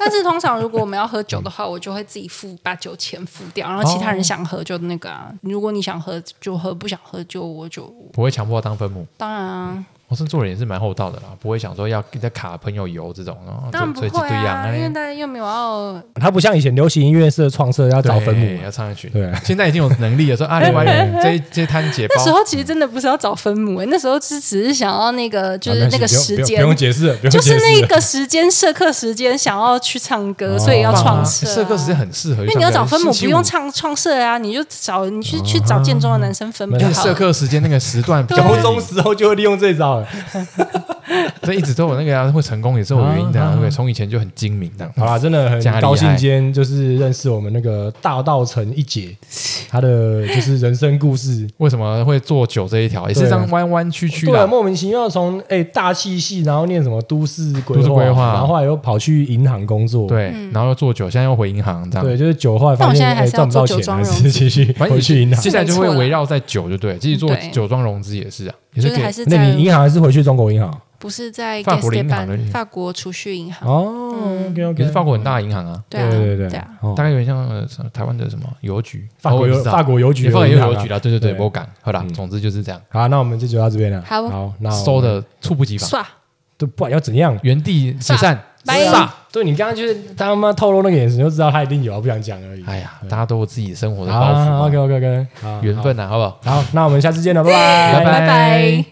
[SPEAKER 5] 但是通常如果我们要喝酒的话，我就会自己付把酒钱付掉，然后其他人想喝就那个啊。
[SPEAKER 3] 嗯
[SPEAKER 5] 如果你想喝就喝，不想喝就我就
[SPEAKER 4] 不会强迫当分母。
[SPEAKER 5] 当然啊，
[SPEAKER 4] 我是做人也是蛮厚道的啦，不会想说要再卡朋友油这种，然后
[SPEAKER 5] 当然不
[SPEAKER 4] 做做
[SPEAKER 5] 会
[SPEAKER 4] 一堆
[SPEAKER 5] 啊，
[SPEAKER 4] 样
[SPEAKER 5] 因为
[SPEAKER 4] 哎
[SPEAKER 5] 大家又没有要
[SPEAKER 3] 他不像以前流行音乐社创设要找分
[SPEAKER 4] 对
[SPEAKER 3] 母嘛，
[SPEAKER 4] 要唱一曲。
[SPEAKER 3] 对
[SPEAKER 4] 现在已经有能力了，说啊，另外这一这一摊解包
[SPEAKER 5] 那时候其实真的不是要找分母、欸，那时候是只是想要那个就是那个时
[SPEAKER 3] 啊不用不用
[SPEAKER 5] 间，
[SPEAKER 3] 不用解释了，不用
[SPEAKER 5] 就是
[SPEAKER 3] 解释
[SPEAKER 5] 那
[SPEAKER 3] 了
[SPEAKER 5] 个时间社课时间想要去唱歌，
[SPEAKER 3] 哦
[SPEAKER 5] 所以要
[SPEAKER 4] 棒啊
[SPEAKER 5] 创
[SPEAKER 4] 哎
[SPEAKER 5] 社、
[SPEAKER 4] 社课时间。很适合，
[SPEAKER 5] 因为你要找分母，不用
[SPEAKER 4] 唱。
[SPEAKER 5] 唱创社啊，你就找你去去
[SPEAKER 3] 哦
[SPEAKER 5] 找建中的啊男生分母就
[SPEAKER 4] 因为
[SPEAKER 5] 好
[SPEAKER 4] 社
[SPEAKER 5] 了。
[SPEAKER 4] 课时间那个时段比较
[SPEAKER 3] 高 中时候就会利用这招了。
[SPEAKER 4] 所以一直都有那个、啊、会成功也是有原因的、啊，对不对？从以前就很精明的。
[SPEAKER 3] 好啦，真的
[SPEAKER 4] 加
[SPEAKER 3] 很
[SPEAKER 4] 厉害
[SPEAKER 3] 高兴今天就是认识我们那个大道城一姐，她的就是人生故事。
[SPEAKER 4] 为什么会做酒这一
[SPEAKER 5] 啊
[SPEAKER 4] 条，也是这样弯弯曲曲
[SPEAKER 3] 对啊，
[SPEAKER 4] 的。
[SPEAKER 3] 莫名其妙从哎、大气系，然后念什么都市规
[SPEAKER 4] 都市规划
[SPEAKER 3] 然后后来又跑去银行工作。
[SPEAKER 4] 对，
[SPEAKER 5] 嗯
[SPEAKER 4] 然后又做酒，现在又回银行这样。
[SPEAKER 3] 对，就是酒后来发
[SPEAKER 5] 但我
[SPEAKER 3] 现
[SPEAKER 5] 现在还
[SPEAKER 3] 哎
[SPEAKER 5] 是要
[SPEAKER 3] 赚不到
[SPEAKER 5] 做酒
[SPEAKER 3] 钱，
[SPEAKER 5] 庄
[SPEAKER 3] 还
[SPEAKER 5] 融
[SPEAKER 3] 是
[SPEAKER 5] 资
[SPEAKER 3] 继续
[SPEAKER 4] 反正
[SPEAKER 3] 回去银
[SPEAKER 4] 接
[SPEAKER 3] 行。
[SPEAKER 4] 下来就会
[SPEAKER 5] 是没错啦啊
[SPEAKER 4] 围绕在酒，就对，其实做
[SPEAKER 5] 对
[SPEAKER 4] 酒庄融资也是啊，也
[SPEAKER 5] 就是是还
[SPEAKER 4] 给
[SPEAKER 5] 是
[SPEAKER 3] 那
[SPEAKER 5] 在啊
[SPEAKER 3] 你银行还是回去中国银行？
[SPEAKER 5] 不是在
[SPEAKER 4] 法国的
[SPEAKER 5] Gas
[SPEAKER 4] 银行的
[SPEAKER 5] Depan 法国储蓄银行，
[SPEAKER 3] 哦，OK
[SPEAKER 4] 也
[SPEAKER 3] OK，
[SPEAKER 4] 嗯是法国很大的银行啊，
[SPEAKER 5] 对啊
[SPEAKER 3] 对对
[SPEAKER 5] 对啊，
[SPEAKER 3] 哦
[SPEAKER 4] 大概有点像呃什么台湾的什么邮局，
[SPEAKER 3] 法国邮法国邮局
[SPEAKER 4] 也法
[SPEAKER 3] 有
[SPEAKER 4] 国
[SPEAKER 3] 银行啊
[SPEAKER 4] 邮局啦，对对对，
[SPEAKER 3] 对嗯
[SPEAKER 4] 波港，好啦，总之就是这样，
[SPEAKER 3] 好，那我们这就到这边了。
[SPEAKER 5] 好
[SPEAKER 3] 好，那我
[SPEAKER 4] 收的猝不及防，
[SPEAKER 5] 算
[SPEAKER 3] 都不管要怎样，
[SPEAKER 4] 原地解散，
[SPEAKER 5] 拜
[SPEAKER 4] 散。
[SPEAKER 3] 对你刚刚就是他妈透露那个眼神，就知道他一定有啊，不想讲而已。
[SPEAKER 4] 哎呀，大家都有自己生活的包
[SPEAKER 3] 好
[SPEAKER 4] 袱嘛
[SPEAKER 3] ，OK，OK，OK，好，
[SPEAKER 4] 缘分啊，好不好？
[SPEAKER 3] 好，那我们下次见了，拜
[SPEAKER 4] 拜
[SPEAKER 3] 拜。
[SPEAKER 5] 拜拜